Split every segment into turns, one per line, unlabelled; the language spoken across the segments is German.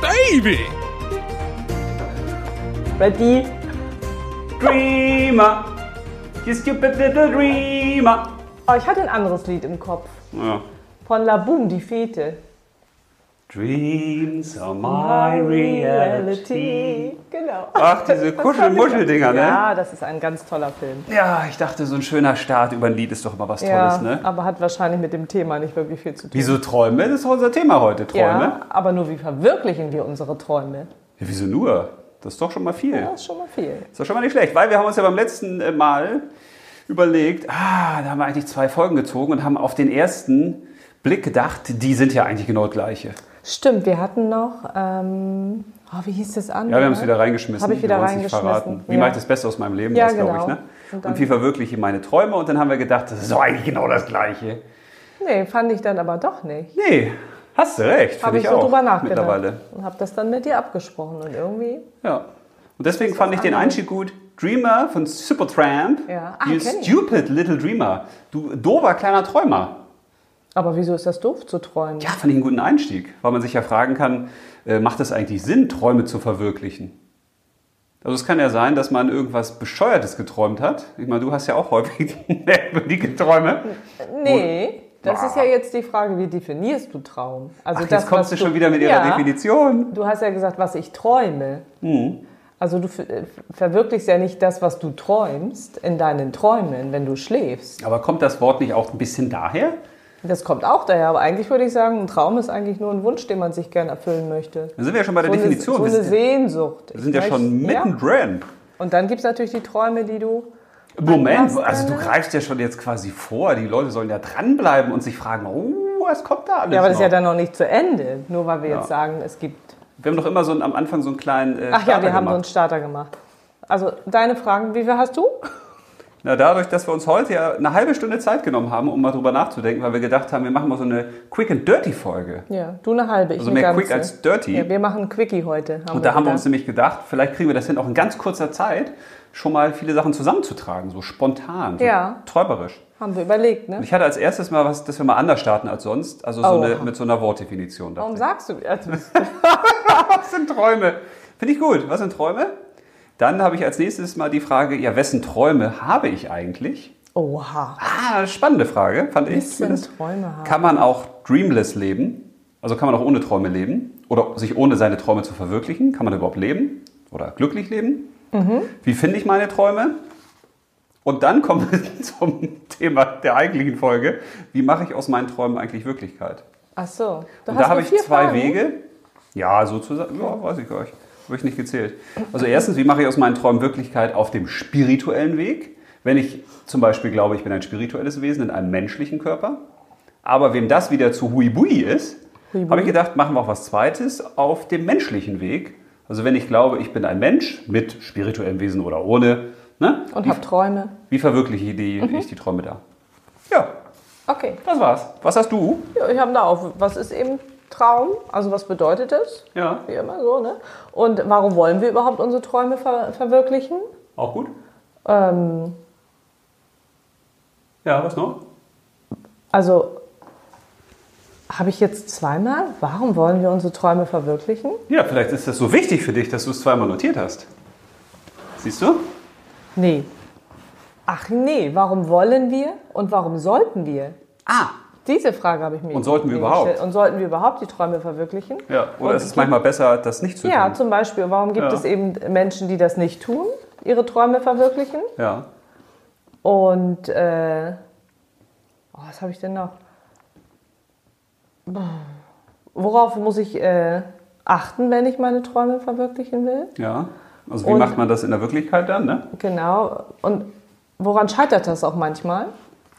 Baby.
Ready?
Dreamer, you stupid little dreamer.
Oh, ich hatte ein anderes Lied im Kopf.
Ja.
Von Laboom, die Fete.
Dreams are my reality.
Genau.
Ach, diese Kuschelmuscheldinger, ne?
Ja, das ist ein ganz toller Film.
Ja, ich dachte, so ein schöner Start über ein Lied ist doch immer was
ja,
Tolles, ne?
aber hat wahrscheinlich mit dem Thema nicht wirklich viel zu tun.
Wieso Träume? Das ist doch unser Thema heute, Träume.
Ja, aber nur wie verwirklichen wir unsere Träume?
Ja, wieso nur? Das ist doch schon mal viel.
Ja, ist schon mal viel.
Ist doch schon mal nicht schlecht, weil wir haben uns ja beim letzten äh, Mal überlegt, ah, da haben wir eigentlich zwei Folgen gezogen und haben auf den ersten Blick gedacht, die sind ja eigentlich genau das gleiche.
Stimmt, wir hatten noch, ähm, oh, wie hieß das andere?
Ja, wir haben es wieder reingeschmissen.
Habe ich wieder
wir wollen es nicht
reingeschmissen,
verraten. Wie
ja.
mache ich das Beste aus meinem Leben?
Ja,
das
genau.
glaube ich, ne?
Und
Und,
dann-
wie verwirkliche ich meine Träume? Und dann haben wir gedacht, das ist doch eigentlich genau das Gleiche.
Nee, fand ich dann aber doch nicht.
Nee, hast du recht.
Habe
finde
ich so
auch
drüber nachgedacht.
Mittlerweile.
Und habe das dann mit dir abgesprochen. Und irgendwie,
Ja. Und deswegen fand ich den Einstieg gut. Dreamer von Supertramp.
Ja. Ah,
you
kenn ich.
stupid little dreamer. Du dover kleiner Träumer.
aber wieso ist das doof zu träumen?
Ja, fand ich einen guten Einstieg, weil man sich ja fragen kann, äh, macht es eigentlich Sinn, Träume zu verwirklichen? Also es kann ja sein, dass man irgendwas Bescheuertes geträumt hat. Ich meine, du hast ja auch häufig merkwürdige Träume.
Hm. Nee, das
Ah.
ist ja jetzt die Frage, wie definierst du Traum? Also
Ach, jetzt kommst du
was
schon wieder mit ihrer
ja,
Definition. Mhm.
Du hast ja gesagt, was ich träume. Also du ver- äh, verwirklichst ja nicht das, was du träumst in deinen Träumen, wenn du schläfst.
Aber kommt das Wort nicht auch ein bisschen daher?
Das kommt auch daher, aber eigentlich würde ich sagen, ein Traum ist eigentlich nur ein Wunsch, den man sich gern erfüllen möchte.
Dann sind wir ja schon bei der Definition.
Eine, so
wir
eine
sind,
Sehnsucht.
wir sind ja schon mittendrin.
Und dann gibt es natürlich die Träume, die du.
Moment,
Anpassen,
also du
ne?
greifst ja schon jetzt quasi vor. Die Leute sollen ja dranbleiben und sich fragen, oh, was kommt da alles
Ja, aber das ist
noch?
ja dann noch nicht zu Ende. Nur weil wir
Ja.
jetzt sagen, es gibt.
Wir haben doch immer so einen, am Anfang so einen kleinen äh,
Ach ja,
Starter
wir haben so
gemacht.
einen Starter gemacht. Also deine Fragen, wie viel hast du?
Na, dadurch, dass wir uns heute ja eine halbe Stunde Zeit genommen haben, um mal drüber nachzudenken, weil wir gedacht haben, wir machen mal so eine Quick and Dirty Folge.
Ja, du eine halbe, ich
Also
eine
mehr
ganze.
Quick als Dirty.
Ja, wir machen Quickie heute.
Und da haben wir uns
gedacht.
nämlich gedacht, vielleicht kriegen wir das hin, auch in ganz kurzer Zeit schon mal viele Sachen zusammenzutragen, so spontan, so
Ja.
träumerisch.
haben wir überlegt, ne?
Und ich hatte als erstes mal was, dass wir mal anders starten als sonst, also so
Aua.
eine, mit so einer Wortdefinition. dachte
Warum
ich.
sagst du also,
Was sind Träume? Finde ich gut. Was sind Träume? Dann habe ich als nächstes mal die Frage, ja, wessen Träume habe ich eigentlich?
Oha.
Ah, spannende Frage, fand ich.
Was
zumindest.
sind Träume haben?
Kann man auch dreamless leben? Also kann man auch ohne Träume leben? Oder sich ohne seine Träume zu verwirklichen? Kann man überhaupt leben? Oder glücklich leben?
Mhm.
Wie finde ich meine Träume? Und dann kommen wir zum Thema der eigentlichen Folge. Wie mache ich aus meinen Träumen eigentlich Wirklichkeit?
Ach so. Du
Und
hast
da habe
nur
ich
vier
zwei
Fragen. ne?
Wege. Ja, sozusagen. Ja, weiß ich gar nicht. Habe ich nicht gezählt. Also erstens, wie mache ich aus meinen Träumen Wirklichkeit auf dem spirituellen Weg? Wenn ich zum Beispiel glaube, ich bin ein spirituelles Wesen in einem menschlichen Körper. Aber wem das wieder zu huibui ist,
Huibui.
habe ich gedacht, machen wir auch was Zweites auf dem menschlichen Weg. Also wenn ich glaube, ich bin ein Mensch mit spirituellem Wesen oder ohne, ne?
Und Mhm.
wie,
hab Träume.
wie verwirkliche ich die, ich die Träume da? Ja,
Okay.
das war's. Was hast du?
Ja, ich habe da auch. Was ist eben Traum? Also was bedeutet es?
Ja,
Wie immer so, ne? Und warum wollen wir überhaupt unsere Träume ver verwirklichen?
auch gut.
Ähm,
Ja, was noch?
also habe ich jetzt zweimal, warum wollen wir unsere Träume verwirklichen?
Ja, vielleicht ist das so wichtig für dich, dass du es zweimal notiert hast. Siehst du?
Nee. Ach nee, warum wollen wir und warum sollten wir?
Ah.
Diese Frage habe ich mir
Und sollten wir
mir
überhaupt?
gestellt. Und sollten wir überhaupt die Träume verwirklichen?
Ja,
Und
oder ist es manchmal besser, das nicht zu tun?
Ja, zum Beispiel, warum gibt
Ja.
es eben Menschen, die das nicht tun, ihre Träume verwirklichen?
ja.
Und äh, oh, was habe ich denn noch? Worauf muss ich äh, achten, wenn ich meine Träume verwirklichen will?
Ja. Also wie
Und-
macht man das in der Wirklichkeit dann, ne?
Genau. Und woran scheitert das auch manchmal,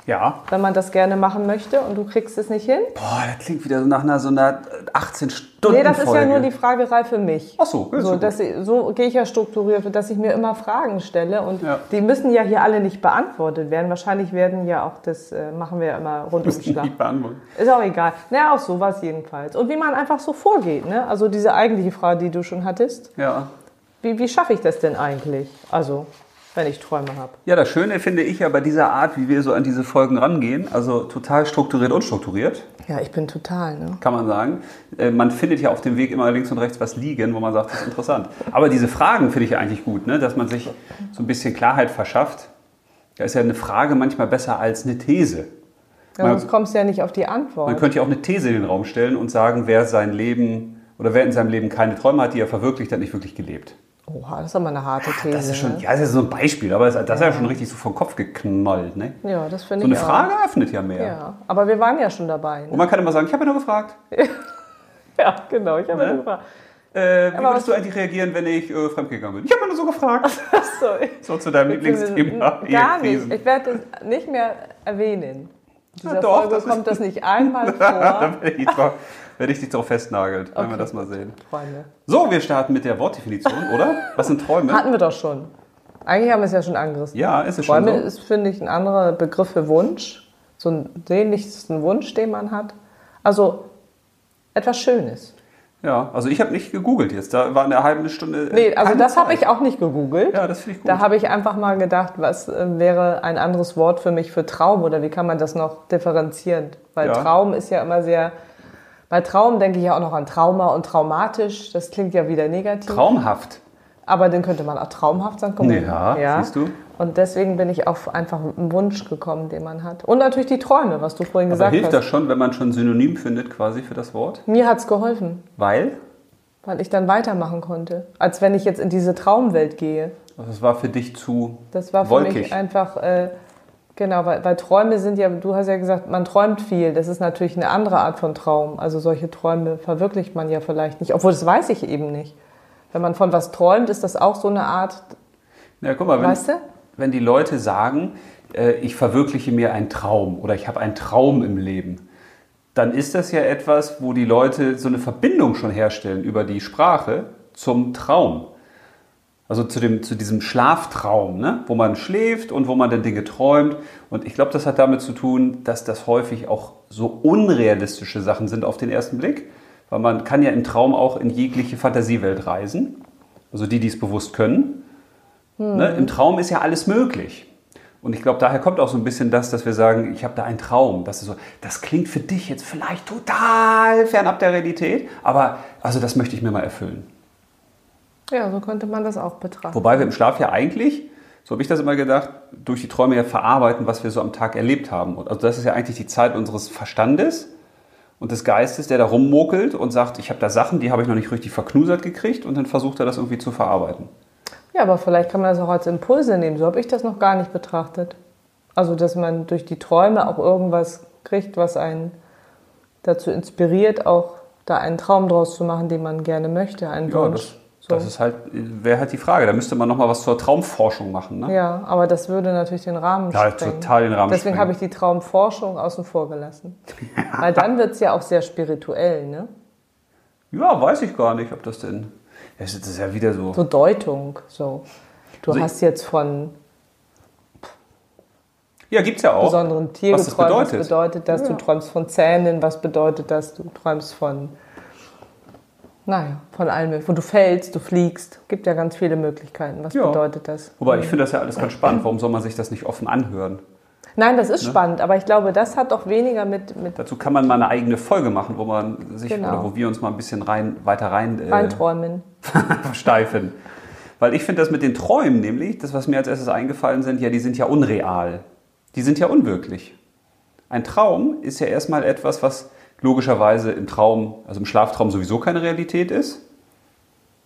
Ja.
wenn man das gerne machen möchte und du kriegst es nicht hin?
Boah, das klingt wieder so nach einer so einer 18 Stunden
Nee, das ist ja nur die Fragerei für mich.
Ach so, ja, ist
so,
ja gut.
dass ich, so gehe ich ja strukturiert, dass ich mir immer Fragen stelle und
Ja.
die müssen ja hier alle nicht beantwortet werden. Wahrscheinlich werden ja auch das äh, machen wir ja immer Rundumschlag.
nicht beantworten.
Ist auch egal. Naja, auch sowas jedenfalls. Und wie man einfach so vorgeht, ne? Also diese eigentliche Frage, die du schon hattest.
Ja.
Wie, wie schaffe ich das denn eigentlich? Also, wenn ich Träume habe.
Ja, das Schöne finde ich ja bei dieser Art, wie wir so an diese Folgen rangehen, also total strukturiert und strukturiert,
Ja, ich bin total, ne?
kann man sagen. Äh, Man findet ja auf dem Weg immer links und rechts was liegen, wo man sagt, das ist interessant. Aber diese Fragen finde ich ja eigentlich gut, ne? dass man sich so ein bisschen Klarheit verschafft. Da ist ja eine Frage manchmal besser als eine These.
Ja,
Man-
sonst kommst du ja nicht auf die
Man
Antwort.
könnte ja auch eine These in den Raum stellen und sagen, wer sein Leben oder wer in seinem Leben keine Träume hat, die er verwirklicht, hat nicht wirklich gelebt.
Oha, das ist aber eine harte These.
Ah, Das ist schon,
ne?
ja, das ist so ein Beispiel, aber das das ist ja schon richtig so vom Kopf geknallt. Ne?
ja, das finde
So eine
ich
Frage öffnet ja
auch.
mehr.
Ja, aber wir waren ja schon dabei.
Und
Ne?
man kann immer sagen, ich habe ja nur gefragt,
Ja, genau, ich habe
Ne?
eine gefragt.
äh, wie
Aber
würdest du eigentlich reagieren, wenn ich äh, fremdgegangen bin? Ich habe ja nur so gefragt.
Achso, ich-
So zu deinem
Beziehungsweise
Lieblingsthema.
Gar nicht.
Ehekrisen.
Ich werde das nicht mehr erwähnen. In dieser
Ja, doch,
Folge
das ist-
kommt das nicht einmal vor.
Dann werde ich, drauf- werde ich dich drauf festnagelt, wenn wir
Okay.
das mal sehen.
Freunde.
So, wir starten mit der Wortdefinition, oder? Was sind Träume?
Hatten wir doch schon. Eigentlich haben wir es ja schon angerissen.
Ja, ist es schon
Träume
so.
ist, finde ich, ein anderer Begriff für Wunsch. So ein sehnlichsten Wunsch, den man hat. Also etwas Schönes.
Ja, also ich habe nicht gegoogelt jetzt. Da war eine halbe Stunde. äh,
Nee, also
keine
das habe
Zeit.
ich auch nicht gegoogelt.
Ja, das finde ich gut.
Da habe ich einfach mal gedacht, was äh, wäre ein anderes Wort für mich für Traum oder wie kann man das noch differenzieren? Weil
Ja.
Traum ist ja immer sehr. Bei Traum denke ich ja auch noch an Trauma und traumatisch. Das klingt ja wieder negativ.
Traumhaft.
Aber dann könnte man auch traumhaft sagen. guck mal.
Ja, siehst du.
Und deswegen bin ich auf einfach einen Wunsch gekommen, den man hat. Und natürlich die Träume, was du vorhin
Da
gesagt
Also hilft das
hast.
schon, wenn man schon ein Synonym findet quasi für das Wort.
Mir hat's geholfen,
Weil,
weil ich dann weitermachen konnte. Als wenn ich jetzt in diese Traumwelt gehe.
also es war für dich zu
Das war für
wolkig.
mich einfach, äh, genau, weil, weil Träume sind ja, du hast ja gesagt, man träumt viel. Das ist natürlich eine andere Art von Traum. Also solche Träume verwirklicht man ja vielleicht nicht, obwohl das weiß ich eben nicht. Wenn man von was träumt, ist das auch so eine Art,
ja, guck mal, wenn,
weißt du?
wenn die Leute sagen, äh, ich verwirkliche mir einen Traum oder ich habe einen Traum im Leben, dann ist das ja etwas, wo die Leute so eine Verbindung schon herstellen über die Sprache zum Traum. Also zu, dem, zu diesem Schlaftraum, ne? wo man schläft und wo man dann Dinge träumt. Und ich glaube, das hat damit zu tun, dass das häufig auch so unrealistische Sachen sind auf den ersten Blick. Weil man kann ja im Traum auch in jegliche Fantasiewelt reisen. Also die, die es bewusst können. Ne? Im Traum ist ja alles möglich. Und ich glaube, daher kommt auch so ein bisschen das, dass wir sagen, ich habe da einen Traum. Das ist so, das klingt für dich jetzt vielleicht total fernab der Realität, aber also das möchte ich mir mal erfüllen.
Ja, so könnte man das auch betrachten.
Wobei wir im Schlaf ja eigentlich, so habe ich das immer gedacht, durch die Träume ja verarbeiten, was wir so am Tag erlebt haben. Und Also das ist ja eigentlich die Zeit unseres Verstandes und des Geistes, der da rummokelt und sagt, ich habe da Sachen, die habe ich noch nicht richtig verknusert gekriegt und dann versucht er das irgendwie zu verarbeiten.
Ja, aber vielleicht kann man das auch als Impulse nehmen. So habe ich das noch gar nicht betrachtet. Also, dass man durch die Träume auch irgendwas kriegt, was einen dazu inspiriert, auch da einen Traum draus zu machen, den man gerne möchte, einen
Ja, das,
Wunsch.
das ist halt, wäre halt die Frage. Da müsste man nochmal was zur Traumforschung machen. Ne?
ja, aber das würde natürlich den Rahmen
Ja,
sprengen.
total den Rahmen
Deswegen
sprengen.
habe ich die Traumforschung außen vor gelassen. Weil dann wird es ja auch sehr spirituell, ne?
Ja, weiß ich gar nicht, ob das denn. Das ist das ist ja wieder so.
So Deutung, so. Du
Also ich-
hast jetzt von
Ja, gibt's ja auch.
besonderen Tier
Oh, was das
geträumt.
bedeutet.
Was bedeutet das? Du träumst von Zähnen. Was bedeutet das? Du träumst von, naja, von allem. möglichen. Wo du fällst, du fliegst. Gibt ja ganz viele Möglichkeiten. Was
Ja.
bedeutet das?
Wobei, ich finde das ja alles ganz spannend. Warum soll man sich das nicht offen anhören?
Nein, das
Ne?
ist spannend, aber ich glaube, das hat doch weniger mit, mit
Dazu kann man mal eine eigene Folge machen, wo man sich
Genau.
oder wo wir uns mal ein bisschen rein weiter rein äh,
Reinträumen.
versteifen. Weil ich finde das mit den Träumen nämlich, das was mir als erstes eingefallen sind, ja, die sind ja unreal. Die sind ja unwirklich. Ein Traum ist ja erstmal etwas, was logischerweise im Traum, also im Schlaftraum sowieso keine Realität ist,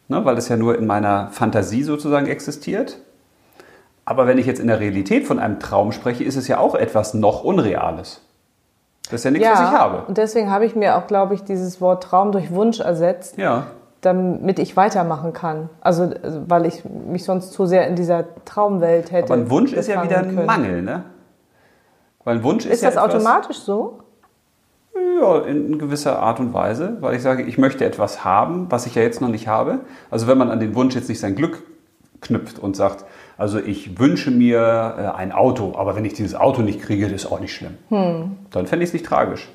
ne, weil es ja nur in meiner Fantasie sozusagen existiert. Aber wenn ich jetzt in der Realität von einem Traum spreche, ist es ja auch etwas noch Unreales. Das ist ja nichts, was ich habe.
und deswegen habe ich mir auch, glaube ich, dieses Wort Traum durch Wunsch ersetzt,
Ja,
damit ich weitermachen kann. Also, also, weil ich mich sonst zu sehr in dieser Traumwelt hätte.
aber ein Wunsch ist ja
befangen
wieder ein
können.
Mangel, ne? Weil ein Wunsch ist,
Ist
ja
das
etwas,
automatisch so?
Ja, in gewisser Art und Weise, weil ich sage, ich möchte etwas haben, was ich ja jetzt noch nicht habe. Also wenn man an den Wunsch jetzt nicht sein Glück knüpft und sagt, also ich wünsche mir äh, ein Auto, aber wenn ich dieses Auto nicht kriege, das ist auch nicht schlimm.
Hm.
Dann fände ich es nicht tragisch.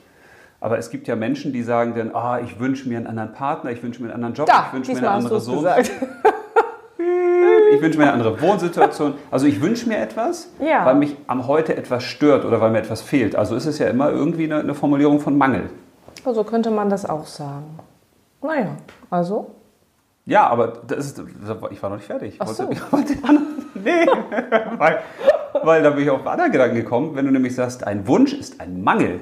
Aber es gibt ja Menschen, die sagen dann, ah, ich wünsche mir einen anderen Partner, ich wünsche mir einen anderen Job,
Da,
ich wünsche mir
diesmal
eine
hast du es
andere Sohn.
gesagt.
ich wünsche mir eine andere Wohnsituation. Also ich wünsche mir etwas,
Ja.
weil mich am Heute etwas stört oder weil mir etwas fehlt. Also ist es ja immer irgendwie eine, eine Formulierung von Mangel.
Also könnte man das auch sagen. Naja, also.
Ja, aber das ist, ich war noch nicht fertig. Ich
Ach so.
wollte- ich wollte nee, weil, weil da bin ich auf einen anderen Gedanken gekommen. Wenn du nämlich sagst, ein Wunsch ist ein Mangel,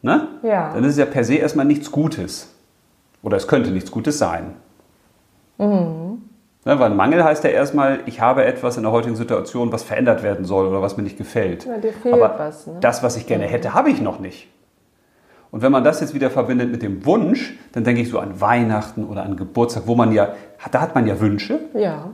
ne?
Ja.
dann ist es ja per se erstmal nichts Gutes. Oder es könnte nichts Gutes sein. Ne, weil ein Mangel heißt ja erstmal, ich habe etwas in der heutigen Situation, was verändert werden soll oder was mir nicht gefällt.
Ja, dir fehlt
Aber
was, ne?
das, was ich gerne hätte, habe ich noch nicht. Und wenn man das jetzt wieder verbindet mit dem Wunsch, dann denke ich so an Weihnachten oder an Geburtstag, wo man ja, da hat man ja Wünsche.
Ja.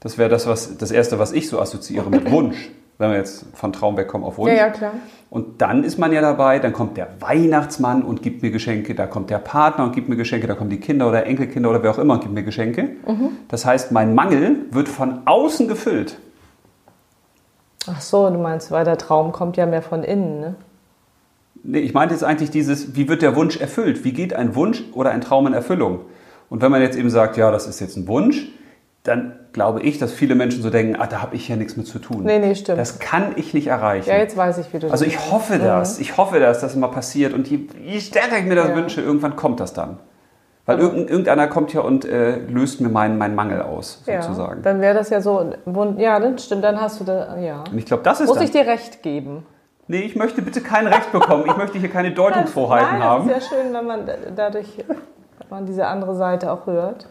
Das wäre das, was, das Erste, was ich so assoziiere mit Wunsch. Wenn wir jetzt von Traum wegkommen auf Wunsch.
Ja, ja, klar.
Und dann ist man ja dabei, dann kommt der Weihnachtsmann und gibt mir Geschenke, da kommt der Partner und gibt mir Geschenke, da kommen die Kinder oder Enkelkinder oder wer auch immer und gibt mir Geschenke.
Mhm.
Das heißt, mein Mangel wird von außen gefüllt.
Ach so, du meinst, weil der Traum kommt ja mehr von innen, ne?
Nee, ich meinte jetzt eigentlich dieses, wie wird der Wunsch erfüllt? Wie geht ein Wunsch oder ein Traum in Erfüllung? Und wenn man jetzt eben sagt, ja, das ist jetzt ein Wunsch, dann glaube ich, dass viele Menschen so denken, ah, da habe ich ja nichts mit zu tun.
Nee, nee, stimmt.
Das kann ich nicht erreichen.
Ja, jetzt weiß ich, wie du
Also
das
ich hoffe das. Ich hoffe, dass das mal passiert. Und je, je stärker ich mir das
Ja. Mhm.
wünsche, irgendwann kommt das dann. Weil irgendein, irgendeiner kommt hier und äh, löst mir meinen, meinen Mangel aus,
ja,
sozusagen.
Dann wäre das ja so. wund- Ja, das stimmt, dann hast du da. Ja.
und ich glaube, das ist
Muss
dann,
ich dir recht geben?
Nee, ich möchte bitte kein Recht bekommen. Ich möchte hier keine Deutungsvorheiten
Nein,
haben.
Das ist ja schön, wenn man da- dadurch wenn man diese andere Seite auch hört.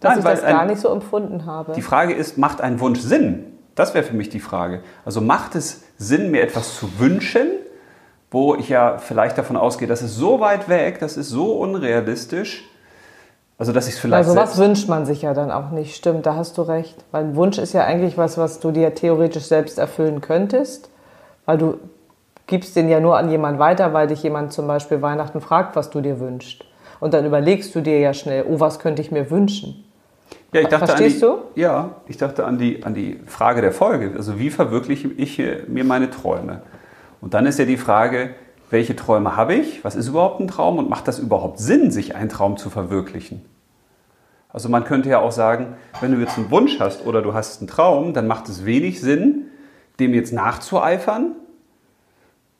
Dass
Nein,
ich
weil
das
ein-
gar nicht so empfunden habe.
Die Frage ist, macht ein Wunsch Sinn? Das wäre für mich die Frage. Also macht es Sinn, mir etwas zu wünschen, wo ich ja vielleicht davon ausgehe, das ist so weit weg, das ist so unrealistisch, also dass ich es vielleicht
Also was
selbst,
wünscht man sich ja dann auch nicht, stimmt, da hast du recht. Weil ein Wunsch ist ja eigentlich was, was du dir theoretisch selbst erfüllen könntest, weil du gibst den ja nur an jemanden weiter, weil dich jemand zum Beispiel Weihnachten fragt, was du dir wünschst. Und dann überlegst du dir ja schnell, oh, was könnte ich mir wünschen?
ja, ich dachte
Verstehst
an die, Ja, ich dachte an die, an die Frage der Folge. Also wie verwirkliche ich äh, mir meine Träume? Und dann ist ja die Frage, welche Träume habe ich? Was ist überhaupt ein Traum? Und macht das überhaupt Sinn, sich einen Traum zu verwirklichen? Also man könnte ja auch sagen, wenn du jetzt einen Wunsch hast oder du hast einen Traum, dann macht es wenig Sinn, dem jetzt nachzueifern,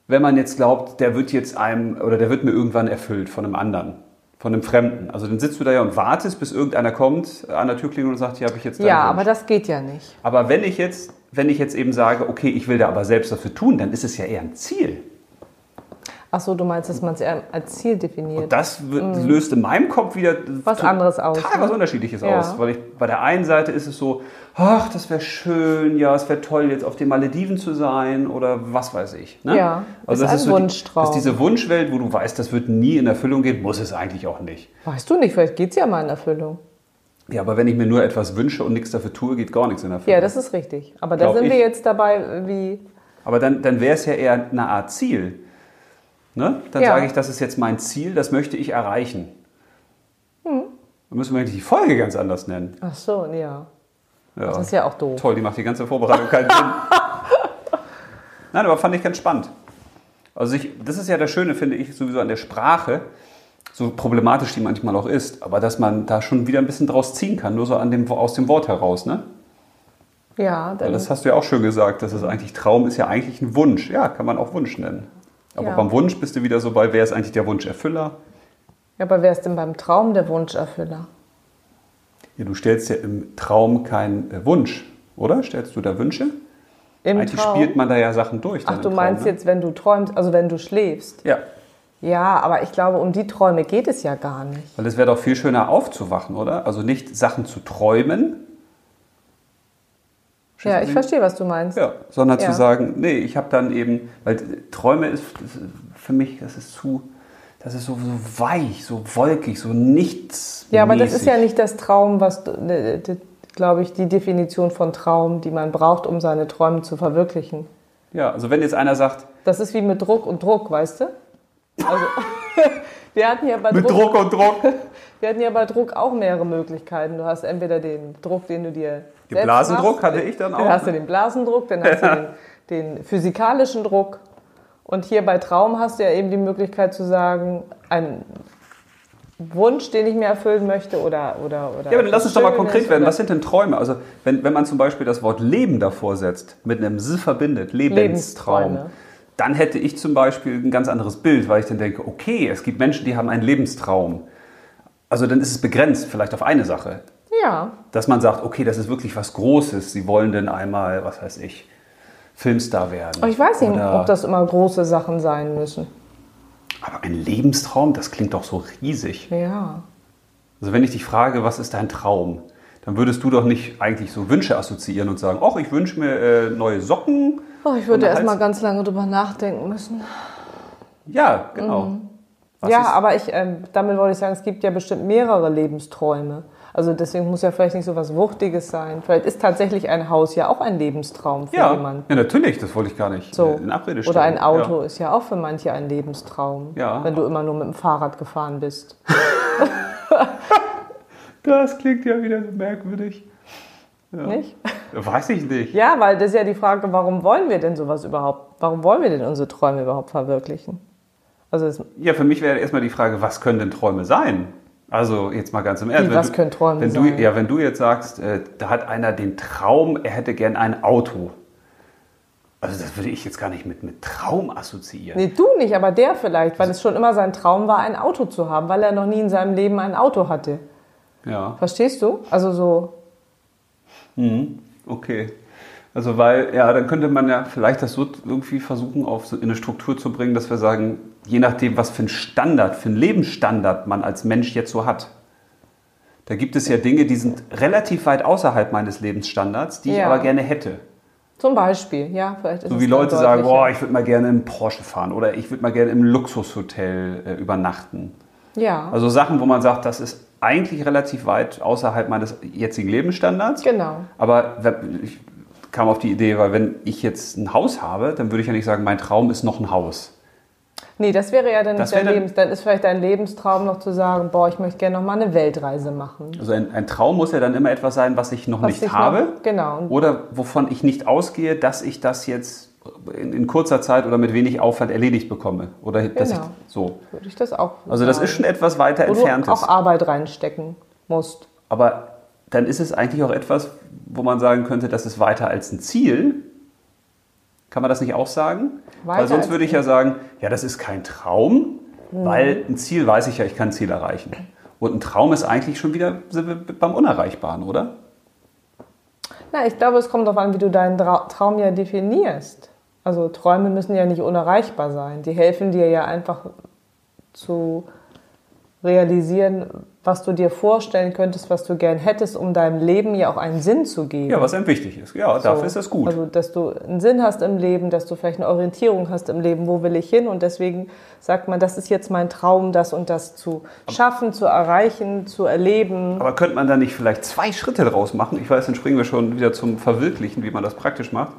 wenn man jetzt glaubt, der wird jetzt einem oder der wird mir irgendwann erfüllt von einem anderen, von einem Fremden. Also dann sitzt du da ja und wartest, bis irgendeiner kommt, an der Tür klingelt und sagt, hier habe ich jetzt deinen
ja,
Wunsch.
aber das geht ja nicht.
aber wenn ich jetzt, wenn ich jetzt eben sage, okay, ich will da aber selbst was für tun, dann ist es ja eher ein Ziel.
Ach so, du meinst, dass man es eher als Ziel
Und
definiert.
das wird, löst in meinem Kopf wieder
Mm. Was
to-
anderes aus,
Total
ne?
was Unterschiedliches
Ja.
aus. Weil ich, bei der einen Seite ist es so, ach, das wäre schön, ja, es wäre toll, jetzt auf den Malediven zu sein oder was weiß ich. Ne?
Ja, ist ein
so die-
Wunschtraum.
Das ist diese Wunschwelt, wo du weißt, das wird nie in Erfüllung gehen, muss es eigentlich auch nicht.
Weißt du nicht, vielleicht geht es ja mal in Erfüllung.
Ja, aber wenn ich mir nur etwas wünsche und nichts dafür tue, geht gar nichts in Erfüllung.
Ja, das ist richtig. Aber da
Glaub
sind wir
ich.
jetzt dabei, wie
Aber dann, dann wäre es ja eher eine Art Ziel. Ne? Dann
Ja.
sage ich, das ist jetzt mein Ziel, das möchte ich erreichen.
Hm.
Dann müssen wir eigentlich die Folge ganz anders nennen.
Ach so, ja.
Ja.
Das ist ja auch doof.
Toll, die macht die ganze Vorbereitung keinen Sinn. Nein, aber fand ich ganz spannend. Also ich, das ist ja das Schöne, finde ich, sowieso an der Sprache, so problematisch die manchmal auch ist, aber dass man da schon wieder ein bisschen draus ziehen kann, nur so an dem, aus dem Wort heraus, ne?
Ja, dann
Weil das hast du ja auch schön gesagt, dass es eigentlich Traum ist ja eigentlich ein Wunsch. Ja, kann man auch Wunsch nennen. Aber
Ja.
beim Wunsch bist du wieder so bei, wer ist eigentlich der Wunscherfüller?
Ja, aber wer ist denn beim Traum der Wunscherfüller?
Ja, du stellst ja im Traum keinen äh, Wunsch, oder? Stellst du da Wünsche?
Im
eigentlich
Traum?
spielt man da ja Sachen durch. dann
Ach,
im
du
Traum,
meinst
ne?
jetzt, wenn du träumst, also wenn du schläfst.
Ja,
Ja, aber ich glaube, um die Träume geht es ja gar nicht.
Weil es wäre doch viel schöner aufzuwachen, oder? Also nicht Sachen zu träumen, Schießen
ja, ich
Sie?
verstehe, was du meinst.
ja, sondern
Ja.
zu sagen, nee, ich habe dann eben, weil Träume ist das ist für mich, das ist zu, das ist so, so weich, so wolkig, so nichts.
Ja, aber das ist ja nicht das Traum, was, du- ne, d- glaube ich, die Definition von Traum, die man braucht, um seine Träume zu verwirklichen.
Ja, also wenn jetzt einer sagt,
Das ist wie mit Druck und Druck, weißt du? Also, wir hatten ja bei
mit
Druck
Druck und Druck.
Wir hatten ja bei Druck auch mehrere Möglichkeiten. Du hast entweder den Druck, den du dir
Den
selbst machst.
Blasendruck hatte ich dann auch,
Dann hast du
ne?
den Blasendruck, dann hast du den, den physikalischen Druck. Und hier bei Traum hast du ja eben die Möglichkeit zu sagen, ein, Wunsch, den ich mir erfüllen möchte oder oder oder.
Ja, aber dann lass uns doch mal konkret werden. Was
Was
sind denn Träume? Also, wenn, wenn man zum Beispiel das Wort Leben davor setzt, mit einem S verbindet, Lebenstraum,
Lebensträume.
dann hätte ich zum Beispiel ein ganz anderes Bild, weil ich dann denke, okay, es gibt Menschen, die haben einen Lebenstraum. Also, dann ist es begrenzt, vielleicht auf eine Sache.
ja,
Dass man sagt, okay, das ist wirklich was Großes. Sie wollen denn einmal, was weiß ich, Filmstar werden.
aber ich weiß nicht,
Oder-
ob das immer große Sachen sein müssen.
Aber ein Lebenstraum, das klingt doch so riesig.
Ja.
Also wenn ich dich frage, was ist dein Traum, dann würdest du doch nicht eigentlich so Wünsche assoziieren und sagen, ach, ich wünsche mir äh, neue Socken.
Oh, ich würde
Und
erst mal
Hals-
ganz lange drüber nachdenken müssen.
Ja, genau. Was
Mhm. ja,
ist-
aber ich, ähm, damit wollte ich sagen, es gibt ja bestimmt mehrere Lebensträume. Also deswegen muss ja vielleicht nicht so was Wuchtiges sein. Vielleicht ist tatsächlich ein Haus ja auch ein Lebenstraum für
ja,
jemanden.
ja, natürlich, das wollte ich gar nicht
So.
äh, in Abrede stellen.
Oder ein Auto
Ja.
ist ja auch für manche ein Lebenstraum,
Ja.
wenn du immer nur mit dem Fahrrad gefahren bist.
Das klingt ja wieder so merkwürdig.
Nicht?
Weiß ich nicht.
Ja, weil das ist ja die Frage, warum wollen wir denn sowas überhaupt? Warum wollen wir denn unsere Träume überhaupt verwirklichen? Also es,
Ja, für mich wäre erstmal die Frage, was können denn Träume sein? Also jetzt mal ganz im Ernst.
Wie,
wenn
was
du-
können Träume
wenn
sein?
Du, ja, wenn du jetzt sagst, äh, da hat einer den Traum, er hätte gern ein Auto. Also das würde ich jetzt gar nicht mit, mit Traum assoziieren.
nee, du nicht, aber der vielleicht, weil es schon immer sein Traum war, ein Auto zu haben, weil er noch nie in seinem Leben ein Auto hatte.
Ja,
Verstehst du? Also so,
okay. Also weil, ja, dann könnte man ja vielleicht das so irgendwie versuchen, auf so in eine Struktur zu bringen, dass wir sagen, je nachdem, was für ein Standard, für einen Lebensstandard man als Mensch jetzt so hat. Da gibt es ja Dinge, die sind relativ weit außerhalb meines Lebensstandards, die ich
Ja.
aber gerne hätte.
Zum Beispiel, ja, vielleicht ist
So
es
wie
dann
Leute sagen,
deutlicher.
boah, ich würde mal gerne im Porsche fahren oder ich würde mal gerne im Luxushotel äh, übernachten.
ja,
Also Sachen, wo man sagt, das ist eigentlich relativ weit außerhalb meines jetzigen Lebensstandards.
genau.
Aber we- ich kam auf die Idee, weil wenn ich jetzt ein Haus habe, dann würde ich ja nicht sagen, mein Traum ist noch ein Haus.
Nee, das wäre ja dann
Das
nicht dein
wäre dann-
Lebens, dann ist vielleicht dein Lebenstraum noch zu sagen, boah, ich möchte gerne noch mal eine Weltreise machen.
Also ein, ein Traum muss ja dann immer etwas sein, was ich noch
Was ich
nicht habe
Noch, genau. Und
oder wovon ich nicht ausgehe, dass ich das jetzt in, in kurzer Zeit oder mit wenig Aufwand erledigt bekomme. Oder dass
Genau.
ich, so.
würde ich das auch.
Oh. Also das
sagen.
ist schon etwas weiter
wo
entferntes.
du auch Arbeit reinstecken musst.
Aber dann ist es eigentlich auch etwas, wo man sagen könnte, das ist weiter als ein Ziel. Kann man das nicht auch sagen?
Weiter
weil sonst
als Hm.
würde ich ja sagen, ja, das ist kein Traum, weil ein Ziel weiß ich ja, ich kann ein Ziel erreichen. Und ein Traum ist eigentlich schon wieder sind wir beim Unerreichbaren, oder?
Na, ich glaube, es kommt darauf an, wie du deinen Tra Traum ja definierst. Also Träume müssen ja nicht unerreichbar sein. Die helfen dir ja einfach zu realisieren, was du dir vorstellen könntest, was du gern hättest, um deinem Leben ja auch einen Sinn zu geben.
Ja, was einem wichtig ist. Ja, dafür
So.
ist das gut.
Also, dass du einen Sinn hast im Leben, dass du vielleicht eine Orientierung hast im Leben, wo will ich hin? Und deswegen sagt man, das ist jetzt mein Traum, das und das zu schaffen, zu erreichen, zu erleben.
Aber könnte man da nicht vielleicht zwei Schritte draus machen? Ich weiß, dann springen wir schon wieder zum Verwirklichen, wie man das praktisch macht.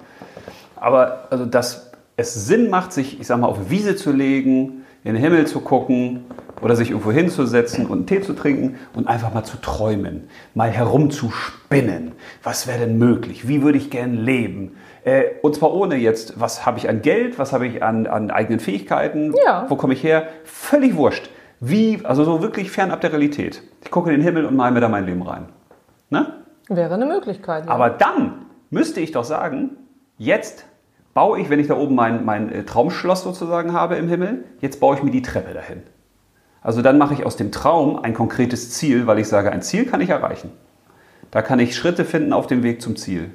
Aber also, dass es Sinn macht, sich, ich sag mal, auf eine Wiese zu legen, in den Himmel zu gucken oder sich irgendwo hinzusetzen und einen Tee zu trinken und einfach mal zu träumen, mal herumzuspinnen. Was wäre denn möglich? Wie würde ich gern leben? Äh, und zwar ohne jetzt, was habe ich an Geld, was habe ich an, an eigenen Fähigkeiten,
Ja.
wo komme ich her? Völlig wurscht. Wie, also so wirklich fernab der Realität. Ich gucke in den Himmel und male mir da mein Leben rein. Ne?
Wäre eine Möglichkeit. Ja.
Aber dann müsste ich doch sagen, jetzt baue ich, wenn ich da oben mein, mein äh, Traumschloss sozusagen habe im Himmel, jetzt baue ich mir die Treppe dahin. Also dann mache ich aus dem Traum ein konkretes Ziel, weil ich sage, ein Ziel kann ich erreichen. Da kann ich Schritte finden auf dem Weg zum Ziel.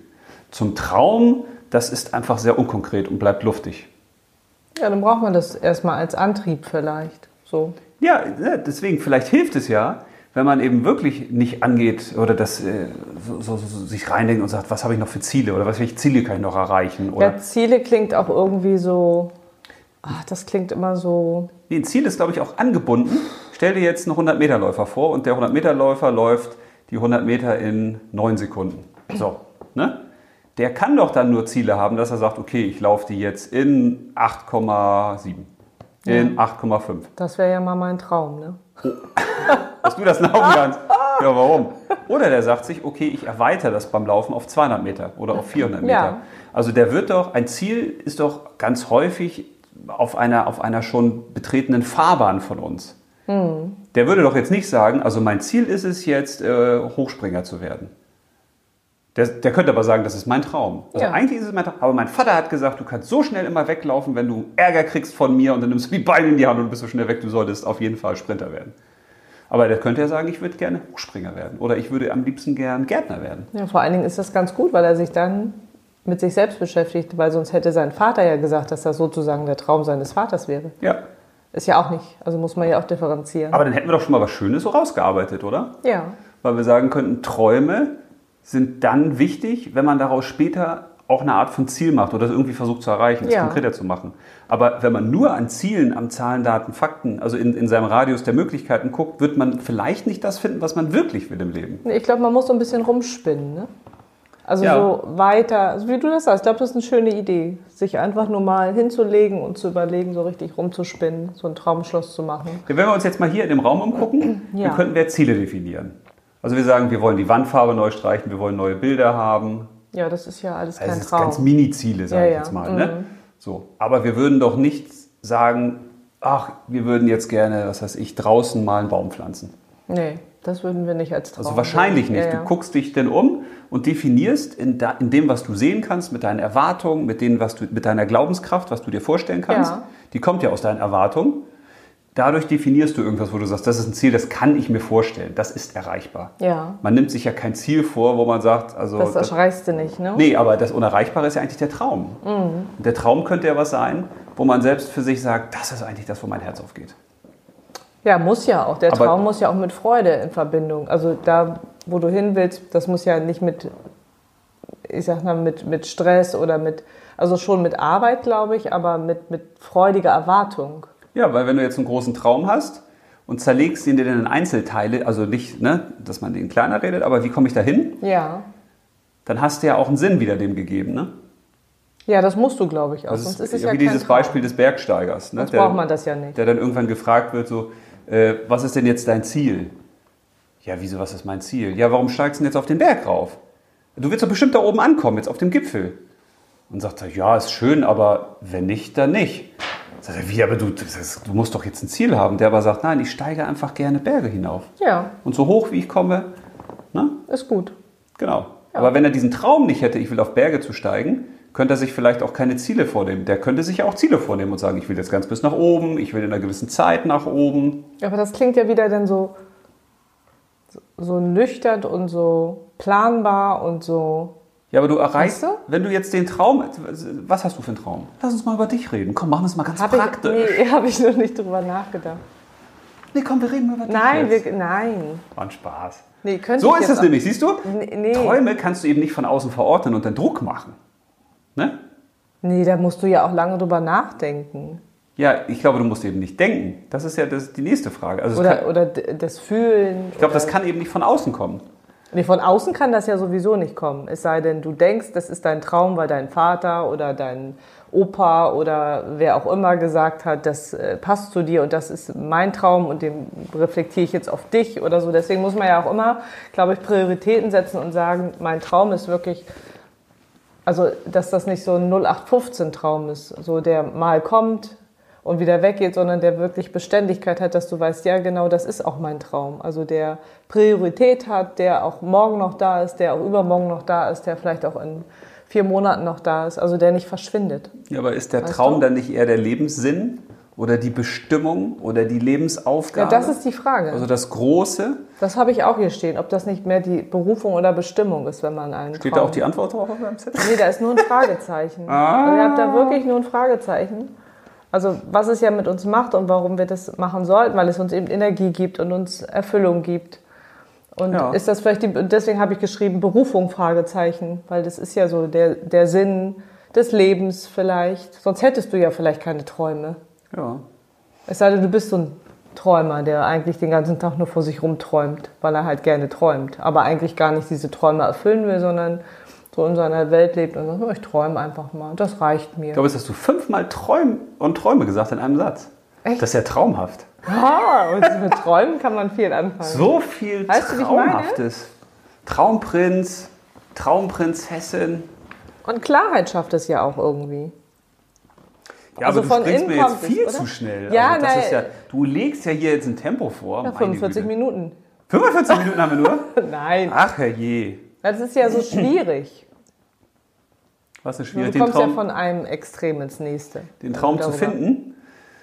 Zum Traum, das ist einfach sehr unkonkret und bleibt luftig.
ja, dann braucht man das erstmal als Antrieb vielleicht. So.
Ja, ne, deswegen, vielleicht hilft es ja, wenn man eben wirklich nicht angeht oder das äh, so, so, so sich reindenkt und sagt, was habe ich noch für Ziele oder was welche Ziele kann ich noch erreichen? Oder,
Ja, Ziele klingt auch irgendwie so. Ach, das klingt immer so.
nee, ein Ziel ist, glaube ich, auch angebunden. Stell dir jetzt einen 100-Meter-Läufer vor und der 100-Meter-Läufer läuft die 100 Meter in 9 Sekunden. So, ne? Der kann doch dann nur Ziele haben, dass er sagt, okay, ich laufe die jetzt in 8,7, in 8,5.
Das wäre ja mal mein Traum, ne?
dass du das laufen kannst. Ja, warum? Oder der sagt sich, okay, ich erweitere das beim Laufen auf 200 Meter oder auf 400 Meter.
Ja.
Also der wird doch, ein Ziel ist doch ganz häufig auf einer, auf einer schon betretenen Fahrbahn von uns. der würde doch jetzt nicht sagen, also mein Ziel ist es jetzt, äh, Hochspringer zu werden. Der, der könnte aber sagen, das ist mein Traum. Also
Ja.
eigentlich ist es mein Traum. Aber mein Vater hat gesagt, du kannst so schnell immer weglaufen, wenn du Ärger kriegst von mir und dann nimmst du die Beine in die Hand und bist so schnell weg, du solltest auf jeden Fall Sprinter werden. Aber der könnte ja sagen, ich würde gerne Hochspringer werden. Oder ich würde am liebsten gern Gärtner werden.
Ja, vor allen Dingen ist das ganz gut, weil er sich dann mit sich selbst beschäftigt, weil sonst hätte sein Vater ja gesagt, dass das sozusagen der Traum seines Vaters wäre.
Ja.
Ist ja auch nicht. Also muss man ja auch differenzieren.
Aber dann hätten wir doch schon mal was Schönes so rausgearbeitet, oder?
ja.
weil wir sagen könnten, Träume sind dann wichtig, wenn man daraus später auch eine Art von Ziel macht oder das irgendwie versucht zu erreichen, es
Ja.
konkreter zu machen. Aber wenn man nur an Zielen, am Zahlen, Daten, Fakten, also in, in seinem Radius der Möglichkeiten guckt, wird man vielleicht nicht das finden, was man wirklich will im Leben.
Ich glaube, man muss so ein bisschen rumspinnen. Ne? Also
Ja.
so weiter, also wie du das sagst, ich glaube, das ist eine schöne Idee, sich einfach nur mal hinzulegen und zu überlegen, so richtig rumzuspinnen, so ein Traumschloss zu machen.
Ja, Wenn wir uns jetzt mal hier in dem Raum umgucken,
Ja.
dann könnten wir Ziele definieren. Also wir sagen, wir wollen die Wandfarbe neu streichen, wir wollen neue Bilder haben,
Ja, das ist ja alles
Also
kein
es ist
Traum.
ganz Mini-Ziele, sage
Ja, Mhm.
ich
ja.
jetzt mal. Ne? So. Aber wir würden doch nicht sagen, ach, wir würden jetzt gerne, was weiß ich, draußen mal einen Baum pflanzen.
nee, das würden wir nicht als Traum.
Also wahrscheinlich
sehen.
nicht.
Ja, ja.
Du guckst dich denn um und definierst in, da, in dem, was du sehen kannst, mit deinen Erwartungen, mit, denen, was du, mit deiner Glaubenskraft, was du dir vorstellen kannst.
Ja.
Die kommt ja aus deinen Erwartungen. Dadurch definierst du irgendwas, wo du sagst, das ist ein Ziel, das kann ich mir vorstellen, das ist erreichbar.
Ja.
Man nimmt sich ja kein Ziel vor, wo man sagt, also
Das erschreist du nicht, ne?
Nee, aber das Unerreichbare ist ja eigentlich der Traum. Und der Traum könnte ja was sein, wo man selbst für sich sagt, das ist eigentlich das, wo mein Herz aufgeht.
Ja, muss ja auch. Der
Aber-
Traum muss ja auch mit Freude in Verbindung. Also da, wo du hin willst, das muss ja nicht mit, ich sag mal, mit, mit Stress oder mit, also schon mit Arbeit, glaube ich, aber mit, mit freudiger Erwartung.
Ja, weil wenn du jetzt einen großen Traum hast und zerlegst ihn dir dann in Einzelteile, also nicht, ne, dass man den kleiner redet, aber wie komme ich da hin?
Ja.
Dann hast du ja auch einen Sinn wieder dem gegeben. Ne?
Ja, das musst du, glaube ich, auch.
Das
Sonst
Also ist,
ist es
wie
ja kein
dieses
Traum.
Beispiel des Bergsteigers, ne,
Sonst braucht man das ja nicht.
der dann irgendwann gefragt wird, so, äh, was ist denn jetzt dein Ziel? Ja, wieso, was ist mein Ziel? Ja, warum steigst du denn jetzt auf den Berg rauf? Du willst doch bestimmt da oben ankommen, jetzt auf dem Gipfel. Und sagt er, ja, ist schön, aber wenn nicht, dann nicht. Sagt er, wie, aber du, das ist, du musst doch jetzt ein Ziel haben. Der aber sagt, nein, ich steige einfach gerne Berge hinauf.
Ja,
Und so hoch, wie ich komme, ne?
ist gut.
Genau. Aber wenn er diesen Traum nicht hätte, ich will auf Berge zu steigen, könnte er sich vielleicht auch keine Ziele vornehmen. Der könnte sich ja auch Ziele vornehmen und sagen, ich will jetzt ganz bis nach oben, ich will in einer gewissen Zeit nach oben.
Aber das klingt ja wieder dann so, so nüchtern und so planbar und so.
Ja, aber du erreichst,
Weißt
wenn du jetzt den Traum, was hast du für einen Traum? Lass uns mal über dich reden. Komm, machen wir es mal ganz
Hab ich,
praktisch.
nee, habe ich noch nicht drüber nachgedacht.
Nee, komm, wir reden über dich
Nein,
jetzt.
wir, nein.
War ein Spaß.
Nee, könnte
So
ich
ist
jetzt
es nämlich, siehst du?
Nee, nee.
Träume kannst du eben nicht von außen verordnen und dann Druck machen. Ne?
Nee, da musst du ja auch lange drüber nachdenken.
Ja, ich glaube, du musst eben nicht denken. Das ist ja das, die nächste Frage. Also es kann,
Oder, oder d- das Fühlen.
ich glaube, das kann eben nicht von außen kommen.
Nee, von außen kann das ja sowieso nicht kommen. Es sei denn, du denkst, das ist dein Traum, weil dein Vater oder dein Opa oder wer auch immer gesagt hat, das äh, passt zu dir und das ist mein Traum und den reflektiere ich jetzt auf dich oder so. Deswegen muss man ja auch immer, glaube ich, Prioritäten setzen und sagen, mein Traum ist wirklich, also dass das nicht so ein 0815-Traum ist, so der mal kommt und wieder weggeht, sondern der wirklich Beständigkeit hat, dass du weißt, ja genau, das ist auch mein Traum. Also der Priorität hat, der auch morgen noch da ist, der auch übermorgen noch da ist, der vielleicht auch in vier Monaten noch da ist, also der nicht verschwindet.
Ja, aber ist der
Weißt
Traum
du?
dann nicht eher der Lebenssinn oder die Bestimmung oder die
Ja,
Lebensaufgabe?
das ist die Frage.
also das Große.
das habe ich auch hier stehen, ob das nicht mehr die Berufung oder Bestimmung ist, wenn man einen
Steht
Traum
da auch die Antwort drauf auf deinem Zettel?
Nee, da ist nur ein Fragezeichen. Also ihr habt da wirklich nur ein Fragezeichen. Also was es ja mit uns macht und warum wir das machen sollten, weil es uns eben Energie gibt und uns Erfüllung gibt. Und
Ja.
ist das vielleicht die, und deswegen habe ich geschrieben Berufung Fragezeichen, weil das ist ja so der, der Sinn des Lebens vielleicht. Sonst hättest du ja vielleicht keine Träume.
Ja.
Es sei denn, du bist so ein Träumer, der eigentlich den ganzen Tag nur vor sich rumträumt, weil er halt gerne träumt, aber eigentlich gar nicht diese Träume erfüllen will, sondern so in seiner Welt lebt und sagt, "Oh, ich träume einfach mal, das reicht mir.
Ich glaube, jetzt hast du fünfmal Träum und Träume gesagt in einem Satz.
Echt?
Das ist ja traumhaft.
Ah, und mit Träumen kann man viel anfangen.
So viel
Weißt du, wie ich meine?
Traumhaftes. Traumprinz, Traumprinzessin. Oh,
Und Klarheit schafft es ja auch irgendwie.
Ja, aber
also von
du springst
innen
mir jetzt
kommt es,
viel
oder?
zu schnell.
Ja,
also das
nein.
ist ja, du legst ja hier jetzt ein Tempo vor.
Ja,
Meine
45
Güte.
Minuten.
45 Minuten haben wir nur?
Nein,
Ach herrje.
das ist ja so schwierig.
Was ist
Du
schwierig, den
kommst ja
Traum,
von genau. einem Extrem ins nächste.
den Traum zu
darüber.
finden.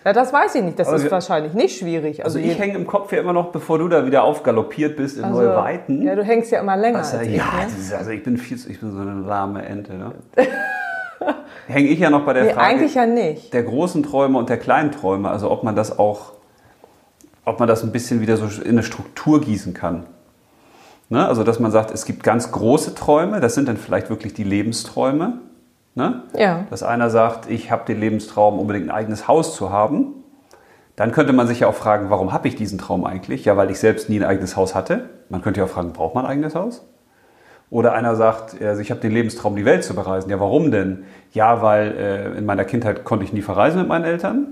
Ja, das weiß ich nicht. Das
Aber
ist
wir-
wahrscheinlich nicht schwierig.
Also
Also,
ich
je-
hänge im Kopf ja immer noch, bevor du da wieder aufgaloppiert bist in
also-
neue Weiten.
Ja, du hängst ja immer länger.
also,
als ich,
ja,
ne?
das ist, also ich bin viel zu, ich bin so eine lahme Ente. Ne? Hänge ich ja noch bei der
Nee,
Frage
eigentlich ja nicht.
der großen Träume und der kleinen Träume. Also ob man das auch, ob man das ein bisschen wieder so in eine Struktur gießen kann. Ne? Also dass man sagt, es gibt ganz große Träume, das sind dann vielleicht wirklich die Lebensträume. Ne?
Ja.
dass einer sagt, ich habe den Lebenstraum, unbedingt ein eigenes Haus zu haben, dann könnte man sich ja auch fragen, warum habe ich diesen Traum eigentlich? Ja, weil ich selbst nie ein eigenes Haus hatte. Man könnte ja auch fragen, braucht man ein eigenes Haus? Oder einer sagt, also ich habe den Lebenstraum, die Welt zu bereisen. Ja, warum denn? Ja, weil äh, in meiner Kindheit konnte ich nie verreisen mit meinen Eltern.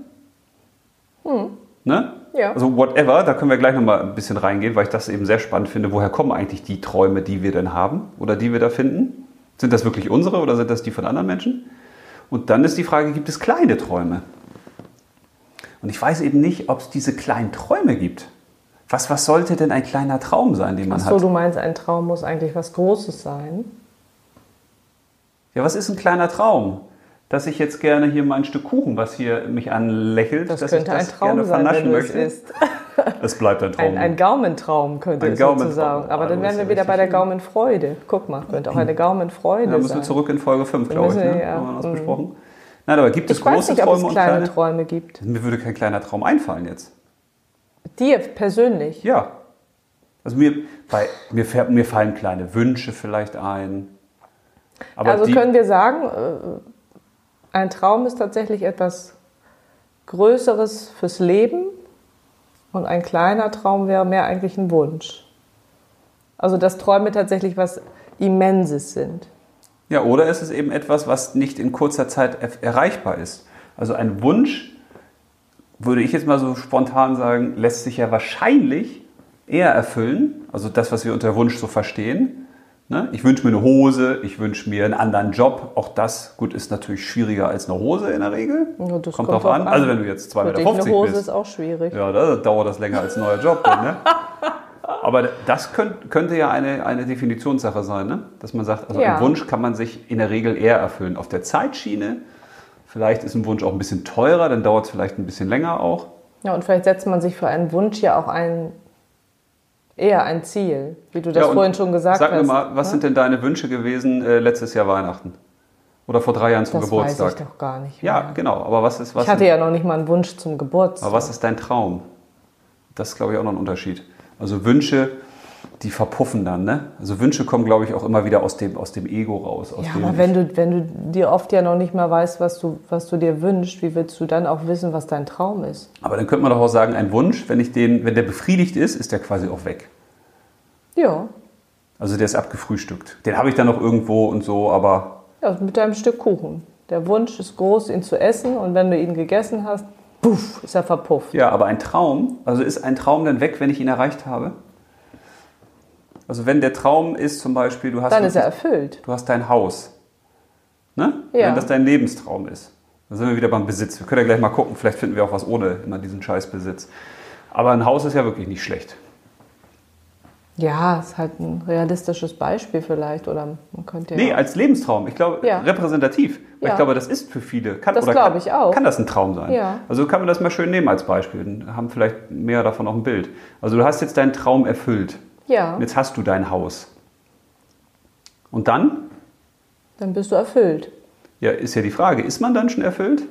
Ne?
Hm. Ja.
Also whatever, da können wir gleich nochmal ein bisschen reingehen, weil ich das eben sehr spannend finde. Woher kommen eigentlich die Träume, die wir denn haben oder die wir da finden? Sind das wirklich unsere oder sind das die von anderen Menschen? Und dann ist die Frage, gibt es kleine Träume? Und ich weiß eben nicht, ob es diese kleinen Träume gibt. Was, was sollte denn ein kleiner Traum sein, den man
Ach So,
hat?
du meinst, ein Traum muss eigentlich was Großes sein.
Ja, was ist ein kleiner Traum? Dass ich jetzt gerne hier mein Stück Kuchen, was hier mich anlächelt,
Das
dass
könnte
ich
ein
das
Traum
gerne
sein, wenn
vernaschen
du es
möchte.
isst.
Es bleibt ein Traum.
Ein, ein Gaumentraum könnte
Ein
es
Gaumentraum.
sozusagen. Aber dann wären
Ah, das ist
wir wieder
richtig
bei der
schön.
Gaumenfreude. Guck mal, könnte auch eine Gaumenfreude
da müssen wir
sein.
zurück in Folge 5, glaube ich.
müssen
Ne?
wir, ja.
Haben wir das
Mhm.
besprochen? Nein, aber gibt es
ich weiß
große
nicht, ob
Träume
es
und
kleine
kleine?
Träume gibt.
Mir würde kein kleiner Traum einfallen jetzt.
Dir persönlich.
Ja. Also mir, bei, mir, fäll- mir fallen kleine Wünsche vielleicht ein. Aber
also
die,
können wir sagen, äh, ein Traum ist tatsächlich etwas Größeres fürs Leben und ein kleiner Traum wäre mehr eigentlich ein Wunsch. Also dass Träume tatsächlich was Immenses sind.
ja, oder ist es eben etwas, was nicht in kurzer Zeit er erreichbar ist? Also ein Wunsch, würde ich jetzt mal so spontan sagen, lässt sich ja wahrscheinlich eher erfüllen. Also das, was wir unter Wunsch so verstehen. Ne? Ich wünsche mir eine Hose, ich wünsche mir einen anderen Job. Auch das, gut, ist natürlich schwieriger als eine Hose in der Regel.
Ja, das
kommt
kommt
drauf
drauf
an.
an.
Also wenn du jetzt 2,50
Für
Meter
dich eine Hose
bist.
ist auch schwierig.
Ja, da dauert das länger als ein neuer Job. Dann, ne? Aber das könnt, könnte ja eine, eine Definitionssache sein, ne? dass man sagt, also
Ja.
einen Wunsch kann man sich in der Regel eher erfüllen. Auf der Zeitschiene, vielleicht ist ein Wunsch auch ein bisschen teurer, dann dauert es vielleicht ein bisschen länger auch.
Ja, und vielleicht setzt man sich für einen Wunsch ja auch ein, eher ein Ziel, wie du das
Ja, und
vorhin schon gesagt
sag
hast.
mir mal, was
ne?
sind denn deine Wünsche gewesen äh, letztes Jahr Weihnachten? Oder vor drei Jahren zum
das
Geburtstag?
weiß ich doch gar nicht.
ja,
mehr.
genau. Aber was ist, was
ich hatte ja noch nicht mal einen Wunsch zum Geburtstag.
Aber was ist dein Traum? Das ist, glaube ich, auch noch ein Unterschied. Also Wünsche, die verpuffen dann, ne? Also Wünsche kommen, glaube ich, auch immer wieder aus dem, aus dem Ego raus. Aus
ja,
dem
aber wenn du, wenn du dir oft ja noch nicht mal weißt, was du, was du dir wünschst, wie willst du dann auch wissen, was dein Traum ist?
aber dann könnte man doch auch sagen, ein Wunsch, wenn, ich den, wenn der befriedigt ist, ist der quasi auch weg.
Ja,
Also der ist abgefrühstückt. Den habe ich dann noch irgendwo und so, aber
ja mit deinem Stück Kuchen. Der Wunsch ist groß, ihn zu essen und wenn du ihn gegessen hast, puff, ist er verpufft.
ja, aber ein Traum, also ist ein Traum dann weg, wenn ich ihn erreicht habe? Also wenn der Traum ist zum Beispiel, du hast
Dann ist er erfüllt.
Du hast dein Haus. Ne?
Ja.
Wenn das dein Lebenstraum ist. Dann sind wir wieder beim Besitz. Wir können ja gleich mal gucken, vielleicht finden wir auch was ohne immer diesen scheiß Besitz. Aber ein Haus ist ja wirklich nicht schlecht.
Ja, ist halt ein realistisches Beispiel vielleicht oder man könnte ja
Nee, also als Lebenstraum. Ich glaube,
Ja.
repräsentativ.
Ja.
Weil ich glaube, das ist für viele. Kann,
Das
oder
glaube
kann,
ich auch.
Kann das ein Traum sein?
Ja.
Also kann man das mal schön nehmen als Beispiel. Dann haben vielleicht mehr davon auch ein Bild. Also du hast jetzt deinen Traum erfüllt.
Ja,
Und Jetzt hast du dein Haus. Und dann?
dann bist du erfüllt.
Ja, ist ja die Frage, ist man dann schon erfüllt?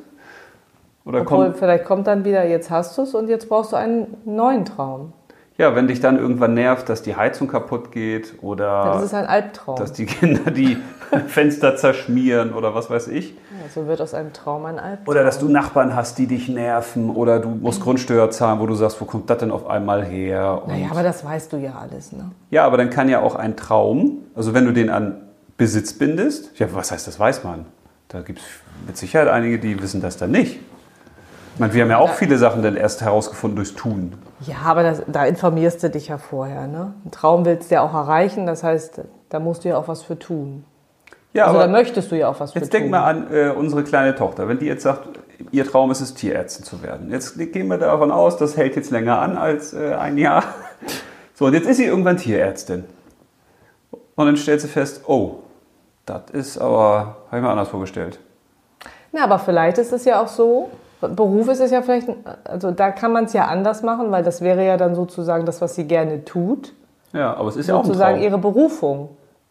Oder
Obwohl,
kommt,
vielleicht kommt dann wieder, jetzt hast du es und jetzt brauchst du einen neuen Traum.
Ja, wenn dich dann irgendwann nervt, dass die Heizung kaputt geht
Das
oder
ist halt ein Albtraum.
dass die Kinder die Fenster zerschmieren oder was weiß ich.
Ja, so wird aus einem Traum ein Albtraum.
Oder dass du Nachbarn hast, die dich nerven oder du musst Grundsteuer zahlen, wo du sagst, wo kommt das denn auf einmal her? Und
Naja, aber das weißt du ja alles, ne?
ja, aber dann kann ja auch ein Traum, also wenn du den an Besitz bindest, ja, was heißt, das weiß man. Da gibt es mit Sicherheit einige, die wissen das dann nicht. Ich meine, wir haben ja auch viele Sachen dann erst herausgefunden durchs Tun.
Ja, aber das, da informierst du dich ja vorher, ne? Einen Traum willst du ja auch erreichen, das heißt, da musst du ja auch was für tun.
Ja,
also
aber-
da möchtest du ja auch was für
Jetzt
tun.
denk mal an äh, unsere kleine Tochter. Wenn die jetzt sagt, ihr Traum ist es, Tierärztin zu werden. Jetzt gehen wir davon aus, das hält jetzt länger an als äh, ein Jahr. So, und jetzt ist sie irgendwann Tierärztin. Und dann stellt sie fest, oh, das ist aber, habe ich mir anders vorgestellt.
Na, aber vielleicht ist es ja auch so, Beruf ist es ja vielleicht, also da kann man es ja anders machen, weil das wäre ja dann sozusagen das, was sie gerne tut,
Ja, aber es ist ja auch ein
sozusagen
Traum.
ihre Berufung.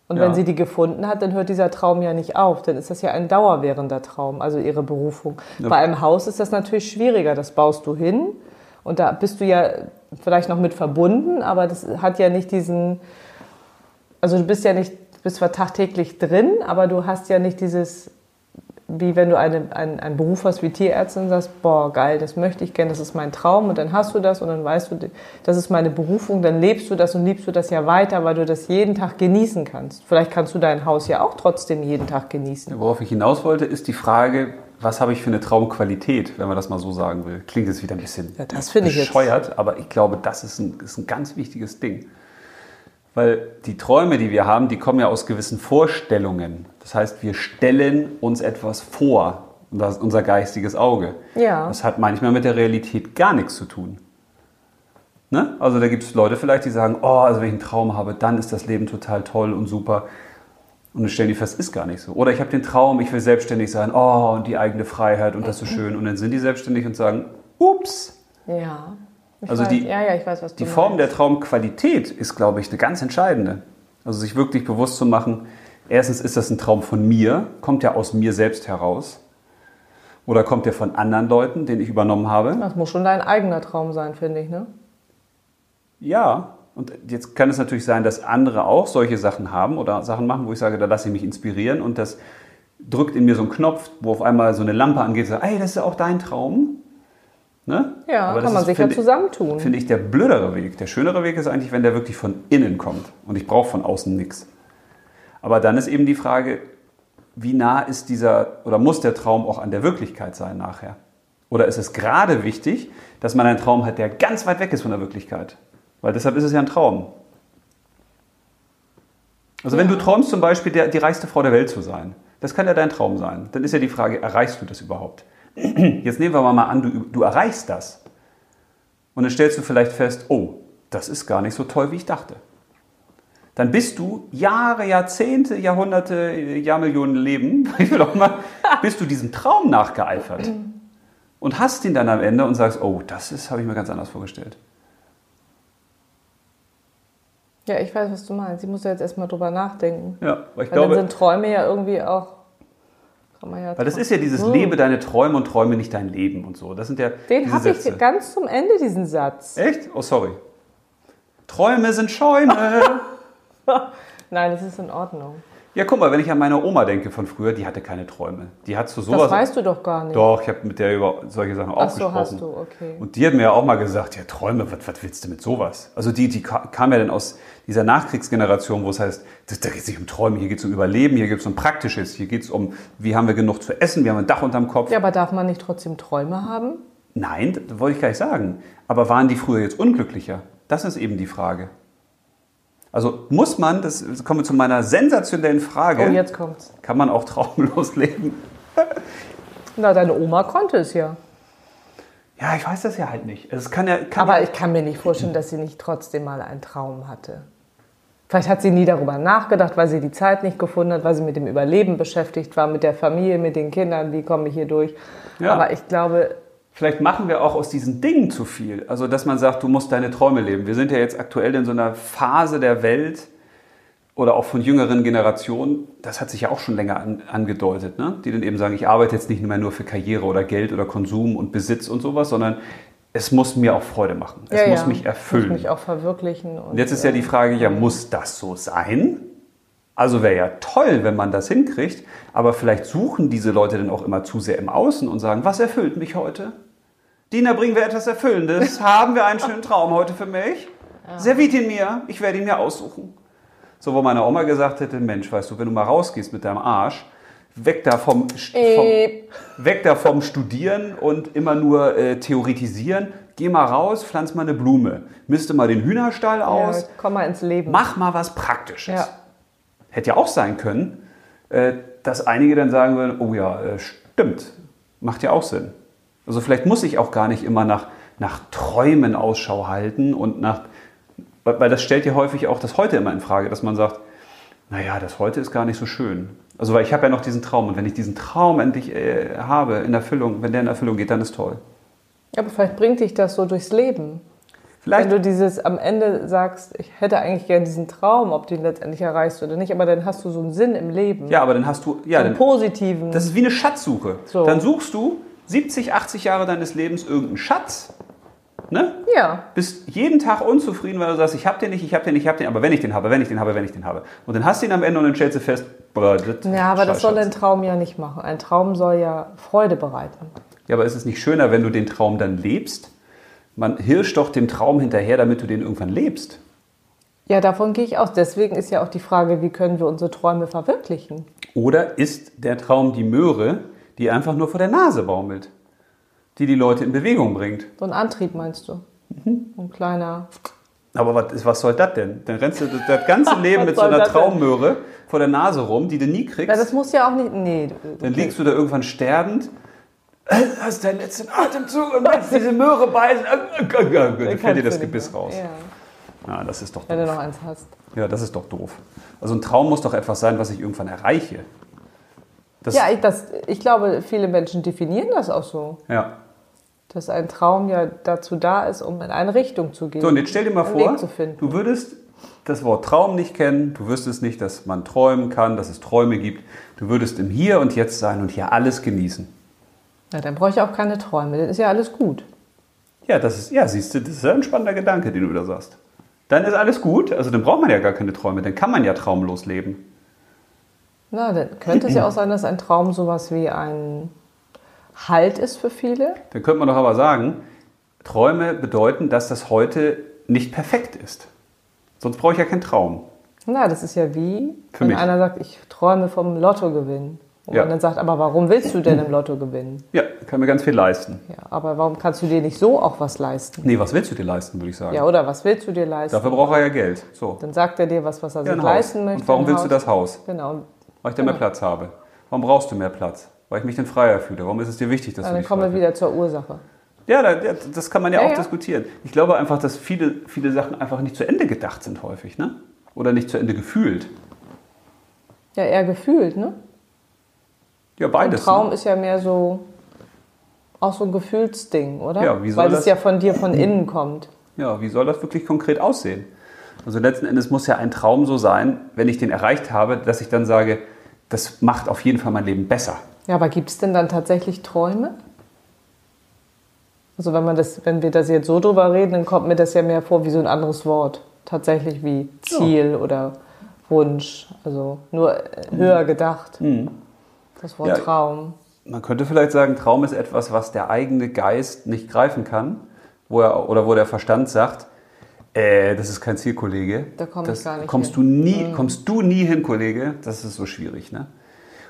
Und
Ja.
wenn sie die gefunden hat, dann hört dieser Traum ja nicht auf. Dann ist das ja ein dauerwährender Traum, also ihre Berufung.
Ja.
Bei einem Haus ist das natürlich schwieriger. Das baust du hin und da bist du ja vielleicht noch mit verbunden, aber das hat ja nicht diesen, also du bist ja nicht, du bist zwar tagtäglich drin, aber du hast ja nicht dieses, wie wenn du eine, ein, einen Beruf hast wie Tierärztin und sagst, boah, geil, das möchte ich gerne, das ist mein Traum und dann hast du das und dann weißt du, das ist meine Berufung, dann lebst du das und liebst du das ja weiter, weil du das jeden Tag genießen kannst. Vielleicht kannst du dein Haus ja auch trotzdem jeden Tag genießen.
Worauf ich hinaus wollte, ist die Frage, was habe ich für eine Traumqualität, wenn man das mal so sagen will. Klingt jetzt wieder ein bisschen
Ja, das finde ich jetzt.
bescheuert, aber ich glaube, das ist ein, ist ein ganz wichtiges Ding. Weil die Träume, die wir haben, die kommen ja aus gewissen Vorstellungen. Das heißt, wir stellen uns etwas vor, Und das ist unser geistiges Auge.
Ja.
Das hat manchmal mit der Realität gar nichts zu tun. Ne? Also da gibt es Leute vielleicht, die sagen, oh, also wenn ich einen Traum habe, dann ist das Leben total toll und super. Und dann stellen die fest, ist gar nicht so. Oder ich habe den Traum, ich will selbstständig sein, oh, und die eigene Freiheit und das so schön. Und dann sind die selbstständig und sagen, ups,
Ja. Ich
Also
weiß,
die-
ja, ja, ich weiß, was du
die Form der
meinst.
Traumqualität ist, glaube ich, eine ganz entscheidende. Also sich wirklich bewusst zu machen, erstens ist das ein Traum von mir, kommt ja aus mir selbst heraus. Oder kommt der von anderen Leuten, den ich übernommen habe?
Das muss schon dein eigener Traum sein, finde ich, ne?
Ja. Und jetzt kann es natürlich sein, dass andere auch solche Sachen haben oder Sachen machen, wo ich sage, da lasse ich mich inspirieren und das drückt in mir so einen Knopf, wo auf einmal so eine Lampe angeht und sagt, ey, das ist ja auch dein Traum. Ne?
Ja,
Aber das
kann man
ist,
sich ja
finde ich-
zusammentun.
finde ich der blödere Weg. Der schönere Weg ist eigentlich, wenn der wirklich von innen kommt und ich brauche von außen nichts. Aber dann ist eben die Frage, wie nah ist dieser oder muss der Traum auch an der Wirklichkeit sein nachher? Oder ist es gerade wichtig, dass man einen Traum hat, der ganz weit weg ist von der Wirklichkeit? Weil deshalb ist es ja ein Traum. Also wenn du träumst zum Beispiel, der, die reichste Frau der Welt zu sein, das kann ja dein Traum sein. Dann ist ja die Frage, erreichst du das überhaupt? Jetzt nehmen wir mal an, du, du erreichst das. Und dann stellst du vielleicht fest, oh, das ist gar nicht so toll, wie ich dachte. Dann bist du Jahre, Jahrzehnte, Jahrhunderte, Jahrmillionen Leben, ich will auch mal, bist du diesem Traum nachgeeifert und hast ihn dann am Ende und sagst, oh, das ist, habe ich mir ganz anders vorgestellt.
Ja, ich weiß, was du meinst. Ich muss ja jetzt erstmal drüber nachdenken.
Ja, weil ich
Weil dann
glaube,
sind Träume ja irgendwie auch. Kann man ja Hm.
weil das ist ja dieses Lebe deine Träume und Träume nicht dein Leben und so. Das sind ja
Oh. Den
diese
habe ich
Sätze.
ganz zum Ende, diesen Satz.
Echt? Oh, sorry. Träume sind Schäume.
Nein, das ist in Ordnung.
ja, guck mal, wenn ich an meine Oma denke von früher, die hatte keine Träume. Die hat zu
Das
sowas
weißt du doch gar nicht.
Doch, ich habe mit der über solche Sachen auch
Ach so,
gesprochen.
hast du, okay.
Und die hat mir ja auch mal gesagt, ja, Träume, was, was willst du mit sowas? Also die, die ka- kam ja dann aus dieser Nachkriegsgeneration, wo es heißt, das, da geht es nicht um Träume, hier geht es um Überleben, hier geht es um Praktisches, hier geht es um, wie haben wir genug zu essen, wir haben ein Dach unterm Kopf.
Ja, aber darf man nicht trotzdem Träume haben?
Nein, das wollte ich gar nicht sagen. Aber waren die früher jetzt unglücklicher? Das ist eben die Frage. Also muss man, das kommen wir zu meiner sensationellen Frage,
Oh, jetzt kommt's.
kann man auch traumlos leben?
Na, deine Oma konnte es ja.
Ja, ich weiß das ja halt nicht. Es kann ja, kann
Aber ich kann mir nicht vorstellen, dass sie nicht trotzdem mal einen Traum hatte. Vielleicht hat sie nie darüber nachgedacht, weil sie die Zeit nicht gefunden hat, weil sie mit dem Überleben beschäftigt war, mit der Familie, mit den Kindern, wie komme ich hier durch.
Ja.
Aber ich glaube,
Vielleicht machen wir auch aus diesen Dingen zu viel. Also, dass man sagt, du musst deine Träume leben. Wir sind ja jetzt aktuell in so einer Phase der Welt oder auch von jüngeren Generationen, das hat sich ja auch schon länger an, angedeutet, ne? die dann eben sagen, ich arbeite jetzt nicht mehr nur für Karriere oder Geld oder Konsum und Besitz und sowas, sondern es muss mir auch Freude machen. Es
ja,
muss
ja,
mich erfüllen.
Muss mich auch verwirklichen. Und
Und jetzt ist ja die Frage, ja, muss das so sein? Also wäre ja toll, wenn man das hinkriegt, aber vielleicht suchen diese Leute dann auch immer zu sehr im Außen und sagen, was erfüllt mich heute? Dina, bringen wir etwas Erfüllendes? Haben wir einen schönen Traum heute für mich? Serviert ihn mir, ich werde ihn mir aussuchen. So, wo meine Oma gesagt hätte, Mensch, weißt du, wenn du mal rausgehst mit deinem Arsch, weg da vom, St-
Äh.
vom, weg da vom Studieren und immer nur äh, theoretisieren, geh mal raus, pflanz mal eine Blume, misste mal den Hühnerstall aus,
Ja, komm mal ins Leben.
mach mal was Praktisches.
Ja.
Hätte ja auch sein können, äh, dass einige dann sagen würden, oh ja, äh, stimmt, macht ja auch Sinn. Also vielleicht muss ich auch gar nicht immer nach, nach Träumen Ausschau halten und nach, weil weil das stellt ja häufig auch das Heute immer in Frage, dass man sagt, naja, das Heute ist gar nicht so schön. Also weil ich habe ja noch diesen Traum und wenn ich diesen Traum endlich äh, habe in Erfüllung, wenn der in Erfüllung geht, dann ist toll.
Aber vielleicht bringt dich das so durchs Leben.
Vielleicht,
Wenn du dieses am Ende sagst, ich hätte eigentlich gern diesen Traum, ob du ihn letztendlich erreichst oder nicht, aber dann hast du so einen Sinn im Leben.
ja, aber dann hast du, ja,
einen
dann,
positiven.
das ist wie eine Schatzsuche.
So.
Dann suchst du 70, 80 Jahre deines Lebens irgendeinen Schatz, ne?
ja,
bist jeden Tag unzufrieden, weil du sagst, ich hab den nicht, ich hab den nicht, ich hab den, aber wenn ich den habe, wenn ich den habe, wenn ich den habe. Und dann hast du ihn am Ende und dann stellst du fest, boah, das
ja, aber das soll
Scheiße.
ein Traum ja nicht machen. Ein Traum soll ja Freude bereiten.
Ja, aber ist es nicht schöner, wenn du den Traum dann lebst? Man hirscht doch dem Traum hinterher, damit du den irgendwann lebst.
Ja, davon gehe ich aus. Deswegen ist ja auch die Frage, wie können wir unsere Träume verwirklichen?
Oder ist der Traum die Möhre, die einfach nur vor der Nase baumelt, die die Leute in Bewegung bringt?
So ein Antrieb meinst du?
Mhm.
Ein kleiner.
Aber was, was soll das denn? Dann rennst du das, das ganze Leben
Was
mit so
soll
einer
das denn?
Traummöhre vor der Nase rum, die du nie
Ja,
kriegst.
das muss ja auch nicht. Nee.
Dann liegst du da irgendwann sterbend. Äh, Hast deinen letzten Atemzug und willst diese Möhre beißen. Äh, äh, äh, äh, Dann fällt dir das Gebiss raus.
Ja,
Ja, das ist doch
wenn du noch
doof.
eins hast.
Ja, das ist doch doof. Also ein Traum muss doch etwas sein, was ich irgendwann erreiche. Das,
Ja, ich, das, ich glaube, viele Menschen definieren das auch so,
ja.
dass ein Traum ja dazu da ist, um in eine Richtung zu gehen.
So, und jetzt stell dir mal
einen
vor,
Weg zu finden.
du würdest das Wort Traum nicht kennen, du wüsstest nicht, dass man träumen kann, dass es Träume gibt. Du würdest im Hier und Jetzt sein und hier alles genießen.
Na, dann brauche ich auch keine Träume, dann ist ja alles gut.
Ja, das ist, ja, siehst du, das ist ja ein spannender Gedanke, den du da sagst. Dann ist alles gut, also dann braucht man ja gar keine Träume, dann kann man ja traumlos leben.
Na, dann könnte es ja auch sein, dass ein Traum sowas wie ein Halt ist für viele.
Dann könnte man doch aber sagen, Träume bedeuten, dass das heute nicht perfekt ist. Sonst brauche ich ja keinen Traum.
Na, das ist ja wie,
Für
wenn
mich.
einer sagt, ich träume vom Lottogewinn. Und
Ja.
man dann sagt, aber warum willst du denn im Lotto gewinnen?
Ja, kann mir ganz viel leisten.
Ja, aber warum kannst du dir nicht so auch was leisten?
Nee, was willst du dir leisten, würde ich sagen.
Ja, oder was willst du dir leisten?
Dafür braucht er ja Geld. So.
dann sagt er dir was, was er
Ja,
sich
Haus.
leisten möchte.
Und warum
ein
willst
Haus.
du das Haus?
Genau.
Weil ich da mehr Platz habe. Warum brauchst du mehr Platz? Weil ich mich dann freier fühle. Warum ist es dir wichtig, dass
Na, Also
du
dann
dich
kommen
frei
wir wieder zur Ursache.
Ja, da- ja, das kann man ja,
Ja,
auch
ja.
diskutieren. Ich glaube einfach, dass viele, viele Sachen einfach nicht zu Ende gedacht sind häufig, ne? Oder nicht zu Ende gefühlt.
Ja, eher gefühlt, ne?
Ja,
Und
beides.
Traum
ne?
ist ja mehr so auch so ein Gefühlsding, oder?
Ja, wie soll
Weil
das-
es ja von dir von innen kommt.
Ja, wie soll das wirklich konkret aussehen? Also letzten Endes muss ja ein Traum so sein, wenn ich den erreicht habe, dass ich dann sage, das macht auf jeden Fall mein Leben besser.
Ja, aber gibt es denn dann tatsächlich Träume? Also wenn man das, wenn wir das jetzt so drüber reden, dann kommt mir das ja mehr vor wie so ein anderes Wort. Tatsächlich wie Ziel oder Wunsch. Also nur äh, höher gedacht. Das Wort
Mhm. Ja.
Traum.
Man könnte vielleicht sagen, Traum ist etwas, was der eigene Geist nicht greifen kann, wo er, oder wo der Verstand sagt, äh, das ist kein Ziel, Kollege.
Da komm ich
das
gar nicht
kommst
hin. Mhm.
Du nie, Kommst du nie hin, Kollege? Das ist so schwierig, ne?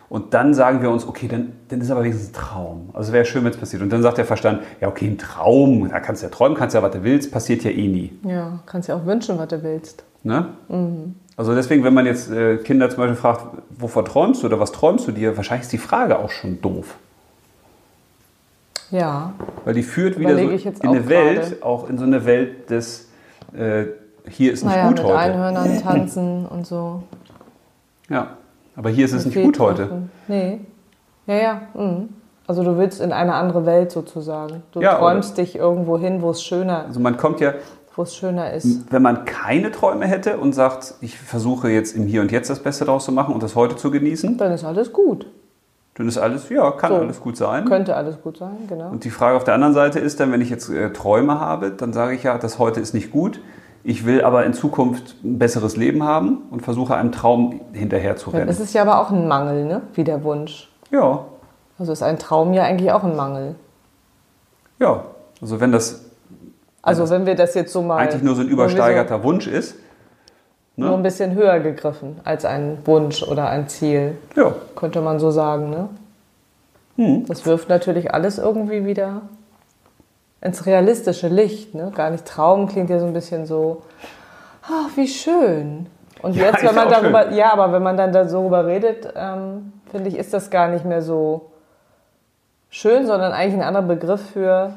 Und dann sagen wir uns, okay, dann, dann ist aber wenigstens ein Traum. Also wäre schön, wenn es passiert. Und dann sagt der Verstand, ja, okay, ein Traum, da kannst du ja träumen, kannst ja, was du willst, passiert ja eh nie.
Ja, kannst ja auch wünschen, was du willst.
Ne?
Mhm.
Also deswegen, wenn man jetzt äh, Kinder zum Beispiel fragt, wovor träumst du oder was träumst du dir, wahrscheinlich ist die Frage auch schon doof.
Ja.
Weil die führt wieder so
Überlege ich
in
jetzt auch
eine Welt,
gerade.
auch in so eine Welt des, äh, hier ist nicht
Naja,
gut
mit
heute.
Einhörnern tanzen und so.
Ja, aber hier ist es
Mit
nicht gut heute.
Fehltreffen. Nee. Ja, ja. mhm. Also du willst in eine andere Welt sozusagen. Du
Ja,
träumst dich irgendwo hin, wo es schöner,
Also man kommt ja,
wo es schöner ist.
wenn man keine Träume hätte und sagt, ich versuche jetzt im Hier und Jetzt das Beste draus zu machen und das heute zu genießen,
Dann ist alles gut.
dann ist alles, ja, kann
So.
alles gut sein.
Könnte alles gut sein, genau.
Und die Frage auf der anderen Seite ist dann, wenn ich jetzt äh, Träume habe, dann sage ich ja, das heute ist nicht gut. Ich will aber in Zukunft ein besseres Leben haben und versuche einem Traum hinterher zu
Dann
rennen.
ist es ja aber auch ein Mangel, ne? Wie der Wunsch.
Ja,
Also ist ein Traum ja eigentlich auch ein Mangel.
ja. Also wenn das
Also wenn wir das jetzt so mal
eigentlich nur so ein
wenn wir
übersteigerter ne? Wunsch ist.
so, nur ein bisschen höher gegriffen als ein Wunsch oder ein Ziel,
Ja,
könnte man so sagen, ne?
Hm.
Das wirft natürlich alles irgendwie wieder ins realistische Licht, ne? Gar nicht Traum klingt ja so ein bisschen so, ach wie schön. Und
Ja,
jetzt,
ist
wenn man
ja auch
darüber, ja, aber wenn man dann darüber redet, ähm, finde ich, ist das gar nicht mehr so schön, sondern eigentlich ein anderer Begriff für,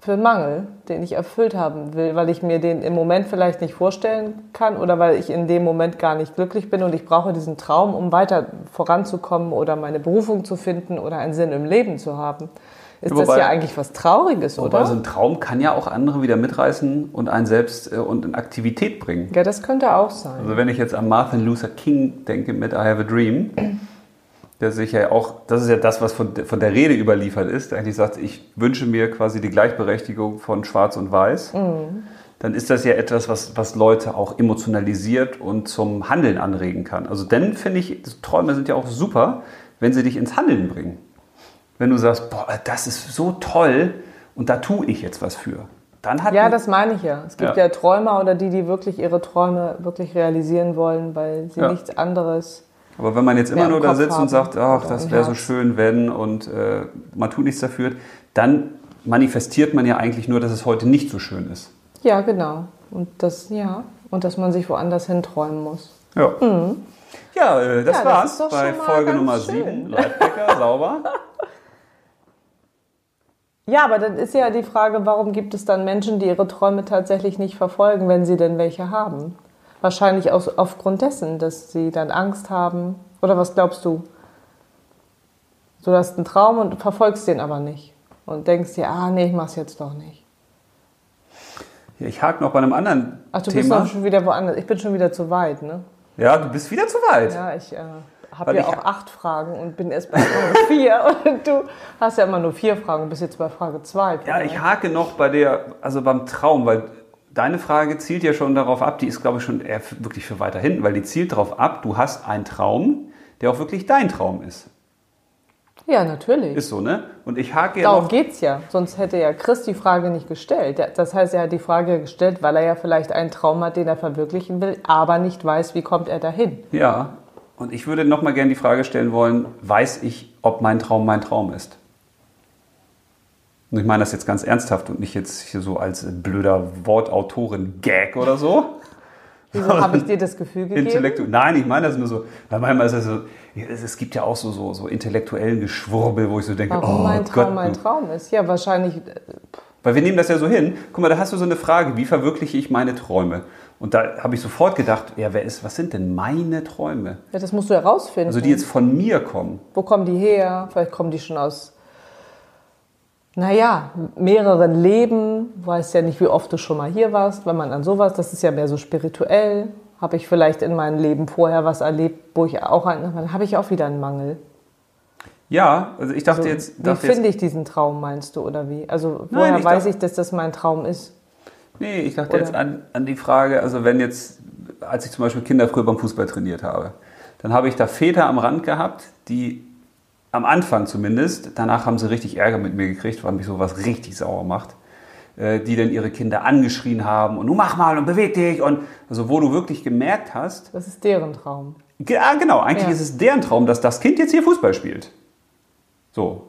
für einen Mangel, den ich erfüllt haben will, weil ich mir den im Moment vielleicht nicht vorstellen kann oder weil ich in dem Moment gar nicht glücklich bin und ich brauche diesen Traum, um weiter voranzukommen oder meine Berufung zu finden oder einen Sinn im Leben zu haben. Ist
Wobei-
das ja eigentlich was Trauriges,
Wobei
oder?
so ein Traum kann ja auch andere wieder mitreißen und einen selbst äh, und in Aktivität bringen.
ja, das könnte auch sein.
Also wenn ich jetzt an Martin Luther King denke mit I Have a Dream, der sich ja auch, das ist ja das, was von, de- von der Rede überliefert ist, der eigentlich sagt, ich wünsche mir quasi die Gleichberechtigung von Schwarz und Weiß, dann ist das ja etwas, was, was Leute auch emotionalisiert und zum Handeln anregen kann. Also dann finde ich, Träume sind ja auch super, wenn sie dich ins Handeln bringen. Wenn du sagst, boah, das ist so toll und da tue ich jetzt was für. Dann hat
Ja, das meine ich ja. Es gibt
Ja.
ja, Träumer oder die, die wirklich ihre Träume wirklich realisieren wollen, weil sie
Ja.
nichts anderes.
Aber wenn man jetzt immer
Ja, im
nur da
Kopf
sitzt und
haben
sagt, ach,
oder
das
im
wäre so
Herz.
schön, wenn und äh, man tut nichts dafür, dann manifestiert man ja eigentlich nur, dass es heute nicht so schön ist.
Ja, genau. Und das, ja. Und dass man sich woanders hin träumen muss.
Ja, ja äh, das
Mhm. Ja, das
war's
ist doch
bei
schon mal
Folge
ganz
Nummer
schön.
7. Leitbecker, sauber.
Ja, aber dann ist ja die Frage, warum gibt es dann Menschen, die ihre Träume tatsächlich nicht verfolgen, wenn sie denn welche haben? Wahrscheinlich aus, aufgrund dessen, dass sie dann Angst haben. Oder was glaubst du? Du hast einen Traum und verfolgst den aber nicht. Und denkst dir, ah nee, ich mach's jetzt doch nicht.
Ja, Ich hake noch bei einem anderen
Ach, du
Thema.
bist doch schon wieder woanders. Ich bin schon wieder zu weit, ne?
ja, du bist wieder zu weit.
Ja, ich äh,
Weil
habe ja
ich-
auch acht Fragen und bin erst bei Frage vier. Und du hast ja immer nur vier Fragen und bist jetzt bei Frage zwei.
Ja, ich hake noch bei der, also beim Traum, weil deine Frage zielt ja schon darauf ab, die ist, glaube ich, schon eher f- wirklich für weiter hinten, weil die zielt darauf ab, du hast einen Traum, der auch wirklich dein Traum ist.
ja natürlich.
Ist so, ne? Und ich hake ja noch
Darum geht's ja. Sonst hätte ja Chris die Frage nicht gestellt. Der- Das heißt, er hat die Frage gestellt, weil er ja vielleicht einen Traum hat, den er verwirklichen will, aber nicht weiß, wie kommt er dahin.
Ja, und ich würde nochmal gerne die Frage stellen wollen, weiß ich, ob mein Traum mein Traum ist? Und ich meine das jetzt ganz ernsthaft und nicht jetzt hier so als blöder Wortautorin-Gag oder so.
Wieso habe ich dir das Gefühl gegeben?
Intellektu Nein, ich meine das nur so. Weil manchmal ist das so, es es gibt ja auch so, so, so intellektuellen Geschwurbel, wo ich so denke,
Warum
oh
mein Traum
Gott.
mein
du-
Traum ist? Ja, wahrscheinlich. äh,
Weil wir nehmen das ja so hin. Guck mal, da hast du so eine Frage, wie verwirkliche ich meine Träume? Und da habe ich sofort gedacht, ja, wer ist, was sind denn meine Träume?
Ja, das musst du herausfinden.
Also die jetzt von mir kommen.
Wo kommen die her? Vielleicht kommen die schon aus, naja, mehreren Leben. Weiß ja nicht, wie oft du schon mal hier warst, wenn man an sowas, das ist ja mehr so spirituell. Habe ich vielleicht in meinem Leben vorher was erlebt, wo ich auch, ein- dann habe ich auch wieder einen Mangel.
Ja, also ich dachte
So,
jetzt,
wie
dachte jetzt
finde ich diesen Traum, meinst du, oder wie? Also woher
ich
weiß
dachte-
ich, dass das mein Traum ist?
nee, ich dachte
Oder?
jetzt an, an die Frage, also wenn jetzt, als ich zum Beispiel Kinder früher beim Fußball trainiert habe, dann habe ich da Väter am Rand gehabt, die am Anfang zumindest, danach haben sie richtig Ärger mit mir gekriegt, weil mich sowas richtig sauer macht, äh, die dann ihre Kinder angeschrien haben und nun mach mal und beweg dich und also wo du wirklich gemerkt hast,
Das ist deren Traum.
Ge- Ah, genau. Eigentlich
Ja.
ist es deren Traum, dass das Kind jetzt hier Fußball spielt. So.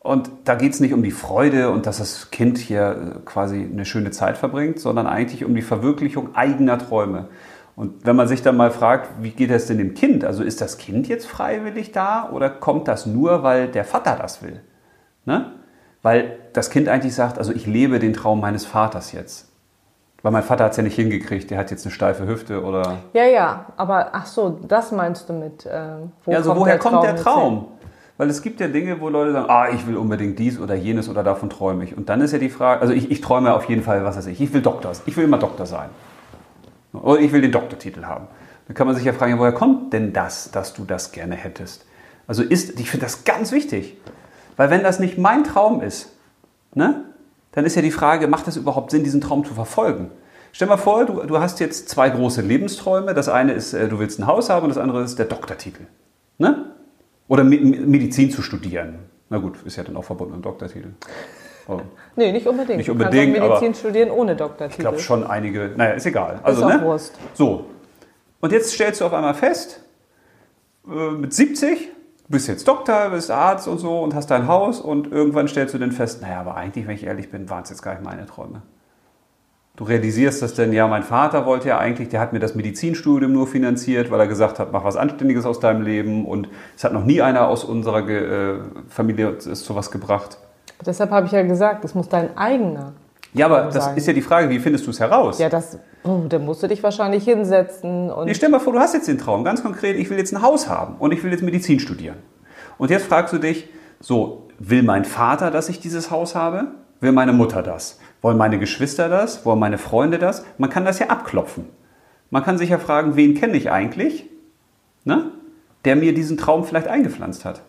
Und da geht es nicht um die Freude und dass das Kind hier äh, quasi eine schöne Zeit verbringt, sondern eigentlich um die Verwirklichung eigener Träume. Und wenn man sich dann mal fragt, wie geht das denn dem Kind? Also ist das Kind jetzt freiwillig da oder kommt das nur, weil der Vater das will? Ne? Weil das Kind eigentlich sagt, also ich lebe den Traum meines Vaters jetzt. Weil mein Vater hat es ja nicht hingekriegt, der hat jetzt eine steife Hüfte oder
Ja, ja, aber ach so, das meinst du mit, ähm, wo
ja, also woher kommt der
jetzt her?
Traum? Weil es gibt ja Dinge, wo Leute sagen, ah, ich will unbedingt dies oder jenes oder davon träume ich. Und dann ist ja die Frage, also ich, ich träume auf jeden Fall, was weiß ich, ich will Doktor, ich will immer Doktor sein. Oder ich will den Doktortitel haben. Dann kann man sich ja fragen, ja, woher kommt denn das, dass du das gerne hättest? Also ist, ich finde das ganz wichtig. Weil wenn das nicht mein Traum ist, ne, dann ist ja die Frage, macht es überhaupt Sinn, diesen Traum zu verfolgen? Stell mal vor, du, du hast jetzt zwei große Lebensträume. Das eine ist, äh, du willst ein Haus haben und das andere ist der Doktortitel. Ne? Oder Me- Me- Medizin zu studieren. Na gut, ist ja dann auch verbunden mit dem Doktortitel. Oh,
Nee, nicht unbedingt.
Nicht
Du kannst
unbedingt,
auch
aber-
Medizin studieren ohne Doktortitel.
ich glaube schon einige, naja, ist egal. Also,
auch
ne?
Wurst.
So. Und jetzt stellst du auf einmal fest, äh, mit 70, du bist jetzt Doktor, bist Arzt und so und hast dein Haus und irgendwann stellst du dann fest, naja, aber eigentlich, wenn ich ehrlich bin, waren es jetzt gar nicht meine Träume. Du realisierst das denn, ja, mein Vater wollte ja eigentlich, der hat mir das Medizinstudium nur finanziert, weil er gesagt hat, mach was Anständiges aus deinem Leben und es hat noch nie einer aus unserer Ge äh, Familie es zu was gebracht.
Deshalb habe ich ja gesagt, es muss dein eigener.
Ja, aber
Kann
das
sein.
ist ja die Frage, wie findest du es heraus?
Ja, das, oh, da musst du dich wahrscheinlich hinsetzen und
Nee, stell mal vor, du hast jetzt den Traum, ganz konkret, ich will jetzt ein Haus haben und ich will jetzt Medizin studieren. Und jetzt fragst du dich, so, will mein Vater, dass ich dieses Haus habe? Will meine Mutter das? Wollen meine Geschwister das? Wollen meine Freunde das? Man kann das ja abklopfen. Man kann sich ja fragen, wen kenne ich eigentlich, ne? der mir diesen Traum vielleicht eingepflanzt hat.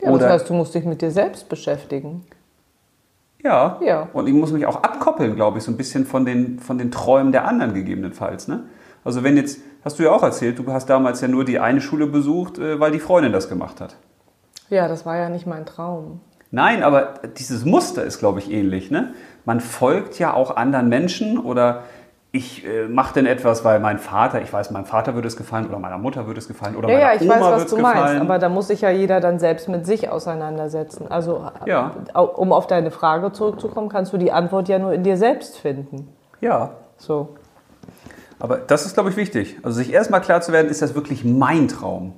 ja, das
oder-
heißt, du musst dich mit dir selbst beschäftigen.
Ja.
Ja.
Und ich muss mich auch abkoppeln, glaube ich, so ein bisschen von den, von den Träumen der anderen gegebenenfalls. Ne? Also wenn jetzt, hast du ja auch erzählt, du hast damals ja nur die eine Schule besucht, äh, weil die Freundin das gemacht hat.
Ja, das war ja nicht mein Traum.
Nein, aber dieses Muster ist, glaube ich, ähnlich. Ne? Man folgt ja auch anderen Menschen oder ich äh, mache denn etwas, weil mein Vater, ich weiß, meinem Vater würde es gefallen oder meiner Mutter würde es gefallen oder
Ja,
meiner
ja, ich
Oma
weiß, was
würde
du
es
meinst,
gefallen.
aber da muss sich ja jeder dann selbst mit sich auseinandersetzen. Also,
Ja.
au- um auf deine Frage zurückzukommen, kannst du die Antwort ja nur in dir selbst finden.
ja,
So.
Aber das ist, glaube ich, wichtig. Also sich erstmal klar zu werden, ist das wirklich mein Traum?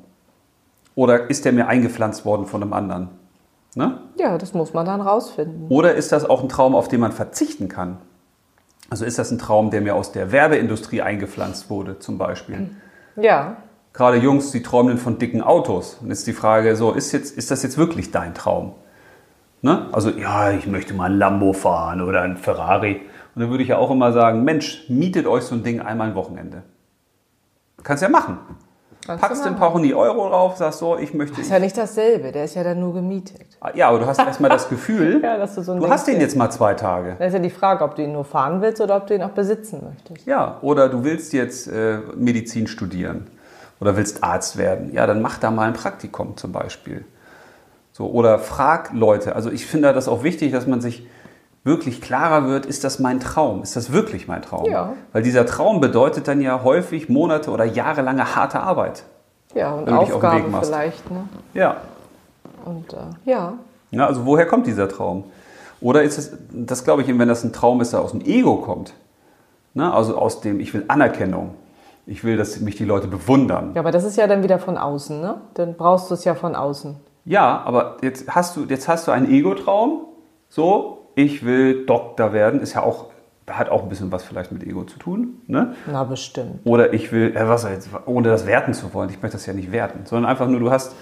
Oder ist der mir eingepflanzt worden von einem anderen? Ne?
Ja, das muss man dann rausfinden.
Oder ist das auch ein Traum, auf den man verzichten kann? Also ist das ein Traum, der mir aus der Werbeindustrie eingepflanzt wurde, zum Beispiel?
Ja,
Gerade Jungs, die träumen von dicken Autos. Und jetzt die Frage, so, ist, jetzt, ist das jetzt wirklich dein Traum? Ne? Also, ja, ich möchte mal ein Lambo fahren oder ein Ferrari. Und dann würde ich ja auch immer sagen, Mensch, mietet euch so ein Ding einmal ein Wochenende. Kannst ja machen.
kannst
Packst
du
den
machen.
Pauni Euro drauf, sagst so, ich möchte. Ah,
Ist ja nicht dasselbe, der ist ja dann nur gemietet.
ja, aber du hast erstmal das Gefühl,
Ja, dass du so ein
du
Ding
hast den jetzt mal zwei Tage.
Da ist ja die Frage, ob du ihn nur fahren willst oder ob du ihn auch besitzen möchtest.
Ja, oder du willst jetzt äh, Medizin studieren oder willst Arzt werden. Ja, dann mach da mal ein Praktikum zum Beispiel. So, oder frag Leute. Also ich finde das auch wichtig, dass man sich wirklich klarer wird, ist das mein Traum? Ist das wirklich mein Traum?
Ja.
Weil dieser Traum bedeutet dann ja häufig Monate oder jahrelange harte Arbeit.
Ja, und
Wenn du dich auf den Weg
Aufgaben
machst.
vielleicht. Ne?
Ja.
Und äh, ja,
Ja, also woher kommt dieser Traum? Oder ist es, das glaube ich, eben, wenn das ein Traum ist, der aus dem Ego kommt, ne? also aus dem, ich will Anerkennung, ich will, dass mich die Leute bewundern.
Ja, aber das ist ja dann wieder von außen, ne? Dann brauchst du es ja von außen.
Ja, aber jetzt hast du, jetzt hast du einen Ego-Traum, so, ich will Doktor werden, ist ja auch, hat auch ein bisschen was vielleicht mit Ego zu tun, ne?
Na, bestimmt.
Oder ich will, äh, was soll jetzt, ohne das werten zu wollen, ich möchte das ja nicht werten, sondern einfach nur, du hast,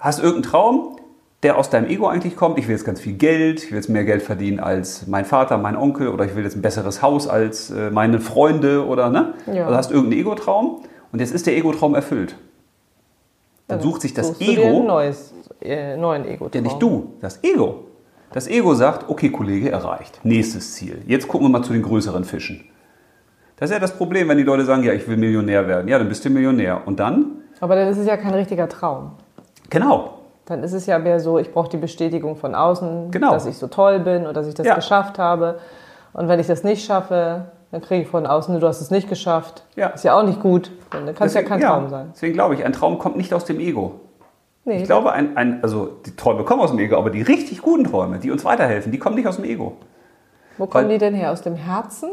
hast irgendeinen Traum, der aus deinem Ego eigentlich kommt. Ich will jetzt ganz viel Geld, ich will jetzt mehr Geld verdienen als mein Vater, mein Onkel oder ich will jetzt ein besseres Haus als äh, meine Freunde oder ne?
Ja.
Also hast irgendeinen Ego-Traum und jetzt ist der Ego-Traum erfüllt. Dann sucht sich das
Also Suchst Du dir
Ego,
ein neues, äh, neuen Ego.
ja nicht du, das Ego. Das Ego sagt, okay Kollege, erreicht, nächstes Ziel. Jetzt gucken wir mal zu den größeren Fischen. Das ist ja das Problem, wenn die Leute sagen, ja, ich will Millionär werden. Ja, dann bist du Millionär. Und dann?
Aber dann ist es ja kein richtiger Traum.
Genau.
Dann ist es ja mehr so, ich brauche die Bestätigung von außen,
Genau.
dass ich so toll bin oder dass ich das
Ja.
geschafft habe. Und wenn ich das nicht schaffe, dann kriege ich von außen, du hast es nicht geschafft.
Ja.
Ist ja auch nicht gut. Dann kann es ja kein Traum sein.
Deswegen glaube ich, ein Traum kommt nicht aus dem Ego.
Nee.
Ich glaube, ein, ein, also die Träume kommen aus dem Ego, aber die richtig guten Träume, die uns weiterhelfen, die kommen nicht aus dem Ego.
Wo kommen
weil-
die denn her? Aus dem Herzen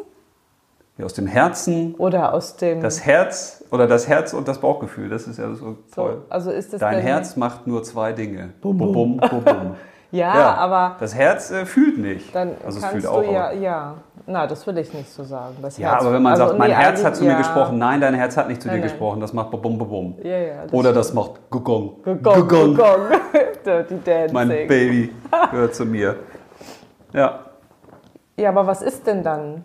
Ja, aus dem Herzen,
oder aus dem.
das Herz oder das Herz und das Bauchgefühl, das ist ja so toll.
so, also ist das
Dein
denn-
Herz macht nur zwei Dinge. Bum, bum, bum, bum. bum.
Ja, Ah, aber
Das Herz äh, fühlt nicht.
dann
also es
kannst
fühlt
du
auch.
ja,
aber-
ja. Na, das will ich nicht so sagen. Das
ja,
Herz-
aber wenn man
also,
sagt, mein
nee,
Herz hat
eigentlich-
zu mir
ja.
gesprochen, nein, dein Herz hat nicht zu
Nein,
dir
nein.
gesprochen, das macht bum, bum, bum.
Ja, ja.
Oder das macht gegong.
Gong, Gong. Dirty Dancing.
Mein Baby gehört zu mir. Ja.
Ja, aber was ist denn dann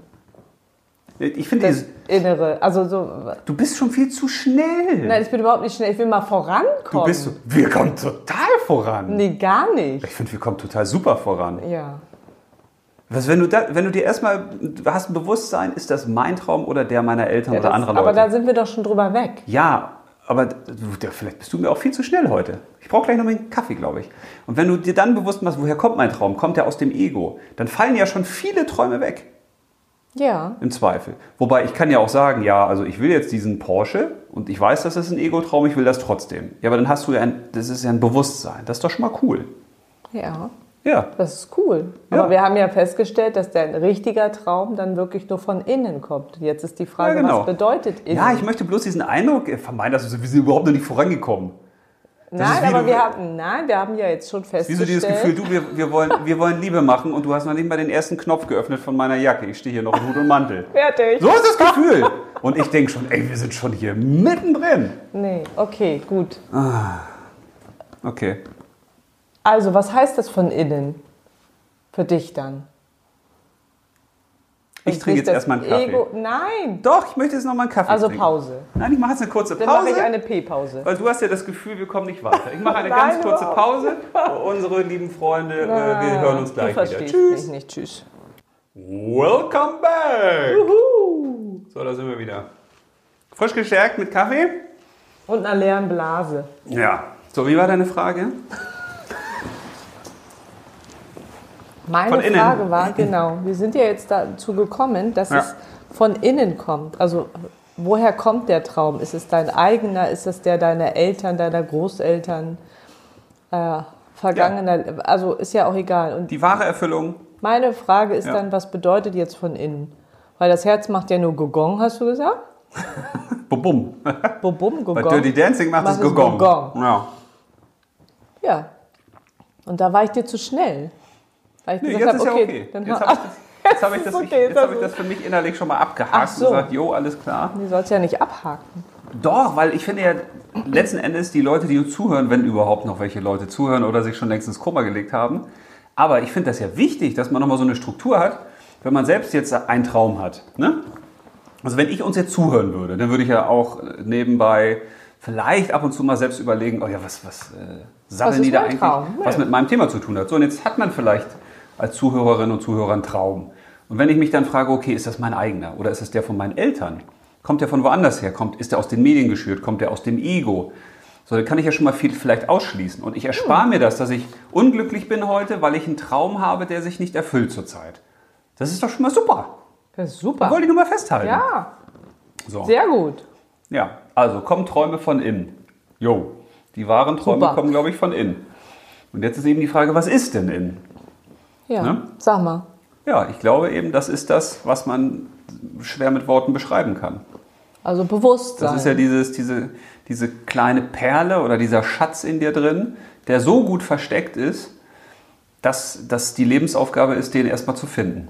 Ich finde,
das
dieses-
Innere? Also so,
du bist schon viel zu schnell.
nein, ich bin überhaupt nicht schnell. Ich will mal vorankommen.
du bist so, wir kommen total voran.
Nee, gar nicht.
Ich finde, wir kommen total super voran.
Ja.
Was, wenn, du da, wenn du dir erstmal, du hast ein Bewusstsein, ist das mein Traum oder der meiner Eltern
ja
oder
das,
anderer Leute?
aber da sind wir doch schon drüber weg.
Ja, aber du, der, vielleicht bist du mir auch viel zu schnell heute. Ich brauche gleich noch meinen Kaffee, glaube ich. Und wenn du dir dann bewusst machst, woher kommt mein Traum? Kommt der aus dem Ego? Dann fallen ja schon viele Träume weg,
Ja.
im Zweifel. Wobei ich kann ja auch sagen, ja, also ich will jetzt diesen Porsche und ich weiß, das ist ein Ego-Traum, ich will das trotzdem. Ja, aber dann hast du ja ein, das ist ja ein Bewusstsein. Das ist doch schon mal cool.
Ja.
Ja,
Das ist cool.
Ja.
Aber wir haben ja festgestellt, dass dein richtiger Traum dann wirklich nur von innen kommt. Jetzt ist die Frage,
Ja, genau.
was bedeutet innen?
ja ich möchte bloß diesen Eindruck äh, vermeiden, dass wir wir sind überhaupt noch nicht vorangekommen. ist
nein,
wie
aber
du-
wir haben, nein, wir haben ja jetzt schon
Wieso
festgestellt.
dieses Gefühl, du, wir, wir, wollen, wir wollen Liebe machen und du hast noch nicht mal den ersten Knopf geöffnet von meiner Jacke. Ich stehe hier noch in Hut und Mantel.
Fertig.
So ist das Gefühl. Und ich denke schon, ey, wir sind schon hier mittendrin.
Nee, okay, gut.
Okay.
Also, was heißt das von innen? Für dich dann?
Ich trinke jetzt
das
erstmal einen Kaffee.
Ego- Nein!
Doch, ich möchte jetzt nochmal einen Kaffee
Also
trinken.
Pause.
Nein, ich mache jetzt eine kurze
Dann mache
Pause. Äh,
ich eine P-Pause.
Weil du hast ja das Gefühl, wir kommen nicht weiter. Ich mache eine
Nein,
ganz kurze Pause. Unsere lieben Freunde, äh, wir hören uns
Ah, Du
gleich wieder.
verstehst
Tschüss.
mich nicht. Tschüss.
Welcome back. So, da sind wir wieder. Frisch gestärkt mit Kaffee.
Und einer leeren Blase.
Ja. So, wie war deine Frage?
Meine
Von innen.
Frage war, genau, wir sind ja jetzt dazu gekommen, dass
Ja.
es von innen kommt. Also woher kommt der Traum? Ist es dein eigener? Ist es der deiner Eltern, deiner Großeltern? Äh, vergangener, also ist ja auch egal. Und
Die wahre Erfüllung.
meine Frage ist
Ja.
dann, was bedeutet jetzt von innen? Weil das Herz macht ja nur Gogong, hast du gesagt?
Bum, bum.
Bobum,
Bei
Gogong.
Dirty Dancing macht
Macht
es
es
Gogong.
Gogong.
Ja.
Ja. Und da war ich dir zu schnell. Weil ich
Nee, jetzt
gesagt
ist
habe,
ja
okay,
okay.
dann
Jetzt
hör-
habe ich, das- jetzt hab ich,
ist
das-
okay,
ich, jetzt
jetzt
hab
hast
ich
du-
das für mich innerlich schon mal abgehakt
Ach so.
und gesagt, jo, alles klar.
Du sollst ja nicht abhaken.
Doch, weil ich finde ja, letzten Endes die Leute, die uns zuhören, wenn überhaupt noch welche Leute zuhören oder sich schon längst ins Koma gelegt haben. Aber ich finde das ja wichtig, dass man nochmal so eine Struktur hat, wenn man selbst jetzt einen Traum hat. Ne? Also wenn ich uns jetzt zuhören würde, dann würde ich ja auch nebenbei vielleicht ab und zu mal selbst überlegen, oh ja, was, was äh,
Was
sammeln
ist
die da
mein
eigentlich,
Traum?
was mit meinem Thema zu tun hat. So, und jetzt hat man vielleicht als Zuhörerinnen und Zuhörer einen Traum. Und wenn ich mich dann frage, okay, ist das mein eigener oder ist das der von meinen Eltern? Kommt der von woanders her? Kommt, ist der aus den Medien geschürt? Kommt der aus dem Ego? So, dann kann ich ja schon mal viel vielleicht ausschließen. Und ich erspare mir das, dass ich unglücklich bin heute, weil ich einen Traum habe, der sich nicht erfüllt zurzeit. Das ist doch schon mal super.
Das ist super.
Wollte ich nur mal festhalten.
Ja,
so.
sehr gut.
Ja, also kommen Träume von innen. Jo, die wahren Träume
Super.
kommen, glaube ich, von innen. Und jetzt ist eben die Frage, was ist denn innen?
Ja,
Ne?
sag mal.
Ja, ich glaube eben, das ist das, was man schwer mit Worten beschreiben kann.
Also Bewusstsein.
Das ist ja dieses, diese, diese kleine Perle oder dieser Schatz in dir drin, der so gut versteckt ist, dass das die Lebensaufgabe ist, den erstmal zu finden.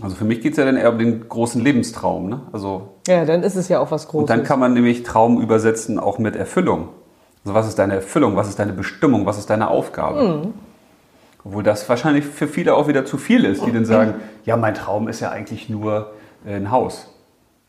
Also für mich geht es ja dann eher um den großen Lebenstraum. Ne? Also
ja, dann ist es ja auch was Großes.
Und dann kann man nämlich Traum übersetzen auch mit Erfüllung. Also was ist deine Erfüllung, was ist deine Bestimmung, was ist deine Aufgabe?
Mhm.
Obwohl das wahrscheinlich für viele auch wieder zu viel ist, die dann sagen, ja, mein Traum ist ja eigentlich nur äh, ein Haus.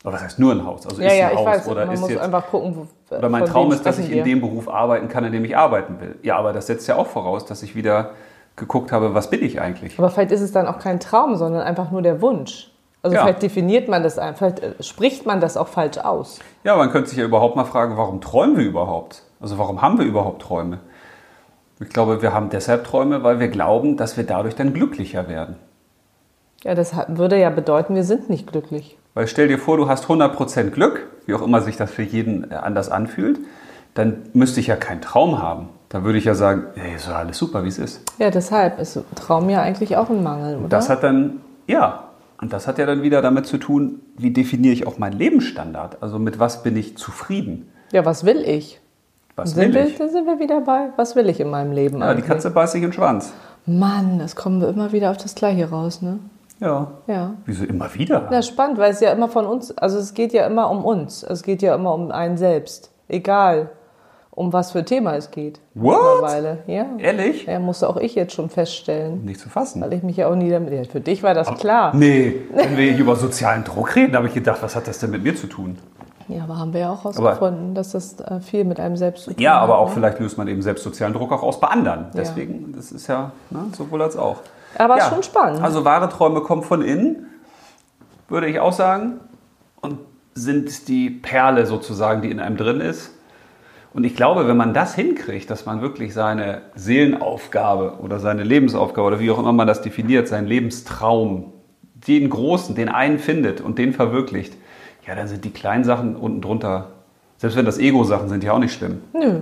Oder was heißt nur ein Haus? Also
ja,
ist
ja,
ein
ich
Haus
weiß,
oder
man
ist
muss
jetzt
einfach gucken, wo,
oder mein
von
Traum
wem
ist, dass ich
sprechen
in
wir.
dem Beruf arbeiten kann, in dem ich arbeiten will. Ja, aber das setzt ja auch voraus, dass ich wieder geguckt habe, was bin ich eigentlich?
Aber vielleicht ist es dann auch kein Traum, sondern einfach nur der Wunsch. Also
Ja.
vielleicht definiert man das einfach, vielleicht äh, spricht man das auch falsch aus.
Ja, man könnte sich ja überhaupt mal fragen, warum träumen wir überhaupt? Also warum haben wir überhaupt Träume? Ich glaube, wir haben deshalb Träume, weil wir glauben, dass wir dadurch dann glücklicher werden.
Ja, das hat- würde ja bedeuten, wir sind nicht glücklich.
Weil stell dir vor, du hast 100% Glück, wie auch immer sich das für jeden äh, anders anfühlt, dann müsste ich ja keinen Traum haben. Dann würde ich ja sagen, ey, ist doch alles super, wie es ist.
Ja, deshalb ist Traum ja eigentlich auch ein Mangel, oder?
Das hat dann, ja, und das hat ja dann wieder damit zu tun, wie definiere ich auch meinen Lebensstandard? Also mit was bin ich zufrieden?
ja, was will ich?
Was
sind
will
wir,
ich?
Dann sind wir wieder bei, was will ich in meinem Leben
Ja, die
eigentlich?
Katze beißt sich in den Schwanz.
Mann, das kommen wir immer wieder auf das Gleiche raus, ne?
Ja.
Ja.
Wieso immer wieder?
Na, spannend, weil es ja immer von uns, also es geht ja immer um uns. Es geht ja immer um einen selbst. Egal, um was für Thema es geht.
What?
Mittlerweile, ja.
Ehrlich?
Ja, musste auch ich jetzt schon feststellen,
Um Nicht zu fassen.
weil ich mich ja auch nie damit. Ja, für dich war das klar.
Nee, wenn wir hier über sozialen Druck reden, habe ich gedacht, was hat das denn mit mir zu tun?
Ja, aber haben wir ja auch herausgefunden, dass das äh, viel mit einem selbst zu tun
Ja, aber
hat,
auch
ne?
vielleicht löst man eben selbst sozialen Druck auch aus bei anderen. Deswegen, das ist ja ne, sowohl als auch.
Aber
ja,
ist schon spannend.
Also wahre Träume kommen von innen, würde ich auch sagen, und sind die Perle sozusagen, die in einem drin ist. Und ich glaube, wenn man das hinkriegt, dass man wirklich seine Seelenaufgabe oder seine Lebensaufgabe oder wie auch immer man das definiert, seinen Lebenstraum, den großen, den einen findet und den verwirklicht, ja, dann sind die kleinen Sachen unten drunter, selbst wenn das Ego-Sachen sind, ja auch nicht schlimm.
Nö.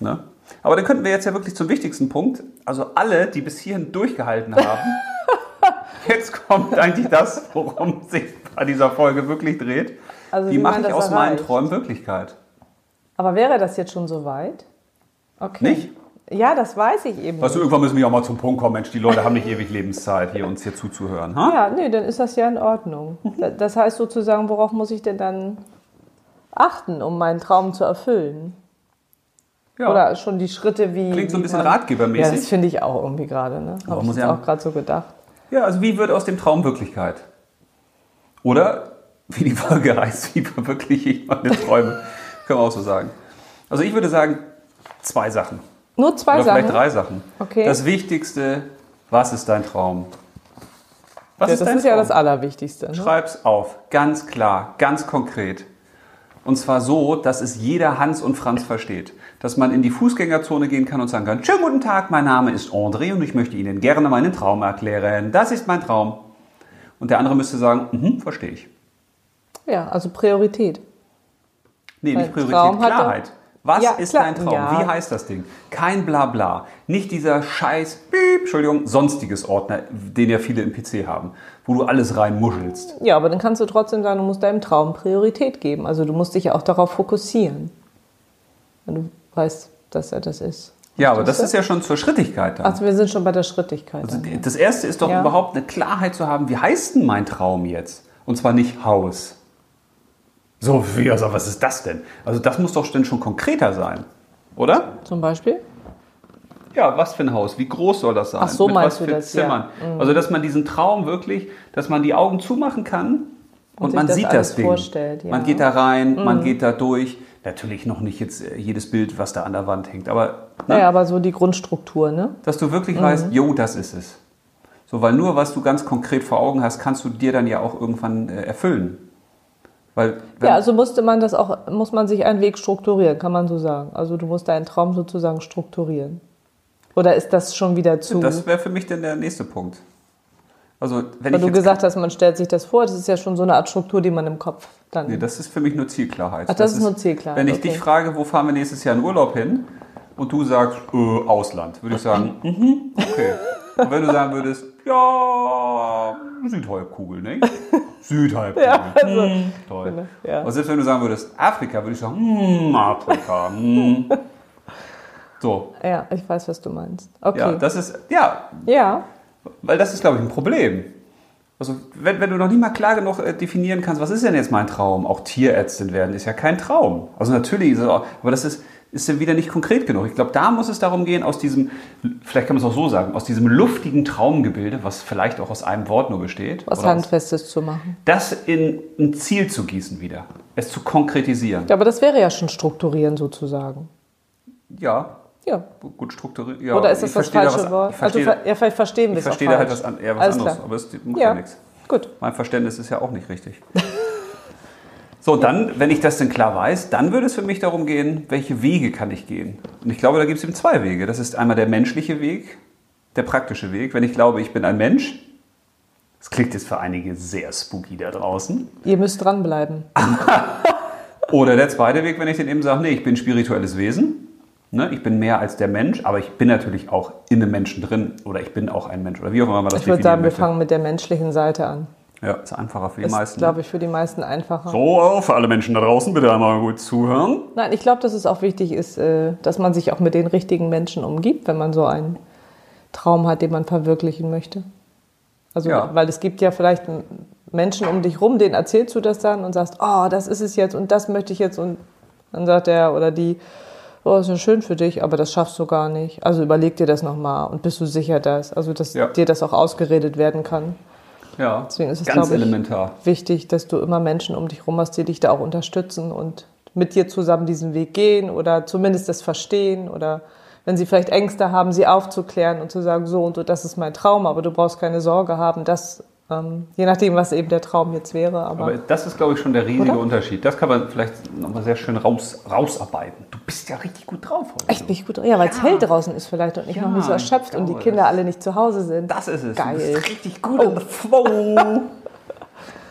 Ne? Aber dann könnten wir jetzt ja wirklich zum wichtigsten Punkt. Also alle, die bis hierhin durchgehalten haben, jetzt kommt eigentlich das, worum sich bei dieser Folge wirklich dreht.
Also
wie
wie
mache
man
ich
das
aus meinen
erreicht.
Träumen Wirklichkeit?
Aber wäre das jetzt schon so weit? Okay.
Nicht?
Ja, das weiß ich eben.
Weißt du, irgendwann müssen wir auch mal zum Punkt kommen, Mensch, die Leute haben nicht ewig Lebenszeit, hier uns hier zuzuhören. Ha?
Ja, nee, dann ist das ja in Ordnung.
Mhm.
Da- Das heißt sozusagen, worauf muss ich denn dann achten, um meinen Traum zu erfüllen?
Ja.
Oder schon die Schritte wie.
Klingt so ein
wie
bisschen
man-
ratgebermäßig.
Ja, das finde ich auch irgendwie gerade. Ne?
Aber
Habe ich
muss
jetzt
ja-
auch gerade so gedacht.
Ja, also wie wird aus dem Traum Wirklichkeit? Oder wie die Folge heißt, wie verwirkliche ich meine Träume? Können wir auch so sagen. Also ich würde sagen, zwei Sachen.
Nur zwei
Oder
Sachen.
vielleicht drei Sachen.
Okay.
Das Wichtigste, was ist dein Traum? Was
ja, das ist ja das Allerwichtigste. Ne?
Schreib's auf, ganz klar, ganz konkret. Und zwar so, dass es jeder Hans und Franz versteht. Dass man in die Fußgängerzone gehen kann und sagen kann, schönen guten Tag, mein Name ist André und ich möchte Ihnen gerne meinen Traum erklären. Das ist mein Traum. Und der andere müsste sagen, mhm, verstehe ich.
Ja, also Priorität.
Nee,
Weil
nicht Priorität,
Traum hat doch-
Klarheit. Was
Ja,
ist
klar-
dein Traum?
ja.
Wie heißt das Ding? Kein Blabla. Nicht dieser scheiß, piep, Entschuldigung, sonstiges Ordner, den ja viele im PC haben, wo du alles reinmuschelst.
Ja, aber dann kannst du trotzdem sagen, du musst deinem Traum Priorität geben. Also du musst dich ja auch darauf fokussieren. Wenn du weißt, dass er das ist.
Ja, aber das
Verstehst
ist ja schon zur Schrittigkeit dann.
Also wir sind schon bei der Schrittigkeit.
Also
dann.
die- das erste ist doch
Ja.
überhaupt eine Klarheit zu haben, wie heißt denn mein Traum jetzt? Und zwar nicht Haus. So, wie, also was ist das denn? Also das muss doch dann schon konkreter sein, oder?
Zum Beispiel?
Ja, was für ein Haus? Wie groß soll das sein?
Ach so
Mit
meinst
was
du
für
das, Mhm.
Zimmern? Also dass man diesen Traum wirklich, dass man die Augen zumachen kann und,
sich
man
das
sieht
alles
das Ding.
vorstellt, ja. Mhm.
Man geht da rein, man geht da durch. Natürlich noch nicht jetzt äh, jedes Bild, was da an der Wand hängt, aber ne?
Naja, aber so die Grundstruktur, ne?
dass du wirklich weißt, jo, das ist es. So, weil nur was du ganz konkret vor Augen hast, kannst du dir dann ja auch irgendwann äh, erfüllen. Weil, wenn,
Ja, also musste man das auch, muss man sich einen Weg strukturieren, kann man so sagen. Also du musst deinen Traum sozusagen strukturieren. Oder ist das schon wieder zu?
das wäre für mich dann der nächste Punkt. Also, wenn
weil
ich
du
jetzt,
gesagt hast, man stellt sich das vor, das ist ja schon so eine Art Struktur, die man im Kopf dann.
nee, das ist für mich nur Zielklarheit.
Ach, das ist nur Zielklarheit,
Wenn ich
okay.
dich frage, wo fahren wir nächstes Jahr in Urlaub hin, und du sagst, äh, Ausland, würde ich sagen, mhm, okay. Und wenn du sagen würdest, ja, Südhalbkugel, ne? Südhalbkugel.
ja, also,
Hm, Toll.
Ja.
Und selbst wenn du sagen würdest, Afrika, würde ich sagen, hm, Afrika. Hm. So,
ja, ich weiß, was du meinst. Okay.
ja, das ist, ja,
ja.
weil das ist, glaube ich, ein Problem. Also, wenn, wenn du noch nicht mal klar genug äh, definieren kannst, was ist denn jetzt mein Traum? Auch Tierärztin werden ist ja kein Traum. Also, natürlich, ist es auch, aber das ist, ist ja wieder nicht konkret genug. Ich glaube, da muss es darum gehen, aus diesem, vielleicht kann man es auch so sagen, aus diesem luftigen Traumgebilde, was vielleicht auch aus einem Wort nur besteht,
was
oder aus-
Handfestes zu machen.
das in ein Ziel zu gießen wieder. Es zu konkretisieren.
Ja, aber das wäre ja schon strukturieren sozusagen.
Ja,
Ja.
gut strukturiert. Ja,
Oder ist das
ich
das
verstehe da
falsche
was-
Wort?
Ich verstehe,
also, ver- ja, vielleicht verstehen wir
ich
es auch
verstehe da halt
falsch.
was, an, eher was
Alles
anderes,
klar.
aber es macht ja,
Ja,
nichts.
gut.
Mein Verständnis ist ja auch nicht richtig. So, dann, wenn ich das denn klar weiß, dann würde es für mich darum gehen, welche Wege kann ich gehen. Und ich glaube, da gibt es eben zwei Wege. Das ist einmal der menschliche Weg, der praktische Weg. Wenn ich glaube, ich bin ein Mensch, das klingt jetzt für einige sehr spooky da draußen.
Ihr müsst dranbleiben.
Oder der zweite Weg, wenn ich den eben sage, nee, ich bin spirituelles Wesen, ne, ich bin mehr als der Mensch, aber ich bin natürlich auch in einem Menschen drin oder ich bin auch ein Mensch oder wie auch immer man das
Ich würde sagen, wir
möchte.
fangen mit der menschlichen Seite an.
Ja, ist einfacher für die
Ist,
meisten.
glaube ich, für die meisten einfacher.
So, also für alle Menschen da draußen, bitte einmal gut zuhören.
Nein, ich glaube, dass es auch wichtig ist, äh, dass man sich auch mit den richtigen Menschen umgibt, wenn man so einen Traum hat, den man verwirklichen möchte. Also,
Ja.
weil es gibt ja vielleicht m- Menschen um dich rum, denen erzählst du das dann und sagst, oh, das ist es jetzt und das möchte ich jetzt und dann sagt der oder die, oh, ist ja schön für dich, aber das schaffst du gar nicht. Also überleg dir das nochmal und bist du sicher, dass, also dass
Ja.
dir das auch ausgeredet werden kann.
Ja,
Deswegen ist es, glaub
ganz
ich,
elementar.
wichtig, dass du immer Menschen um dich rum hast, die dich da auch unterstützen und mit dir zusammen diesen Weg gehen oder zumindest das verstehen oder wenn sie vielleicht Ängste haben, sie aufzuklären und zu sagen, so und so, das ist mein Traum, aber du brauchst keine Sorge haben, das, ähm, je nachdem, was eben der Traum jetzt wäre, aber,
Aber das ist, glaube ich, schon der riesige
Oder?
Unterschied. Das kann man vielleicht nochmal sehr schön raus, rausarbeiten. Du bist ja richtig gut drauf heute.
echt bin ich gut, ja, weil es hell draußen ist vielleicht und ich
Ja,
noch nie so
ich
erschöpft und die
glaube,
Kinder
das-
alle nicht zu Hause sind.
Das ist es.
Geil.
Du bist richtig gut on the flow. Oh.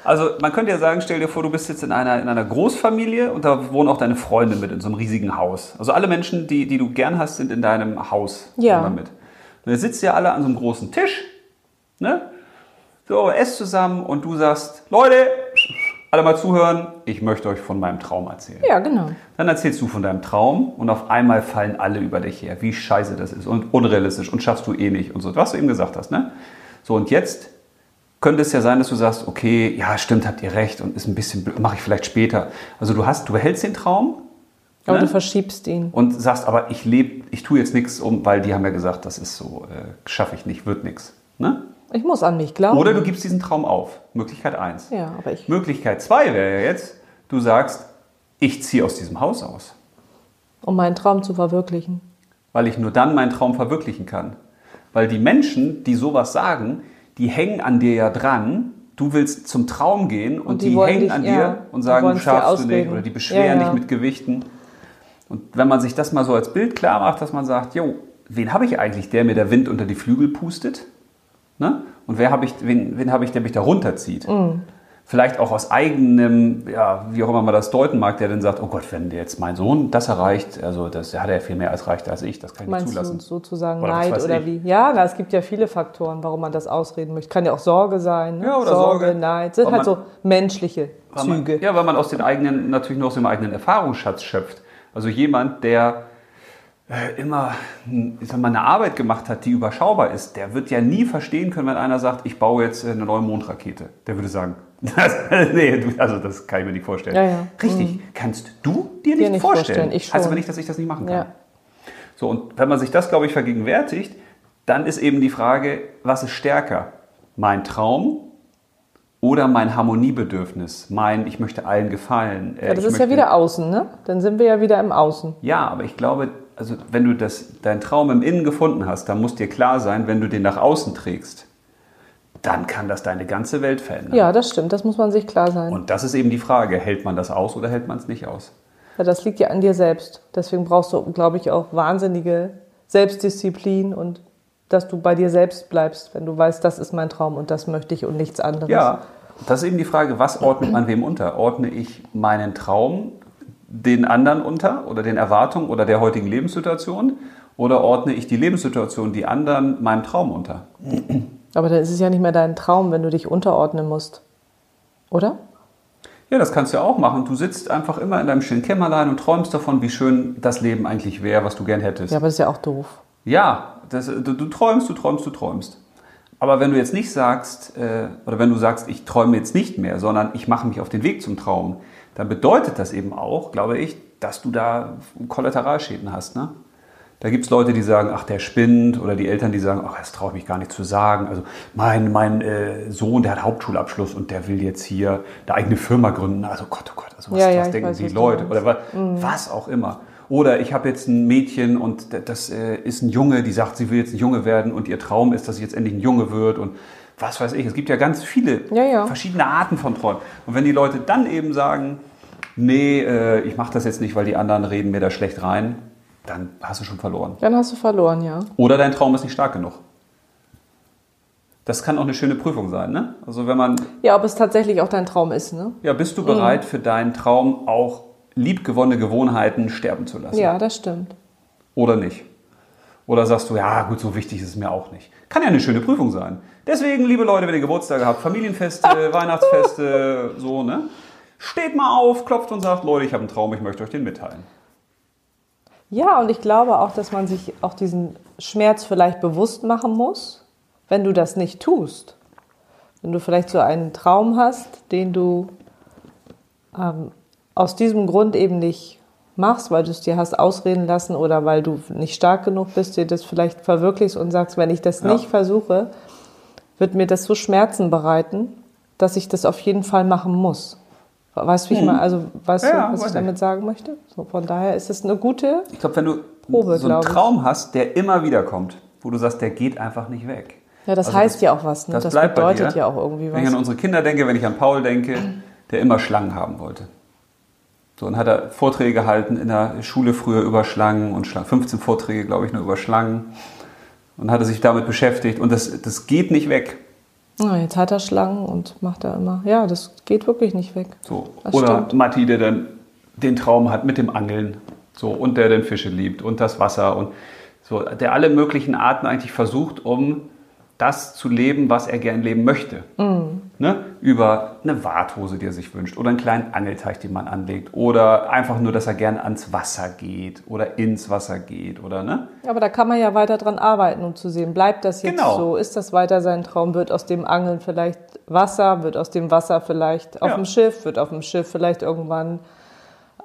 Also man könnte ja sagen, stell dir vor, du bist jetzt in einer, in einer Großfamilie und da wohnen auch deine Freunde mit in so einem riesigen Haus. Also alle Menschen, die, die du gern hast, sind in deinem Haus
Ja.
immer mit. Und ihr sitzt ja alle an so einem großen Tisch, ne? So, esst zusammen und du sagst, Leute, alle mal zuhören, ich möchte euch von meinem Traum erzählen.
Ja, genau.
Dann erzählst du von deinem Traum und auf einmal fallen alle über dich her, wie scheiße das ist und unrealistisch und schaffst du eh nicht und so, was du eben gesagt hast, ne? So und jetzt könnte es ja sein, dass du sagst, okay, ja, stimmt, habt ihr recht und ist ein bisschen blöd, mache ich vielleicht später. Also du hast, du behältst den Traum
Aber
Ne?
du verschiebst ihn.
und sagst, aber ich lebe, ich tue jetzt nichts um, weil die haben ja gesagt, das ist so, äh, schaffe ich nicht, wird nichts, ne?
Ich muss an mich glauben.
Oder du gibst diesen Traum auf. Möglichkeit 1.
Ja, aber ich.
Möglichkeit 2 wäre ja jetzt, du sagst, ich ziehe aus diesem Haus aus.
Um meinen Traum zu verwirklichen.
weil ich nur dann meinen Traum verwirklichen kann. Weil die Menschen, die sowas sagen, die hängen an dir ja dran. Du willst zum Traum gehen und,
Und die
die,
wollen
hängen
dich-
an dir
ja,
und
die
sagen, du
wollen's dir
schaffst du nicht
ausreden.
oder die beschweren
Ja, ja.
dich mit Gewichten. Und wenn man sich das mal so als Bild klar macht, dass man sagt, jo, wen habe ich eigentlich, der mir der Wind unter die Flügel pustet? Ne? Und wer habe ich, wen, wen habe ich, der mich da runterzieht?
Mhm.
Vielleicht auch aus eigenem, ja, wie auch immer man das deuten mag, der dann sagt, oh Gott, wenn jetzt mein Sohn das erreicht, also das der hat er ja viel mehr als reicht als ich, das kann ich nicht
Meinst
Äh, zulassen.
du sozusagen
Oder was
Neid
weiß
oder
ich.
wie? Ja, na, es gibt ja viele Faktoren, warum man das ausreden möchte. Kann ja auch Sorge sein. Ne?
Ja, oder Sorge.
Neid. Sind
Weil
halt
man-
so menschliche
Weil man,
Züge.
Ja, weil man aus den eigenen, natürlich nur aus dem eigenen Erfahrungsschatz schöpft. Also jemand, der äh, immer hm, ich sag mal, eine Arbeit gemacht hat, die überschaubar ist, der wird ja nie verstehen können, wenn einer sagt, ich baue jetzt äh, eine neue Mondrakete. Der würde sagen, das, nee, du- also das kann ich mir nicht vorstellen.
Ja, ja.
Richtig, kannst du dir nicht,
nicht
vorstellen.
vorstellen, ich
Heißt
schon.
aber nicht, dass ich das nicht machen kann.
Ja.
So, und wenn man sich das, glaube ich, vergegenwärtigt, dann ist eben die Frage, was ist stärker? Mein Traum oder mein Harmoniebedürfnis? Mein, ich möchte allen gefallen. äh,
Ja, das
ich
ist ja
möchte-
wieder außen, ne? Dann sind wir ja wieder im Außen.
Ja, aber ich glaube, also wenn du das, deinen Traum im Innen gefunden hast, dann muss dir klar sein, wenn du den nach außen trägst, dann kann das deine ganze Welt verändern.
Ja, das stimmt, das muss man sich klar sein.
Und das ist eben die Frage, hält man das aus oder hält man es nicht aus?
Ja, das liegt ja an dir selbst. Deswegen brauchst du, glaube ich, auch wahnsinnige Selbstdisziplin und dass du bei dir selbst bleibst, wenn du weißt, das ist mein Traum und das möchte ich und nichts anderes.
Ja, das ist eben die Frage, was ordnet man wem unter? Ordne ich meinen Traum den anderen unter oder den Erwartungen oder der heutigen Lebenssituation? Oder ordne ich die Lebenssituation, die anderen, meinem Traum unter?
Aber dann ist es ja nicht mehr dein Traum, wenn du dich unterordnen musst. Oder?
Ja, das kannst du ja auch machen. Du sitzt einfach immer in deinem schönen Kämmerlein und träumst davon, wie schön das Leben eigentlich wäre, was du gern hättest.
Ja, aber das ist ja auch doof.
Ja, das, du, du träumst, du träumst, du träumst. Aber wenn du jetzt nicht sagst, äh, oder wenn du sagst, ich träume jetzt nicht mehr, sondern ich mache mich auf den Weg zum Traum, dann bedeutet das eben auch, glaube ich, dass du da Kollateralschäden hast. Ne? Da gibt es Leute, die sagen, ach, der spinnt, oder die Eltern, die sagen, ach, das traue ich mich gar nicht zu sagen. Also mein, mein äh, Sohn, der hat Hauptschulabschluss und der will jetzt hier eine eigene Firma gründen. Also Gott, oh Gott, also was,
Ja, ja,
was
ich
denken
weiß,
die
was du
Leute?
meinst.
Oder wa-
Mhm.
was auch immer. Oder ich habe jetzt ein Mädchen und d- das äh, ist ein Junge, die sagt, sie will jetzt ein Junge werden und ihr Traum ist, dass sie jetzt endlich ein Junge wird und was weiß ich. Es gibt ja ganz viele
Ja, ja.
verschiedene Arten von Träumen. Und wenn die Leute dann eben sagen, nee, äh, ich mache das jetzt nicht, weil die anderen reden mir da schlecht rein, dann hast du schon verloren.
Dann hast du verloren, ja.
Oder dein Traum ist nicht stark genug. Das kann auch eine schöne Prüfung sein, ne? Also wenn man
Ja, ob es tatsächlich auch dein Traum ist, ne?
ja, bist du bereit, für deinen Traum auch liebgewonnene Gewohnheiten sterben zu lassen?
Ja, das stimmt.
Oder nicht? Oder sagst du, ja gut, so wichtig ist es mir auch nicht. Kann ja eine schöne Prüfung sein. Deswegen, liebe Leute, wenn ihr Geburtstage habt, Familienfeste, Weihnachtsfeste, so, ne? Steht mal auf, klopft und sagt, Leute, ich habe einen Traum, ich möchte euch den mitteilen.
Ja, und ich glaube auch, dass man sich auch diesen Schmerz vielleicht bewusst machen muss, wenn du das nicht tust. Wenn du vielleicht so einen Traum hast, den du ähm, aus diesem Grund eben nicht machst, weil du es dir hast ausreden lassen oder weil du nicht stark genug bist, dir das vielleicht verwirklichst und sagst, wenn ich das
Ja.
nicht versuche, wird mir das so Schmerzen bereiten, dass ich das auf jeden Fall machen muss. Weißt du, wie ich mal, also weißt
Ja,
du,
Hm. ja,
was
weiß
ich
ich.
damit sagen möchte? So, von daher ist es eine gute
Ich glaube, wenn du
Probe,
so einen
glaub ich.
Traum hast, der immer wieder kommt, wo du sagst, der geht einfach nicht weg.
Ja, das
Also
heißt ja auch was. Ne?
das
Das,
bleibt bei
bedeutet
dir.
ja auch irgendwie
Wenn ich an
was.
unsere Kinder denke, wenn ich an Paul denke, der immer Schlangen haben wollte. So, dann hat er Vorträge gehalten in der Schule früher über Schlangen und Schlangen. 15 Vorträge, glaube ich, nur über Schlangen. Und hat er sich damit beschäftigt. Und das, das geht nicht weg.
Na, Ah, jetzt hat er Schlangen und macht er immer. Ja, das geht wirklich nicht weg.
So.
Das
Oder
stimmt.
Matti, der dann den Traum hat mit dem Angeln. So, und der dann Fische liebt und das Wasser und so, der alle möglichen Arten eigentlich versucht, um das zu leben, was er gern leben möchte.
Mhm.
Ne? Über eine Warthose, die er sich wünscht, oder einen kleinen Angelteich, den man anlegt, oder einfach nur, dass er gern ans Wasser geht oder ins Wasser geht, oder ne?
Aber da kann man ja weiter dran arbeiten, um zu sehen, bleibt das jetzt
Genau.
so? Ist das weiter sein Traum? Wird aus dem Angeln vielleicht Wasser? Wird aus dem Wasser vielleicht auf
Ja.
dem Schiff? Wird auf dem Schiff vielleicht irgendwann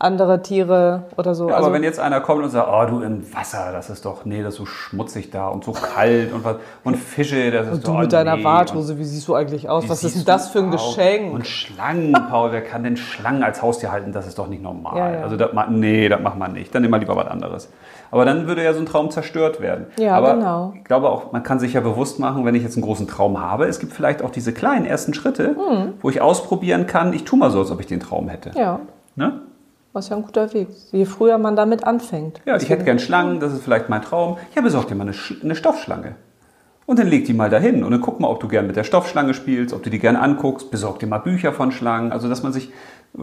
andere Tiere oder so?
Ja,
also,
aber wenn jetzt einer kommt und sagt, oh du im Wasser, das ist doch, nee, das ist so schmutzig da und so kalt und was und Fische, das ist
und
doch
du
oh,
mit deiner
nee, und
Warthose, wie siehst du eigentlich aus?
wie
Was ist denn
siehst du
das für ein
aus?
Geschenk?
Und Schlangen, Paul, wer kann denn Schlangen als Haustier halten? Das ist doch nicht normal.
Ja, ja.
Also das, ma- nee, das macht man nicht. Dann nimm mal lieber was anderes. Aber dann würde ja so ein Traum zerstört werden.
Ja,
aber
genau.
Ich glaube auch, man kann sich ja bewusst machen, wenn ich jetzt einen großen Traum habe, es gibt vielleicht auch diese kleinen ersten Schritte, wo ich ausprobieren kann, ich tue mal so, als ob ich den Traum hätte.
Hm. ja,
Ne?
das ist ja ein guter Weg. Je früher man damit anfängt.
Ja, ich hätte gern Schlangen, das ist vielleicht mein Traum. Ja, besorg dir mal eine, Sch eine Stoffschlange. Und dann leg die mal dahin und dann guck mal, ob du gern mit der Stoffschlange spielst, ob du die gern anguckst, besorg dir mal Bücher von Schlangen, also dass man sich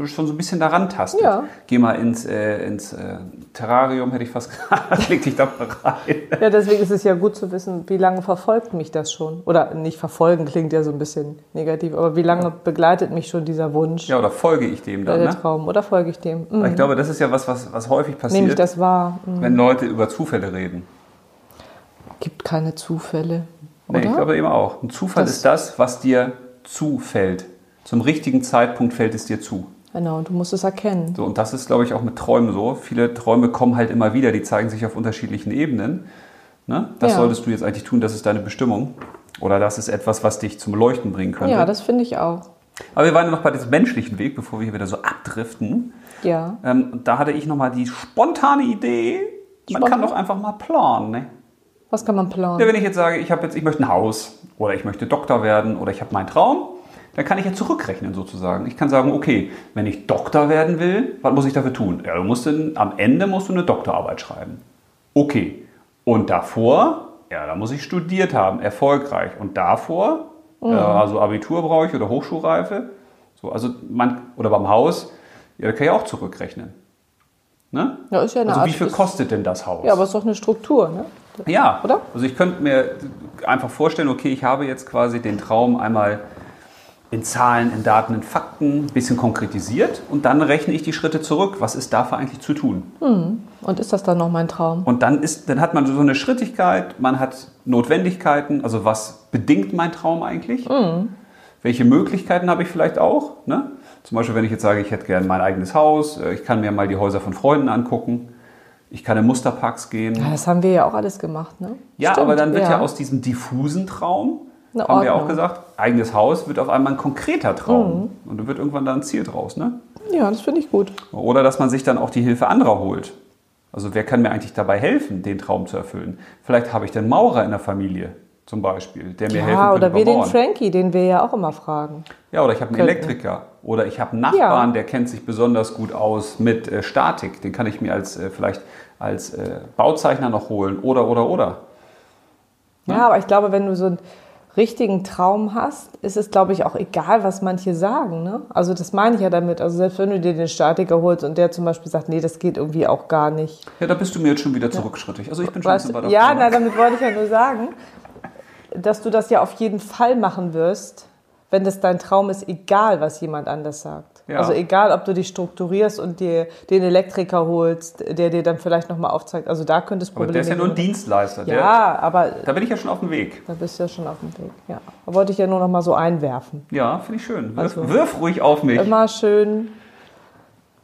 schon so ein bisschen daran tastet.
Ja.
Geh mal ins, äh, ins äh, Terrarium, hätte ich fast gesagt, leg dich da mal rein.
Ja, deswegen ist es ja gut zu wissen, wie lange verfolgt mich das schon? Oder nicht verfolgen klingt ja so ein bisschen negativ, aber wie lange begleitet mich schon dieser Wunsch?
Ja, oder folge ich dem
Oder
dann,
der
ne?
Traum, oder folge ich dem? Mhm.
Weil ich glaube, das ist ja was, was, was häufig
Nehme ich
passiert,
das wahr? Mhm.
wenn Leute über Zufälle reden.
Gibt keine Zufälle,
Nee, ich
oder?
glaube eben auch. Ein Zufall
Das-
ist das, was dir zufällt. Zum richtigen Zeitpunkt fällt es dir zu.
genau, du musst es erkennen.
So, und das ist, glaube ich, auch mit Träumen so. Viele Träume kommen halt immer wieder, die zeigen sich auf unterschiedlichen Ebenen. Ne? Das
Ja.
solltest du jetzt eigentlich tun, das ist deine Bestimmung. Oder das ist etwas, was dich zum Leuchten bringen könnte.
Ja, das finde ich auch.
Aber wir waren ja noch bei diesem menschlichen Weg, bevor wir hier wieder so abdriften.
Ja.
Ähm, und da hatte ich nochmal die spontane Idee, man
Spontan?
kann doch einfach mal planen. Ne?
Was kann man
Ja,
planen?
wenn ich jetzt sage, ich, hab jetzt, ich möchte ein Haus oder ich möchte Doktor werden oder ich habe meinen Traum, dann kann ich ja zurückrechnen sozusagen. Ich kann sagen, okay, wenn ich Doktor werden will, was muss ich dafür tun? Ja, du musst in, am Ende musst du eine Doktorarbeit schreiben. Okay. Und davor, ja, da muss ich studiert haben, erfolgreich. Und davor, ja, also Abitur brauche ich oder Hochschulreife. So, also man, oder beim Haus, ja, da kann ich auch zurückrechnen. Ne?
Ja, ist ja eine
also
Art-
wie viel
ist-
kostet denn das Haus?
Ja, aber es ist doch eine Struktur, ne?
Ja,
Oder?
Also ich könnte mir einfach vorstellen, okay, ich habe jetzt quasi den Traum einmal in Zahlen, in Daten, in Fakten ein bisschen konkretisiert und dann rechne ich die Schritte zurück. Was ist dafür eigentlich zu tun?
Und ist das dann noch mein Traum?
Und dann, ist, dann hat man so eine Schrittigkeit, man hat Notwendigkeiten, also was bedingt mein Traum eigentlich? Welche Möglichkeiten habe ich vielleicht auch? Ne? Zum Beispiel, wenn ich jetzt sage, ich hätte gerne mein eigenes Haus, äh, ich kann mir mal die Häuser von Freunden angucken, ich kann in Musterparks gehen.
Ja, das haben wir ja auch alles gemacht, ne?
Ja,
Stimmt,
aber dann wird ja. aus diesem diffusen Traum,
Eine
haben wir auch
Ordnung. Mhm.
gesagt, eigenes Haus wird auf einmal ein konkreter Traum. Und dann wird irgendwann da ein Ziel draus. Ne?
Ja, das finde ich gut.
Oder dass man sich dann auch die Hilfe anderer holt. Also wer kann mir eigentlich dabei helfen, den Traum zu erfüllen? Vielleicht habe ich den Maurer in der Familie zum Beispiel, der mir helfen
Ja,
kann
oder
beim
wir den
Mauern.
Frankie, den wir ja auch immer fragen.
Ja, oder ich habe einen
Könnten.
Elektriker. Oder ich habe einen Nachbarn,
Ja.
der kennt sich besonders gut aus mit äh, Statik. Den kann ich mir als äh, vielleicht als äh, Bauzeichner noch holen. Oder, oder, oder.
Ja, aber ich glaube, wenn du so einen richtigen Traum hast, ist es, glaube ich, auch egal, was manche sagen. Ne? Also das meine ich ja damit. Also selbst wenn du dir den Statiker holst und der zum Beispiel sagt, nee, das geht irgendwie auch gar nicht.
Ja, da bist du mir jetzt schon wieder zurückschrittig. Also ich bin schon ein
Weißt,
bisschen
du-
weiter
ja,
vorne.
na, damit wollte ich ja nur sagen, dass du das ja auf jeden Fall machen wirst, wenn das dein Traum ist, egal was jemand anders sagt.
Ja.
Also egal, ob du dich strukturierst und dir den Elektriker holst, der dir dann vielleicht nochmal aufzeigt. Also da könnte es
Aber
Probleme
der ist ja nur ein
geben.
Dienstleister. Der,
Ja, aber
da bin ich ja schon auf dem Weg.
Da bist du ja schon auf dem Weg, ja. Da wollte ich ja nur noch mal so einwerfen.
Ja, finde ich schön. Wirf,
Also-
wirf ruhig auf mich.
Immer schön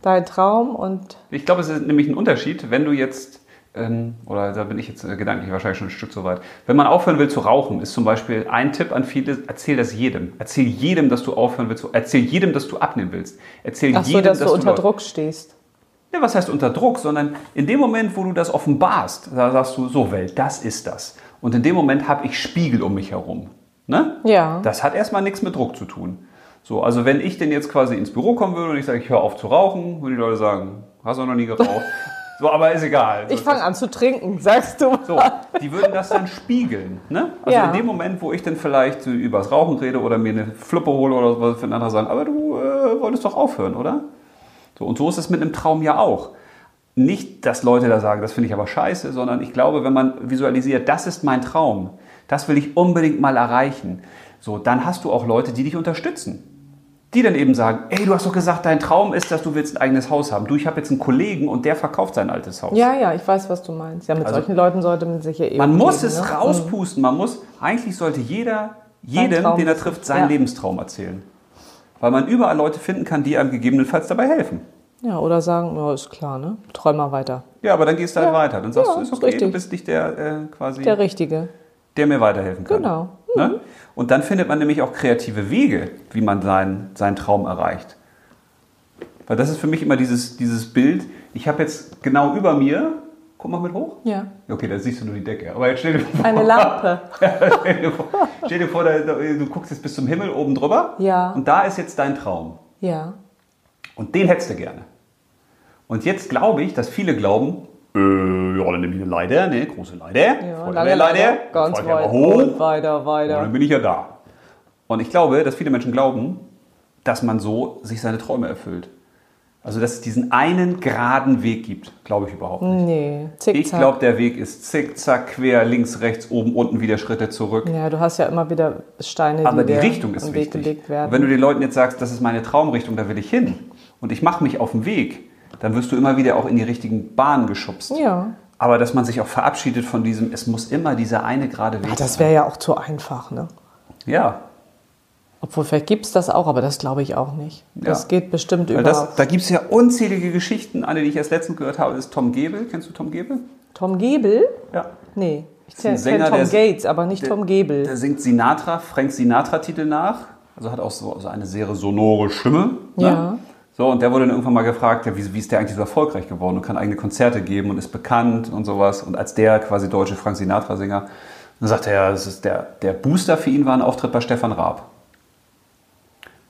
dein Traum und
Ich glaube, es ist nämlich ein Unterschied, wenn du jetzt, ähm, oder da bin ich jetzt äh, gedanklich wahrscheinlich schon ein Stück zu weit, wenn man aufhören will zu rauchen, ist zum Beispiel ein Tipp an viele, erzähl das jedem. Erzähl jedem, dass du aufhören willst, zu, erzähl jedem, dass du abnehmen willst. Erzähl
ach so,
jedem,
dass du unter
Leute-
Druck stehst.
Ja, was heißt unter Druck, sondern in dem Moment, wo du das offenbarst, da sagst du, so Welt, das ist das. Und in dem Moment habe ich Spiegel um mich herum. Ne?
Ja.
Das hat erstmal nichts mit Druck zu tun. So, also wenn ich denn jetzt quasi ins Büro kommen würde und ich sage, ich höre auf zu rauchen, würden die Leute sagen, hast du noch nie geraucht. So, aber ist egal. So,
Ich fange an zu trinken, sagst du.
So, die würden das dann spiegeln. Ne? Also
Ja.
in dem Moment, wo ich dann vielleicht so übers Rauchen rede oder mir eine Fluppe hole oder was für ein anderer sagen, aber du äh, wolltest doch aufhören, oder? So, und so ist es mit einem Traum ja auch. Nicht, dass Leute da sagen, das finde ich aber scheiße, sondern ich glaube, wenn man visualisiert, das ist mein Traum, das will ich unbedingt mal erreichen, so, dann hast du auch Leute, die dich unterstützen die dann eben sagen, ey, du hast doch gesagt, dein Traum ist, dass du willst ein eigenes Haus haben. Du, ich habe jetzt einen Kollegen und der verkauft sein altes Haus.
Ja, ja, ich weiß, was du meinst. Ja, mit
Also-
solchen Leuten sollte man sich ja eben.
Man muss
reden,
es
ne?
rauspusten. Man muss, eigentlich sollte jeder,
Sein
jedem,
Traum
den er
ist-
trifft, seinen
ja.
Lebenstraum erzählen. Weil man überall Leute finden kann, die einem gegebenenfalls dabei helfen.
Ja, oder sagen, ja, ist klar, ne? Träum mal weiter.
Ja, aber dann gehst du halt
Ja.
weiter. Dann sagst
Ja,
du, ist
ist
okay, du
richtig.
bist nicht der äh, quasi,
Der
der,
Richtige.
mir weiterhelfen kann.
Genau.
Ne? Und dann findet man nämlich auch kreative Wege, wie man seinen, seinen Traum erreicht. Weil das ist für mich immer dieses, dieses Bild, ich habe jetzt genau über mir, guck mal mit hoch.
Ja.
Okay, da siehst du nur die Decke. Aber jetzt stell dir vor,
Eine Lampe.
Stell dir vor, stell dir vor da, da, du guckst jetzt bis zum Himmel oben drüber.
Ja.
Und da ist jetzt dein Traum.
Ja.
Und den hättest du gerne. Und jetzt glaube ich, dass viele glauben, äh, ja, dann nehme ich eine Leiter, ne, große Leiter,
ja
Feuerwehrleiter,
Ganz
dann fahr
weit.
ich aber hoch,
Und weiter,
und
weiter.
dann bin ich ja da. Und ich glaube, dass viele Menschen glauben, dass man so sich seine Träume erfüllt. Also, dass es diesen einen geraden Weg gibt, glaube ich überhaupt nicht.
Nee, zickzack.
Ich glaube, der Weg ist zickzack, quer, links, rechts, oben, unten, wieder Schritte zurück.
Ja, du hast ja immer wieder Steine,
Aber die
dir
Richtung ist
am Weg
wichtig.
gelegt
Und
werden.
wenn du den Leuten jetzt sagst, das ist meine Traumrichtung, da will ich hin und ich mache mich auf den Weg, dann wirst du immer wieder auch in die richtigen Bahnen geschubst.
ja.
Aber dass man sich auch verabschiedet von diesem, es muss immer dieser eine gerade Weg
Ah, das
sein.
wäre ja auch zu einfach, ne?
Ja,
Obwohl, vielleicht gibt es das auch, aber das glaube ich auch nicht.
Ja.
Das geht bestimmt
weil
über
das, da gibt es ja unzählige Geschichten. Eine, die ich erst letztens gehört habe, ist Tom Gebel. Kennst du Tom Gebel?
Tom Gebel?
Ja.
Nee, ich
ein
kenne
Sänger,
Tom
der ist-
Gates, aber nicht Tom Gebel.
Der singt Sinatra, Frank Sinatra-Titel nach. Also hat auch so, so eine sehr sonore Stimme. Ne?
Ja.
So, und der wurde dann irgendwann mal gefragt, ja, wie, wie ist der eigentlich so erfolgreich geworden und kann eigene Konzerte geben und ist bekannt und sowas. Und als der quasi deutsche Frank Sinatra-Sänger, dann sagt er, ja, das ist der, der Booster für ihn war ein Auftritt bei Stefan Raab.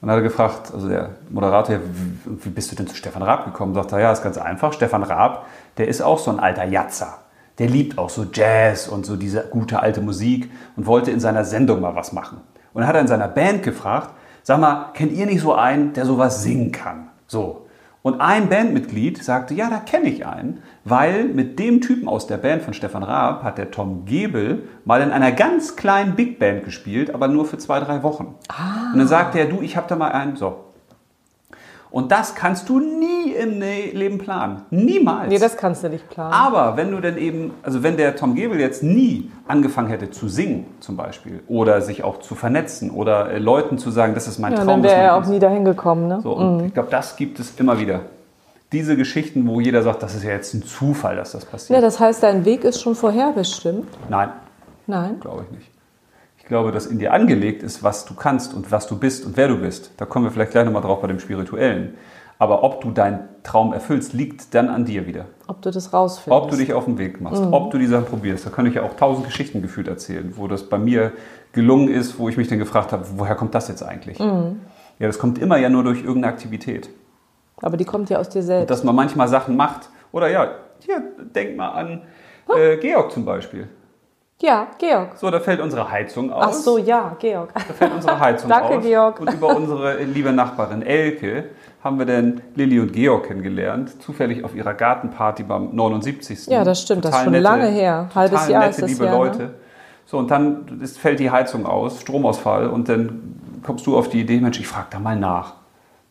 Und dann hat er gefragt, also der Moderator, ja, wie, wie bist du denn zu Stefan Raab gekommen? Sagt er, ja, ist ganz einfach. Stefan Raab, der ist auch so ein alter Jatzer. Der liebt auch so Jazz und so diese gute alte Musik und wollte in seiner Sendung mal was machen. Und dann hat er in seiner Band gefragt, sag mal, kennt ihr nicht so einen, der sowas singen kann? So. Und ein Bandmitglied sagte, ja, da kenne ich einen, weil mit dem Typen aus der Band von Stefan Raab hat der Tom Gebel mal in einer ganz kleinen Big Band gespielt, aber nur für zwei, drei Wochen.
Ah.
Und dann sagte er, du, ich habe da mal einen, so. Und das kannst du nie im Ne- Leben planen. Niemals.
nee, das kannst du nicht planen.
Aber wenn du dann eben, also wenn der Tom Gebel jetzt nie angefangen hätte zu singen zum Beispiel oder sich auch zu vernetzen oder äh, Leuten zu sagen, das ist mein
ja,
Traum.
dann
das
wäre
ist mein
er auch
Dienst.
nie dahin gekommen, ne?
So, und ich glaube, das gibt es immer wieder. Diese Geschichten, wo jeder sagt, das ist ja jetzt ein Zufall, dass das passiert.
Ja, das heißt, dein Weg ist schon vorherbestimmt.
Nein,
Nein.
glaube ich nicht. Ich glaube, dass in dir angelegt ist, was du kannst und was du bist und wer du bist. Da kommen wir vielleicht gleich nochmal drauf bei dem Spirituellen. Aber ob du deinen Traum erfüllst, liegt dann an dir wieder.
Ob du das Mhm. rausfindest.
Ob du dich auf den Weg machst, ob du die Sachen probierst. Da kann ich ja auch tausend Geschichten gefühlt erzählen, wo das bei mir gelungen ist, wo ich mich dann gefragt habe, woher kommt das jetzt eigentlich?
Mhm.
Ja, das kommt immer ja nur durch irgendeine Aktivität.
Aber die kommt ja aus dir selbst.
Dass man manchmal Sachen macht. Oder ja, hier, denk mal an
Oh.
äh, Georg zum Beispiel.
Ja, Georg.
So, da fällt unsere Heizung aus.
Ach so, ja, Georg.
Da fällt unsere Heizung
Danke,
aus.
Georg.
Und über unsere liebe Nachbarin Elke haben wir dann Lilly und Georg kennengelernt, zufällig auf ihrer Gartenparty beim 79.
Ja, das stimmt, das ist schon
nette-
lange her.
Total
Halbes Jahr
nette,
ist das
liebe
ja, ne?
Leute. So, und dann ist, fällt die Heizung aus, Stromausfall, und dann kommst du auf die Idee, Mensch, ich frage da mal nach.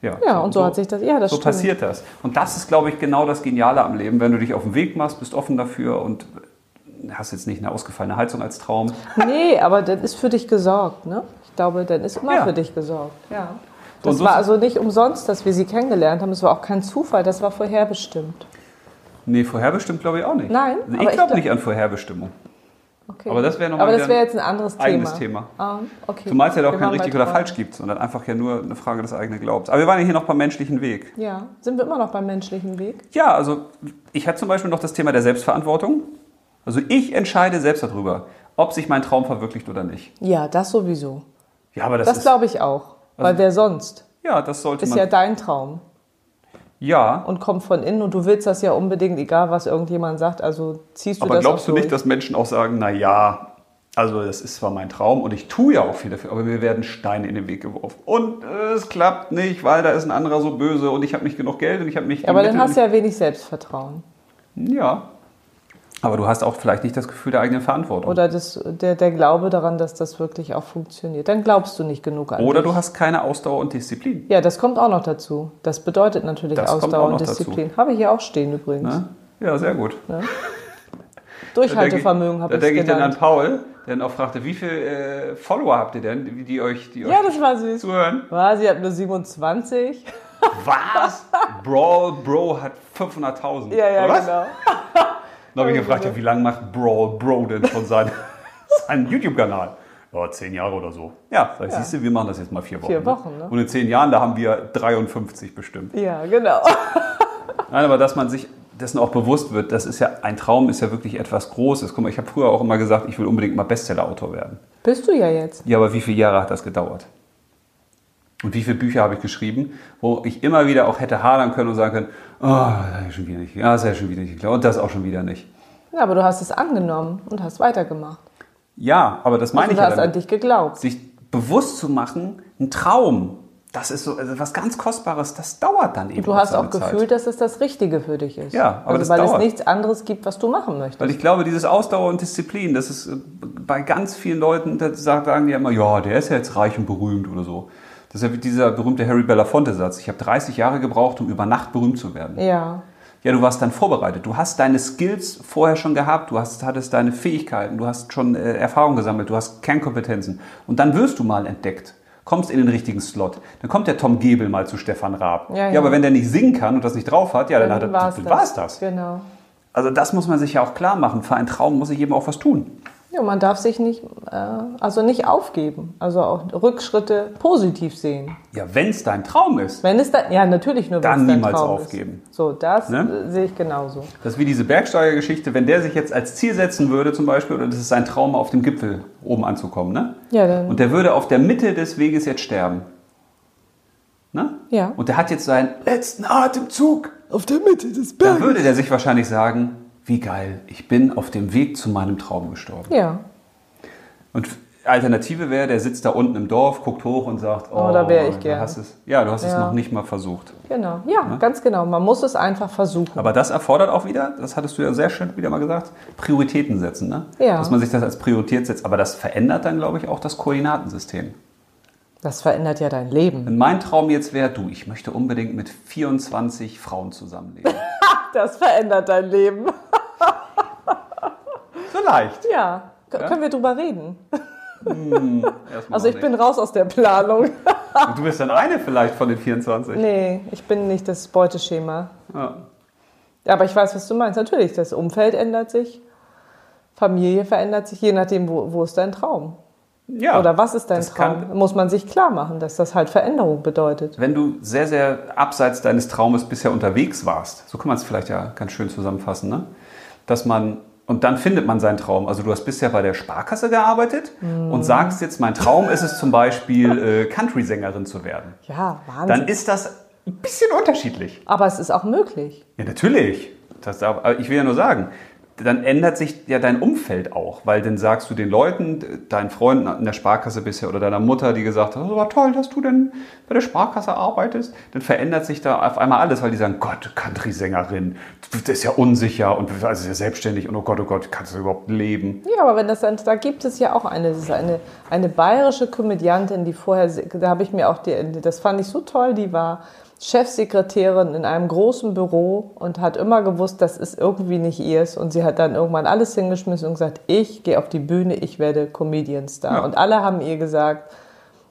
Ja, und so hat sich das. Ja, das
so
stimmt.
passiert das. Und das ist, glaube ich, genau das Geniale am Leben, wenn du dich auf den Weg machst, bist offen dafür und hast jetzt nicht eine ausgefallene Heizung als Traum.
Nee, aber dann ist für dich gesorgt, ne? Ich glaube, dann ist immer
Ja.
für dich gesorgt. Ja.
So,
Das
und so
war
ist-
also nicht umsonst, dass wir sie kennengelernt haben. Es war auch kein Zufall, das war vorherbestimmt.
Nee, vorherbestimmt glaube ich auch nicht.
Nein, aber
Also ich
ich
glaube
glaub-
nicht an Vorherbestimmung.
Okay.
Aber das wäre noch mal
Aber
wieder
das wäre jetzt ein anderes Thema.
eigenes Thema.
Ah, okay.
Zumal es
Wir
ja doch kein
waren bei
richtig oder
Traum.
falsch gibt, sondern einfach ja nur eine Frage des eigenen Glaubens. Aber wir waren ja hier noch beim menschlichen Weg.
Ja, sind wir immer noch beim menschlichen Weg?
Ja, also ich hatte zum Beispiel noch das Thema der Selbstverantwortung. Also ich entscheide selbst darüber, ob sich mein Traum verwirklicht oder nicht.
Ja, das sowieso.
Ja, aber das,
Das
ist
glaube ich auch. Weil wer sonst?
ja, das sollte
Ist
man.
ja dein Traum.
Ja,
und kommt von innen und du willst das ja unbedingt, egal was irgendjemand sagt. Also ziehst du
aber
das
glaubst
auch
du nicht,
durch.
dass Menschen auch sagen, na ja, also das ist zwar mein Traum und ich tue ja auch viel dafür, aber mir werden Steine in den Weg geworfen. Und äh, es klappt nicht, weil da ist ein anderer so böse und ich habe nicht genug Geld und ich habe nicht...
ja, aber
die
dann
Mittel
hast du ja wenig Selbstvertrauen
und ich- Ja, aber du hast auch vielleicht nicht das Gefühl der eigenen Verantwortung.
oder das, der, der Glaube daran, dass das wirklich auch funktioniert. Dann glaubst du nicht genug an
Oder
dich.
du hast keine Ausdauer und Disziplin.
Ja, das kommt auch noch dazu. Das bedeutet natürlich
Das kommt auch
Ausdauer und
noch dazu.
Disziplin. Habe ich hier auch stehen übrigens.
Ne? Ja, sehr gut.
Durchhaltevermögen
Da
habe ich
denke ich dann an
genannt.
Paul, der dann auch fragte, wie viele äh, Follower habt ihr denn, die, die euch, die
Ja,
euch
das war süß.
zuhören?
Was, ihr habt nur 27?
Was? Brawl Bro hat 500.000.
Ja, ja,
Oder was?
genau.
Dann
Oh,
habe ich gefragt, ja, wie lange macht Brawl Bro denn von seinem, seinem YouTube-Kanal? Ja, zehn Jahre oder so. Ja, sag ich, siehst du, wir machen das jetzt mal vier Wochen.
Vier Wochen, ne?
Und in zehn Jahren, da haben wir 53 bestimmt.
Ja, genau.
Nein, aber dass man sich dessen auch bewusst wird, das ist ja, ein Traum ist ja wirklich etwas Großes. Guck mal, ich habe früher auch immer gesagt, ich will unbedingt mal Bestseller-Autor werden.
Bist du ja jetzt.
Ja, aber wie viele Jahre hat das gedauert? Und wie viele Bücher habe ich geschrieben, wo ich immer wieder auch hätte hadern können und sagen können, oh, das habe ich schon wieder nicht, ja, das habe ich schon wieder nicht geglaubt und das auch schon wieder nicht.
Ja, aber du hast es angenommen und hast weitergemacht.
Ja, aber das meine
Also Du
ich ja
hast an
damit.
dich geglaubt.
Sich bewusst zu machen, ein Traum, das ist so also was ganz Kostbares, das dauert dann eben
Du hast
seine
auch
Zeit.
gefühlt, dass es das Richtige für dich ist.
Ja,
also,
aber das
Weil es
dauert.
nichts anderes gibt, was du machen möchtest.
Weil ich glaube, dieses Ausdauer und Disziplin, das ist äh, bei ganz vielen Leuten, da sa- sagen die ja immer, ja, der ist ja jetzt reich und berühmt oder so. Das ist ja wie dieser berühmte Harry Belafonte-Satz. Ich habe 30 Jahre gebraucht, um über Nacht berühmt zu werden.
Ja,
Ja, du warst dann vorbereitet. Du hast deine Skills vorher schon gehabt. Du hast, hattest deine Fähigkeiten. Du hast schon äh, Erfahrung gesammelt. Du hast Kernkompetenzen. Und dann wirst du mal entdeckt. Kommst in den richtigen Slot. Dann kommt der Tom Gebel mal zu Stefan Raab.
Ja, ja.
aber wenn der nicht singen kann und das nicht drauf hat, ja, dann, hat er,
war's
dann war's das.
Genau.
Also das muss man sich ja auch klar machen. Für einen Traum muss ich eben auch was tun.
Ja, man darf sich nicht, äh, also nicht aufgeben. Also auch Rückschritte positiv sehen.
Ja, wenn es dein Traum ist.
Wenn es dann, ja, natürlich nur, wenn
Dann
es dein
niemals
Traum
aufgeben.
Ist. So, das
Ne?
äh, sehe ich genauso.
Das ist wie diese Bergsteigergeschichte. Wenn der sich jetzt als Ziel setzen würde zum Beispiel, oder das ist sein Traum, auf dem Gipfel oben anzukommen, ne?
Ja, dann,
Und der würde auf der Mitte des Weges jetzt sterben. Ne?
Ja.
Und der hat jetzt seinen letzten Atemzug.
auf der Mitte des
Dann würde der sich wahrscheinlich sagen, wie geil, ich bin auf dem Weg zu meinem Traum gestorben.
Ja,
Und Alternative wäre, der sitzt da unten im Dorf, guckt hoch und sagt, oh,
Oh, da wäre ich
du
gern.
Hast es, ja, du hast es
Ja.
noch nicht mal versucht.
genau. Ja, ganz genau. Man muss es einfach versuchen.
Ne? Aber das erfordert auch wieder, das hattest du ja sehr schön wieder mal gesagt, Prioritäten setzen, ne?
Ja.
Dass man sich das als Priorität setzt. Aber das verändert dann, glaube ich, auch das Koordinatensystem.
das verändert ja dein Leben.
Wenn mein Traum jetzt wäre, du, ich möchte unbedingt mit 24 Frauen zusammenleben.
Das verändert dein Leben.
Vielleicht.
Ja. K-
Ja?
Können wir drüber reden?
Erstmal
Also
noch
ich bin raus aus der Planung.
nicht. Und Du bist dann eine vielleicht von den 24.
nee, ich bin nicht das Beuteschema.
Ja.
Aber ich weiß, was du meinst. Natürlich, das Umfeld ändert sich. Familie verändert sich, je nachdem, wo, wo ist dein Traum?
ja.
Oder was ist dein
das
Traum?
kann-
Muss man sich klar machen, dass das halt Veränderung bedeutet.
Wenn du sehr, sehr abseits deines Traumes bisher unterwegs warst, so kann man es vielleicht ja ganz schön zusammenfassen, ne? dass man, und dann findet man seinen Traum. Also du hast bisher bei der Sparkasse gearbeitet
Mhm.
und sagst jetzt, mein Traum ist es zum Beispiel, äh, Country-Sängerin zu werden.
Ja, Wahnsinn.
Dann ist das ein bisschen unterschiedlich.
Aber es ist auch möglich.
Ja, natürlich. Das darf, aber ich will ja nur sagen, dann ändert sich ja dein Umfeld auch, weil dann sagst du den Leuten, deinen Freunden in der Sparkasse bisher oder deiner Mutter, die gesagt hat, das war toll, dass du denn bei der Sparkasse arbeitest, dann verändert sich da auf einmal alles, weil die sagen, Gott, Country-Sängerin, das ist ja unsicher und also ist ja selbstständig und oh Gott, oh Gott, kannst du überhaupt leben?
Ja, aber wenn das dann, da gibt es ja auch eine, das ist eine, eine bayerische Komödiantin, die vorher, se- da habe ich mir auch die, das fand ich so toll, die war Chefsekretärin in einem großen Büro und hat immer gewusst, das ist irgendwie nicht ihrs und sie hat dann irgendwann alles hingeschmissen und gesagt, ich gehe auf die Bühne, ich werde Comedian-Star.
Ja.
Und alle haben ihr gesagt,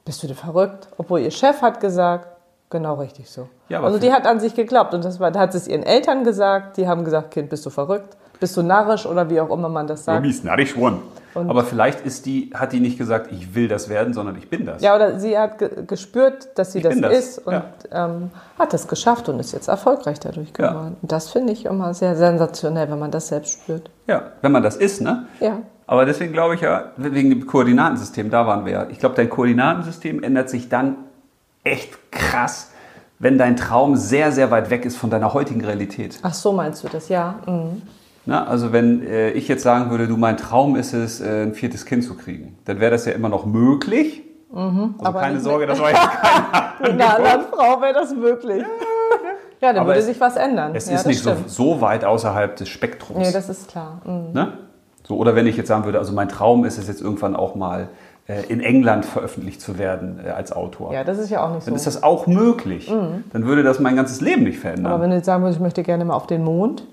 bist du denn verrückt? Obwohl ihr Chef hat gesagt, genau richtig so.
Ja, aber
also
für-
die hat an sich geglaubt und das war, hat sie es ihren Eltern gesagt, die haben gesagt, Kind, bist du verrückt? Bist du narrisch oder wie auch immer man das sagt?
Mies, na, ich schon.
Und-
Aber vielleicht ist die, hat die nicht gesagt, ich will das werden, sondern ich bin das.
Ja, oder sie hat ge gespürt, dass sie das,
bin das,
ist und
ja.
ähm, hat das geschafft und ist jetzt erfolgreich dadurch
Ja.
geworden. Und das finde ich immer sehr sensationell, wenn man das selbst spürt.
ja. Wenn man das ist, ne?
Ja,
Aber deswegen glaube ich ja, wegen dem Koordinatensystem, da waren wir ja. Ich glaube, dein Koordinatensystem ändert sich dann echt krass, wenn dein Traum sehr, sehr weit weg ist von deiner heutigen Realität.
Ach so meinst du das, ja. Mhm.
Na, also wenn äh, ich jetzt sagen würde, du, mein Traum ist es, äh, ein viertes Kind zu kriegen, dann wäre das ja immer noch möglich. also
Mhm, aber
keine
nicht
Sorge, das war jetzt
Mit einer anderen Frau wäre das möglich. Ja, dann
Aber
würde
es-
sich was ändern.
Es
ja,
ist
das
nicht so,
stimmt.
so weit außerhalb des Spektrums.
Nee, das ist klar. Mhm.
ne? so, oder wenn ich jetzt sagen würde, also mein Traum ist es jetzt irgendwann auch mal äh, in England veröffentlicht zu werden äh, als Autor.
Ja, das ist ja auch nicht so. Mhm.
Dann ist das auch möglich. Dann würde das mein ganzes Leben nicht
Aber
verändern.
wenn du jetzt sagen würdest, ich möchte gerne mal auf den Mond,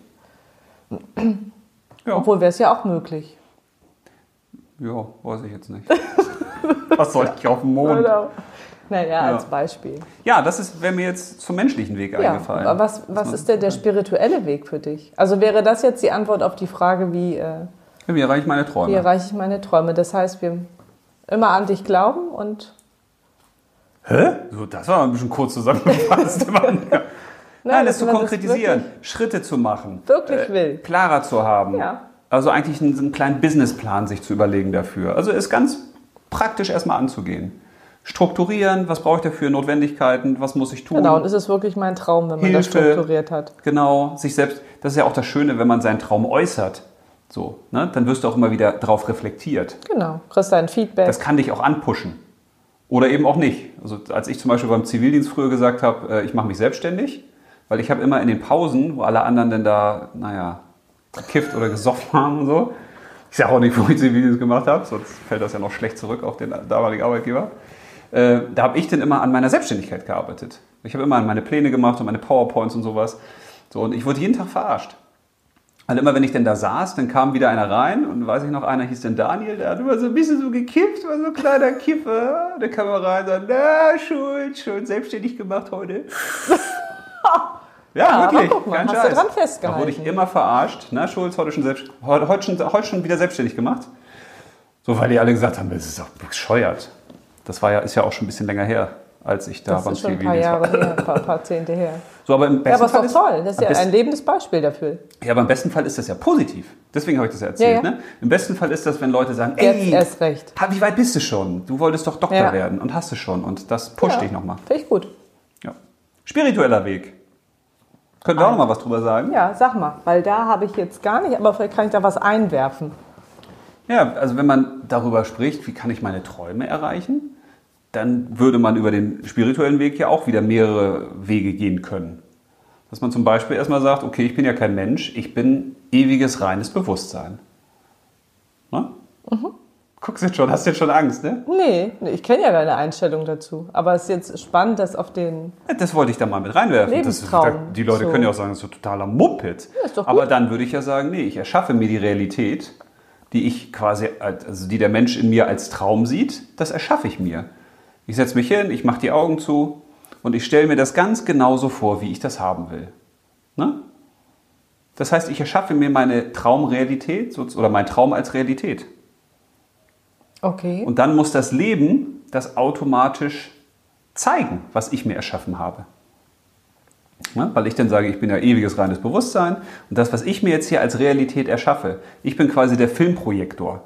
Ja,
obwohl wäre es ja auch möglich.
ja, weiß ich jetzt nicht. Was soll ich auf dem Mond?
Genau. Naja, ja.
Ja.
als Beispiel.
Ja, das wäre mir jetzt zum menschlichen Weg
Ja,
eingefallen.
aber was, was ist denn der spirituelle Weg für dich? Also wäre das jetzt die Antwort auf die Frage, wie, äh,
Wie erreiche ich meine
wie
Träume?
erreiche ich meine Träume? Das heißt, wir immer an dich glauben und
Hä? So, das war ein bisschen kurz zusammengefasst. Mann. Nein, das
dass
zu
man das
konkretisieren, Schritte zu machen. äh,
wirklich will.
Klarer zu haben.
Ja.
Also eigentlich einen, einen kleinen Businessplan sich zu überlegen dafür. Also es ganz praktisch erstmal anzugehen. Strukturieren, was brauche ich dafür, Notwendigkeiten, was muss ich tun.
Genau, und ist es wirklich mein Traum, wenn man das
Hilfe.
strukturiert hat?
Genau, sich selbst. Das ist ja auch das Schöne, wenn man seinen Traum äußert. So, ne? Dann wirst du auch immer wieder drauf reflektiert.
Genau, kriegst dein Feedback.
Das kann dich auch anpushen. Oder eben auch nicht. Also als ich zum Beispiel beim Zivildienst früher gesagt habe, äh, ich mache mich selbstständig, weil ich habe immer in den Pausen, wo alle anderen denn da, naja, gekifft oder gesoffen haben und so. Ich sage auch nicht, wo ich Zivildienst gemacht habe, sonst fällt das ja noch schlecht zurück auf den damaligen Arbeitgeber. Äh, da habe ich dann immer an meiner Selbstständigkeit gearbeitet. Ich habe immer an meine Pläne gemacht und meine PowerPoints und sowas. So, und ich wurde jeden Tag verarscht. Also immer, wenn ich denn da saß, dann kam wieder einer rein und weiß ich noch, einer hieß denn Daniel, der hat immer so ein bisschen so gekippt, war so ein kleiner Kiffer. Der kam mal rein und sagt, na, Schuld, schön selbstständig gemacht heute. ja,
Ja, aber
wirklich,
guck mal,
kein
hast du
Scheiß.
dran festgehalten.
Da wurde ich immer verarscht. Na, Schulz, heute schon, selbst, heute, heute, schon, heute schon wieder selbstständig gemacht. So, weil die alle gesagt haben, das ist doch bescheuert. Das war ja, ist ja auch schon ein bisschen länger her, als ich da
Das
beim
ist schon ein paar
Zivildienst war.
Jahre her, ein paar, paar Zehnte her.
So, aber im besten
Ja, aber es
Fall
ist doch toll. Das ist ja
am besten-
ein lebendes Beispiel dafür.
ja, aber im besten Fall ist das ja positiv. Deswegen habe ich das ja erzählt.
Ja, ja.
Ne? Im besten Fall ist das, wenn Leute sagen,
Jetzt
ey,
erst recht.
ha, wie weit bist du schon? Du wolltest doch Doktor
Ja.
werden und hast es schon. Und das pusht
ja,
dich nochmal.
Finde ich gut.
Ja. Spiritueller Weg. Können wir
Ah.
auch nochmal was drüber sagen?
Ja, sag mal, weil da habe ich jetzt gar nicht, aber vielleicht kann ich da was einwerfen.
Ja, also wenn man darüber spricht, wie kann ich meine Träume erreichen, dann würde man über den spirituellen Weg ja auch wieder mehrere Wege gehen können. Dass man zum Beispiel erstmal sagt, okay, ich bin ja kein Mensch, ich bin ewiges reines Bewusstsein. Ne? Guckst jetzt schon, hast jetzt schon Angst, ne?
Nee, nee ich kenne ja deine Einstellung dazu. Aber es ist jetzt spannend, dass auf den.
Ja, Das wollte ich da mal mit reinwerfen. Das, ist- da,
Lebenstraum.
die Leute
So.
können ja auch sagen, das ist totaler Muppet.
Ja, ist doch gut.
Aber dann würde ich ja sagen, nee, ich erschaffe mir die Realität, die ich quasi, als- also die der Mensch in mir als Traum sieht, das erschaffe ich mir. Ich setze mich hin, ich mache die Augen zu und ich stelle mir das ganz genauso vor, wie ich das haben will. Ne? Das heißt, ich erschaffe mir meine Traumrealität so- oder meinen Traum als Realität.
Okay.
Und dann muss das Leben das automatisch zeigen, was ich mir erschaffen habe. Ne? Weil ich dann sage, ich bin ja ewiges reines Bewusstsein und das, was ich mir jetzt hier als Realität erschaffe, ich bin quasi der Filmprojektor.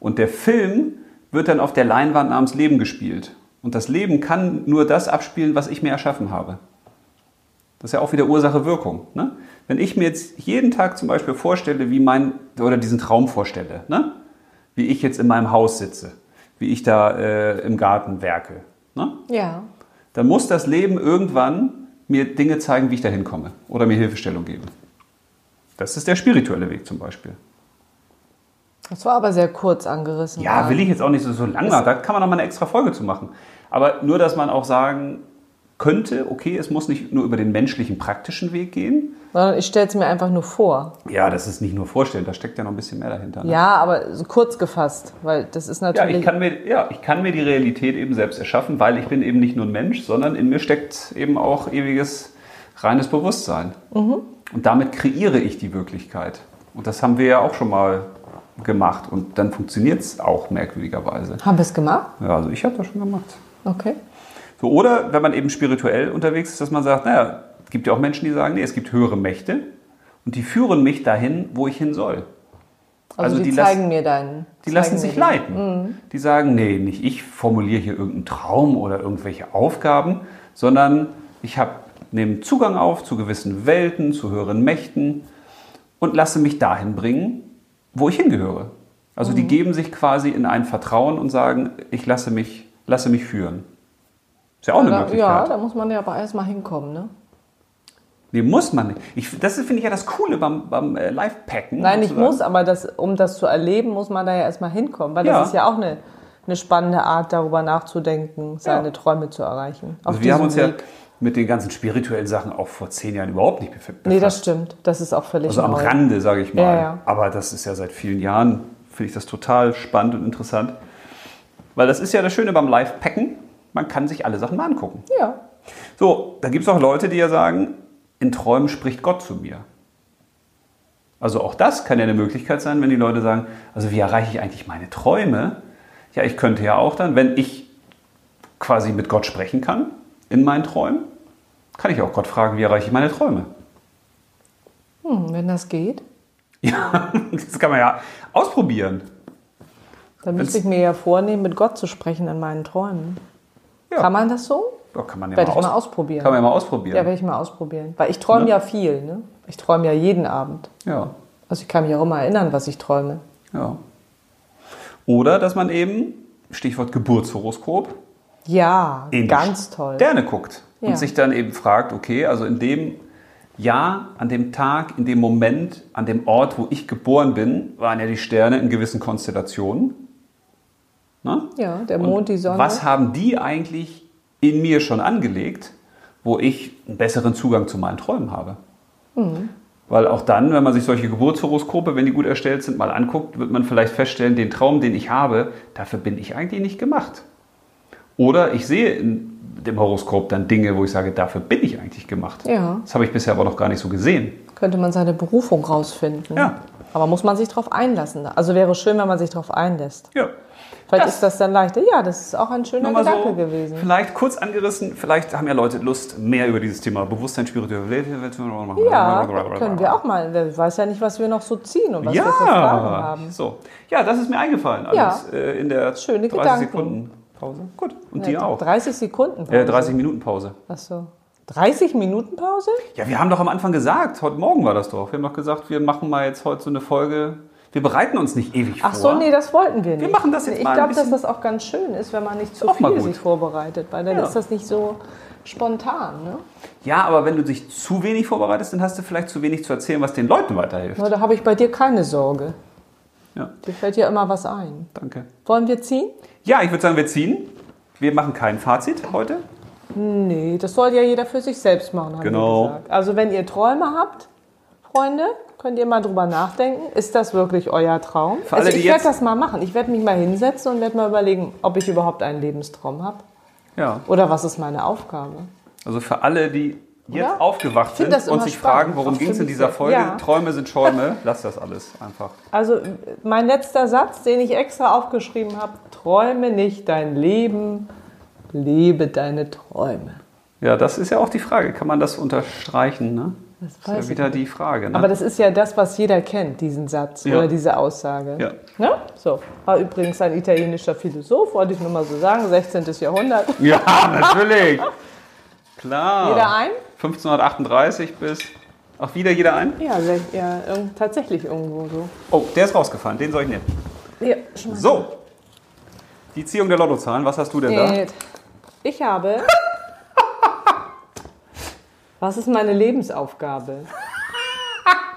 Und der Film wird dann auf der Leinwand namens Leben gespielt. Und das Leben kann nur das abspielen, was ich mir erschaffen habe. Das ist ja auch wieder Ursache-Wirkung. Ne? Wenn ich mir jetzt jeden Tag zum Beispiel vorstelle, wie mein, oder diesen Traum vorstelle, ne? wie ich jetzt in meinem Haus sitze, wie ich da äh, im Garten werke, ne?
ja.
dann muss das Leben irgendwann mir Dinge zeigen, wie ich da hinkomme oder mir Hilfestellung geben. Das ist der spirituelle Weg zum Beispiel.
Das war aber sehr kurz angerissen.
Ja, will ich jetzt auch nicht so, so lang machen. Da kann man noch mal eine extra Folge zu machen. Aber nur, dass man auch sagen könnte, okay, es muss nicht nur über den menschlichen, praktischen Weg gehen.
Sondern ich stelle es mir einfach nur vor.
Ja, das ist nicht nur vorstellen, da steckt ja noch ein bisschen mehr dahinter. Ne?
Ja, aber so kurz gefasst, weil das ist
Ja,
natürlich.
ich kann mir, ja, ich kann mir die Realität eben selbst erschaffen, weil ich bin eben nicht nur ein Mensch, sondern in mir steckt eben auch ewiges reines Bewusstsein.
Mhm.
Und damit kreiere ich die Wirklichkeit. Und das haben wir ja auch schon mal gemacht. Und dann funktioniert es auch merkwürdigerweise.
Haben wir es gemacht?
Ja, also ich habe das schon gemacht.
Okay.
So, oder wenn man eben spirituell unterwegs ist, dass man sagt, naja, es gibt ja auch Menschen, die sagen, nee, es gibt höhere Mächte und die führen mich dahin, wo ich hin soll.
Also,
Also
die,
die
zeigen mir deinen.
Die
zeigen Mhm.
lassen
mir
sich
den.
leiten. Die sagen, nee, nicht ich formuliere hier irgendeinen Traum oder irgendwelche Aufgaben, sondern Ich habe nehme Zugang auf zu gewissen Welten, zu höheren Mächten und lasse mich dahin bringen, wo ich hingehöre. Also
Mhm.
die geben sich quasi in ein Vertrauen und sagen, ich lasse mich, lasse mich führen. Ist ja auch eine
da, ja,
Möglichkeit.
da muss man ja aber erstmal hinkommen, ne?
Nee, muss man nicht. Ich, das ist, finde ich ja das Coole beim, beim äh, Live-Packen.
Nein, ich
sozusagen.
muss, aber das, um das zu erleben, muss man da ja erstmal hinkommen, weil
Ja.
das ist ja auch eine, eine spannende Art, darüber nachzudenken, seine
Ja.
Träume zu erreichen. Auf
Also wir haben
diesem
uns ja
Weg.
mit den ganzen spirituellen Sachen auch vor zehn Jahren überhaupt nicht bef- befasst.
Nee, das stimmt. Das ist auch völlig
also am
neu.
Rande, sage ich mal.
Genau. Ja, ja.
Aber das ist ja seit vielen Jahren, finde ich das total spannend und interessant. Weil das ist ja das Schöne beim Live-Packen, man kann sich alle Sachen mal angucken.
Ja.
So, da gibt es auch Leute, die ja sagen, in Träumen spricht Gott zu mir. Also auch das kann ja eine Möglichkeit sein, wenn die Leute sagen, also wie erreiche ich eigentlich meine Träume? Ja, ich könnte ja auch dann, wenn ich quasi mit Gott sprechen kann in meinen Träumen, kann ich auch Gott fragen, wie erreiche ich meine Träume?
Hm, wenn das geht,
Ja, das kann man ja ausprobieren.
dann müsste
Wenn's-
ich mir ja vornehmen, mit Gott zu sprechen in meinen Träumen.
Ja.
Kann man das so?
Ja, kann man ja
Werde ich
aus-
mal ausprobieren.
Kann man ja mal
Ja,
ausprobieren.
werde ich mal ausprobieren. Weil ich träume
Ne?
ja viel, ne? Ich träume ja jeden Abend.
ja.
Also ich kann mich auch immer erinnern, was ich träume.
ja. Oder dass man eben, Stichwort Geburtshoroskop,
Ja,
in die
ganz toll.
Sterne guckt
Ja.
und sich dann eben fragt, okay, also in dem Jahr, an dem Tag, in dem Moment, an dem Ort, wo ich geboren bin, waren ja die Sterne in gewissen Konstellationen. Ne?
Ja, der Mond, die Sonne.
Was haben die eigentlich in mir schon angelegt, wo ich einen besseren Zugang zu meinen Träumen habe?
Mhm.
Weil auch dann, wenn man sich solche Geburtshoroskope, wenn die gut erstellt sind, mal anguckt, wird man vielleicht feststellen, den Traum, den ich habe, dafür bin ich eigentlich nicht gemacht. Oder ich sehe in dem Horoskop dann Dinge, wo ich sage, dafür bin ich eigentlich gemacht.
Ja.
Das habe ich bisher aber noch gar nicht so gesehen.
Könnte man seine Berufung rausfinden.
Ja.
Aber muss man sich darauf einlassen? Also wäre schön, wenn man sich darauf einlässt.
Ja.
Vielleicht
Das-
ist das dann leichter. Ja, das ist auch ein schöner
Nochmal
Gedanke
so,
gewesen.
vielleicht kurz angerissen, vielleicht haben ja Leute Lust, mehr über dieses Thema Bewusstsein, Spiritualität zu machen.
Ja, können wir auch mal. Wer weiß ja nicht, was wir noch so ziehen und was wir für Fragen
Ja,
haben.
so. Ja, das ist mir eingefallen. Alles äh, in der
Schöne
30
Gedanken.
Sekunden Pause. Gut. Und
Ja,
dir auch.
30 Sekunden.
Äh, 30 Minuten Pause.
Achso. 30 Minuten Pause?
Ja, wir haben doch am Anfang gesagt, heute Morgen war das doch. Wir haben doch gesagt, wir machen mal jetzt heute so eine Folge. Wir bereiten uns nicht ewig
Ach
vor.
so, nee, das wollten wir nicht.
machen das jetzt
ich
mal ein
glaube, dass
bisschen-
das auch ganz schön ist, wenn man nicht zu
auch mal
viel
gut.
sich vorbereitet, weil dann
Ja.
ist das nicht so spontan. Ne?
Ja, aber wenn du dich zu wenig vorbereitest, dann hast du vielleicht zu wenig zu erzählen, was den Leuten weiterhilft.
Na, da habe ich bei dir keine Sorge.
Ja,
Dir fällt ja immer was ein.
danke.
Wollen wir ziehen?
Ja, ich würde sagen, wir ziehen. Wir machen kein Fazit heute.
Nee, das soll ja jeder für sich selbst machen, haben
Genau.
wir gesagt. Also wenn ihr Träume habt, Freunde, könnt ihr mal drüber nachdenken. Ist das wirklich euer Traum?
Für alle,
also
die
ich werde
jetzt-
das mal machen. Ich werde mich mal hinsetzen und werde mal überlegen, ob ich überhaupt einen Lebenstraum habe.
Ja.
Oder was ist meine Aufgabe?
Also für alle, die jetzt
Oder?
aufgewacht
find
sind
das
und
immer
sich
spannend.
fragen, worum
Auch
ging es
für
in
mich
dieser
selbst.
Folge,
Ja.
Träume sind Schäume, lass das alles einfach.
Also äh, mein letzter Satz, den ich extra aufgeschrieben habe, träume nicht dein Leben, lebe deine Träume.
Ja, das ist ja auch die Frage. Kann man das unterstreichen? Ne?
Das
Das ist
weiß
ja
ich
wieder die Frage. Ne?
Aber das ist ja das, was jeder kennt, diesen Satz
Ja.
oder diese Aussage.
Ja.
Ne? So, war übrigens ein italienischer Philosoph, wollte ich nur mal so sagen, 16. Jahrhundert.
ja, natürlich. Klar.
Jeder ein?
1538 bis. Auch wieder jeder ein?
Ja, sech- ja irgend- tatsächlich irgendwo so.
Oh, der ist rausgefahren. Den soll ich nehmen.
Ja, schon mal.
So. Die Ziehung der Lottozahlen. Was hast du denn da?
Geld. Ich habe. Was ist meine Lebensaufgabe?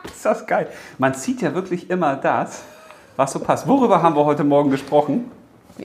Ist das geil. Man zieht ja wirklich immer das, was so passt. Worüber haben wir heute Morgen gesprochen?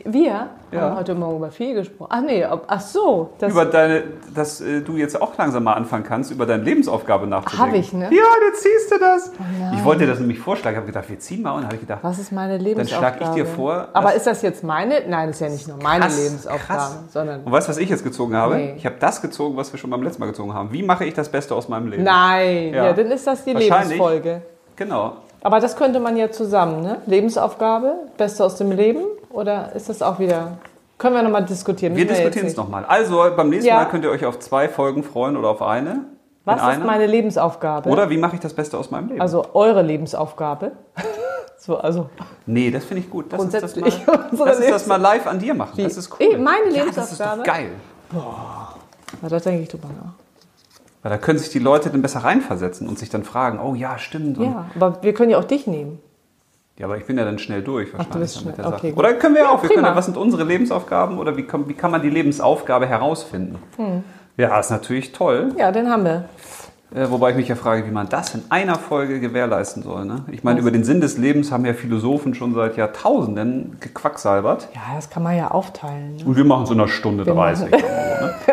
Wir
Ja.
haben heute Morgen über viel gesprochen. Ach nee, ob, ach so, das
über deine, dass äh, du jetzt auch langsam mal anfangen kannst, über deine Lebensaufgabe nachzudenken.
Hab ich, ne? Oh
Ja, jetzt ziehst du das.
nein.
ich wollte dir das nämlich vorschlagen. Ich habe gedacht, wir ziehen mal und habe ich gedacht,
was ist meine
schlag ich
Lebensaufgabe?
dir vor,
Aber
dass-
ist das jetzt meine? Nein, ist ja nicht nur meine
krass,
Lebensaufgabe,
krass.
sondern
und weißt du, was ich jetzt gezogen habe?
Nee.
Ich habe das gezogen, was wir schon beim letzten Mal gezogen haben. Wie mache ich das Beste aus meinem Leben?
Nein, ja.
Ja.
dann ist das die
Wahrscheinlich.
Lebensfolge.
Genau.
Aber das könnte man ja zusammen, ne? Lebensaufgabe, Beste aus dem Leben oder ist das auch wieder können wir nochmal diskutieren?
Wir
Müssen jetzt
diskutieren es
nicht.
nochmal. Also beim nächsten
Ja.
Mal könnt ihr euch auf zwei Folgen freuen oder auf eine.
Was
in
ist
einer.
meine Lebensaufgabe?
Oder wie mache ich das Beste aus meinem Leben?
also eure Lebensaufgabe. so, also
nee, das finde ich gut. Lass uns das mal,
Grundsätzlich unsere
lass uns das mal live an dir machen. Das ist cool.
Eh, meine
ja, das ist doch
Lebensaufgabe?
geil.
Na, da denke ich drüber nach.
Weil da können sich die Leute dann besser reinversetzen und sich dann fragen, oh ja, stimmt. Und,
Ja, aber wir können ja auch dich nehmen.
ja, aber ich bin ja dann schnell durch wahrscheinlich
du bist
dann
schnell- okay, gut.
Oder können wir
Ja,
auch, wir können,
prima.
ja, was sind unsere Lebensaufgaben oder wie, kann- wie kann man die Lebensaufgabe herausfinden?
Hm.
Ja, ist natürlich toll.
Ja, den haben wir.
Äh, wobei ich mich ja frage, wie man das in einer Folge gewährleisten soll. Ne? Ich meine, über den Sinn des Lebens haben ja Philosophen schon seit Jahrtausenden gequacksalbert.
Ja, das kann man ja aufteilen. Ne?
Und wir machen es in einer Stunde 30. oder so,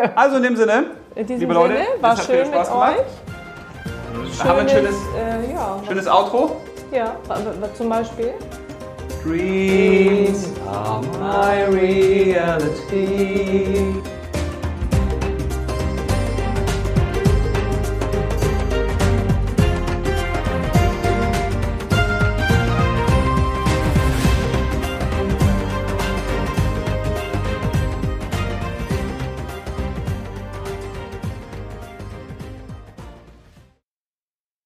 ne? Also in dem Sinne,
In diesem
liebe Leute,
Sinne, war
es hat viel
schön mit
Spaß gemacht.
euch.
haben wir ein schönes,
äh, ja,
schönes Outro.
ja, aber- aber zum Beispiel.
Dreams are my reality.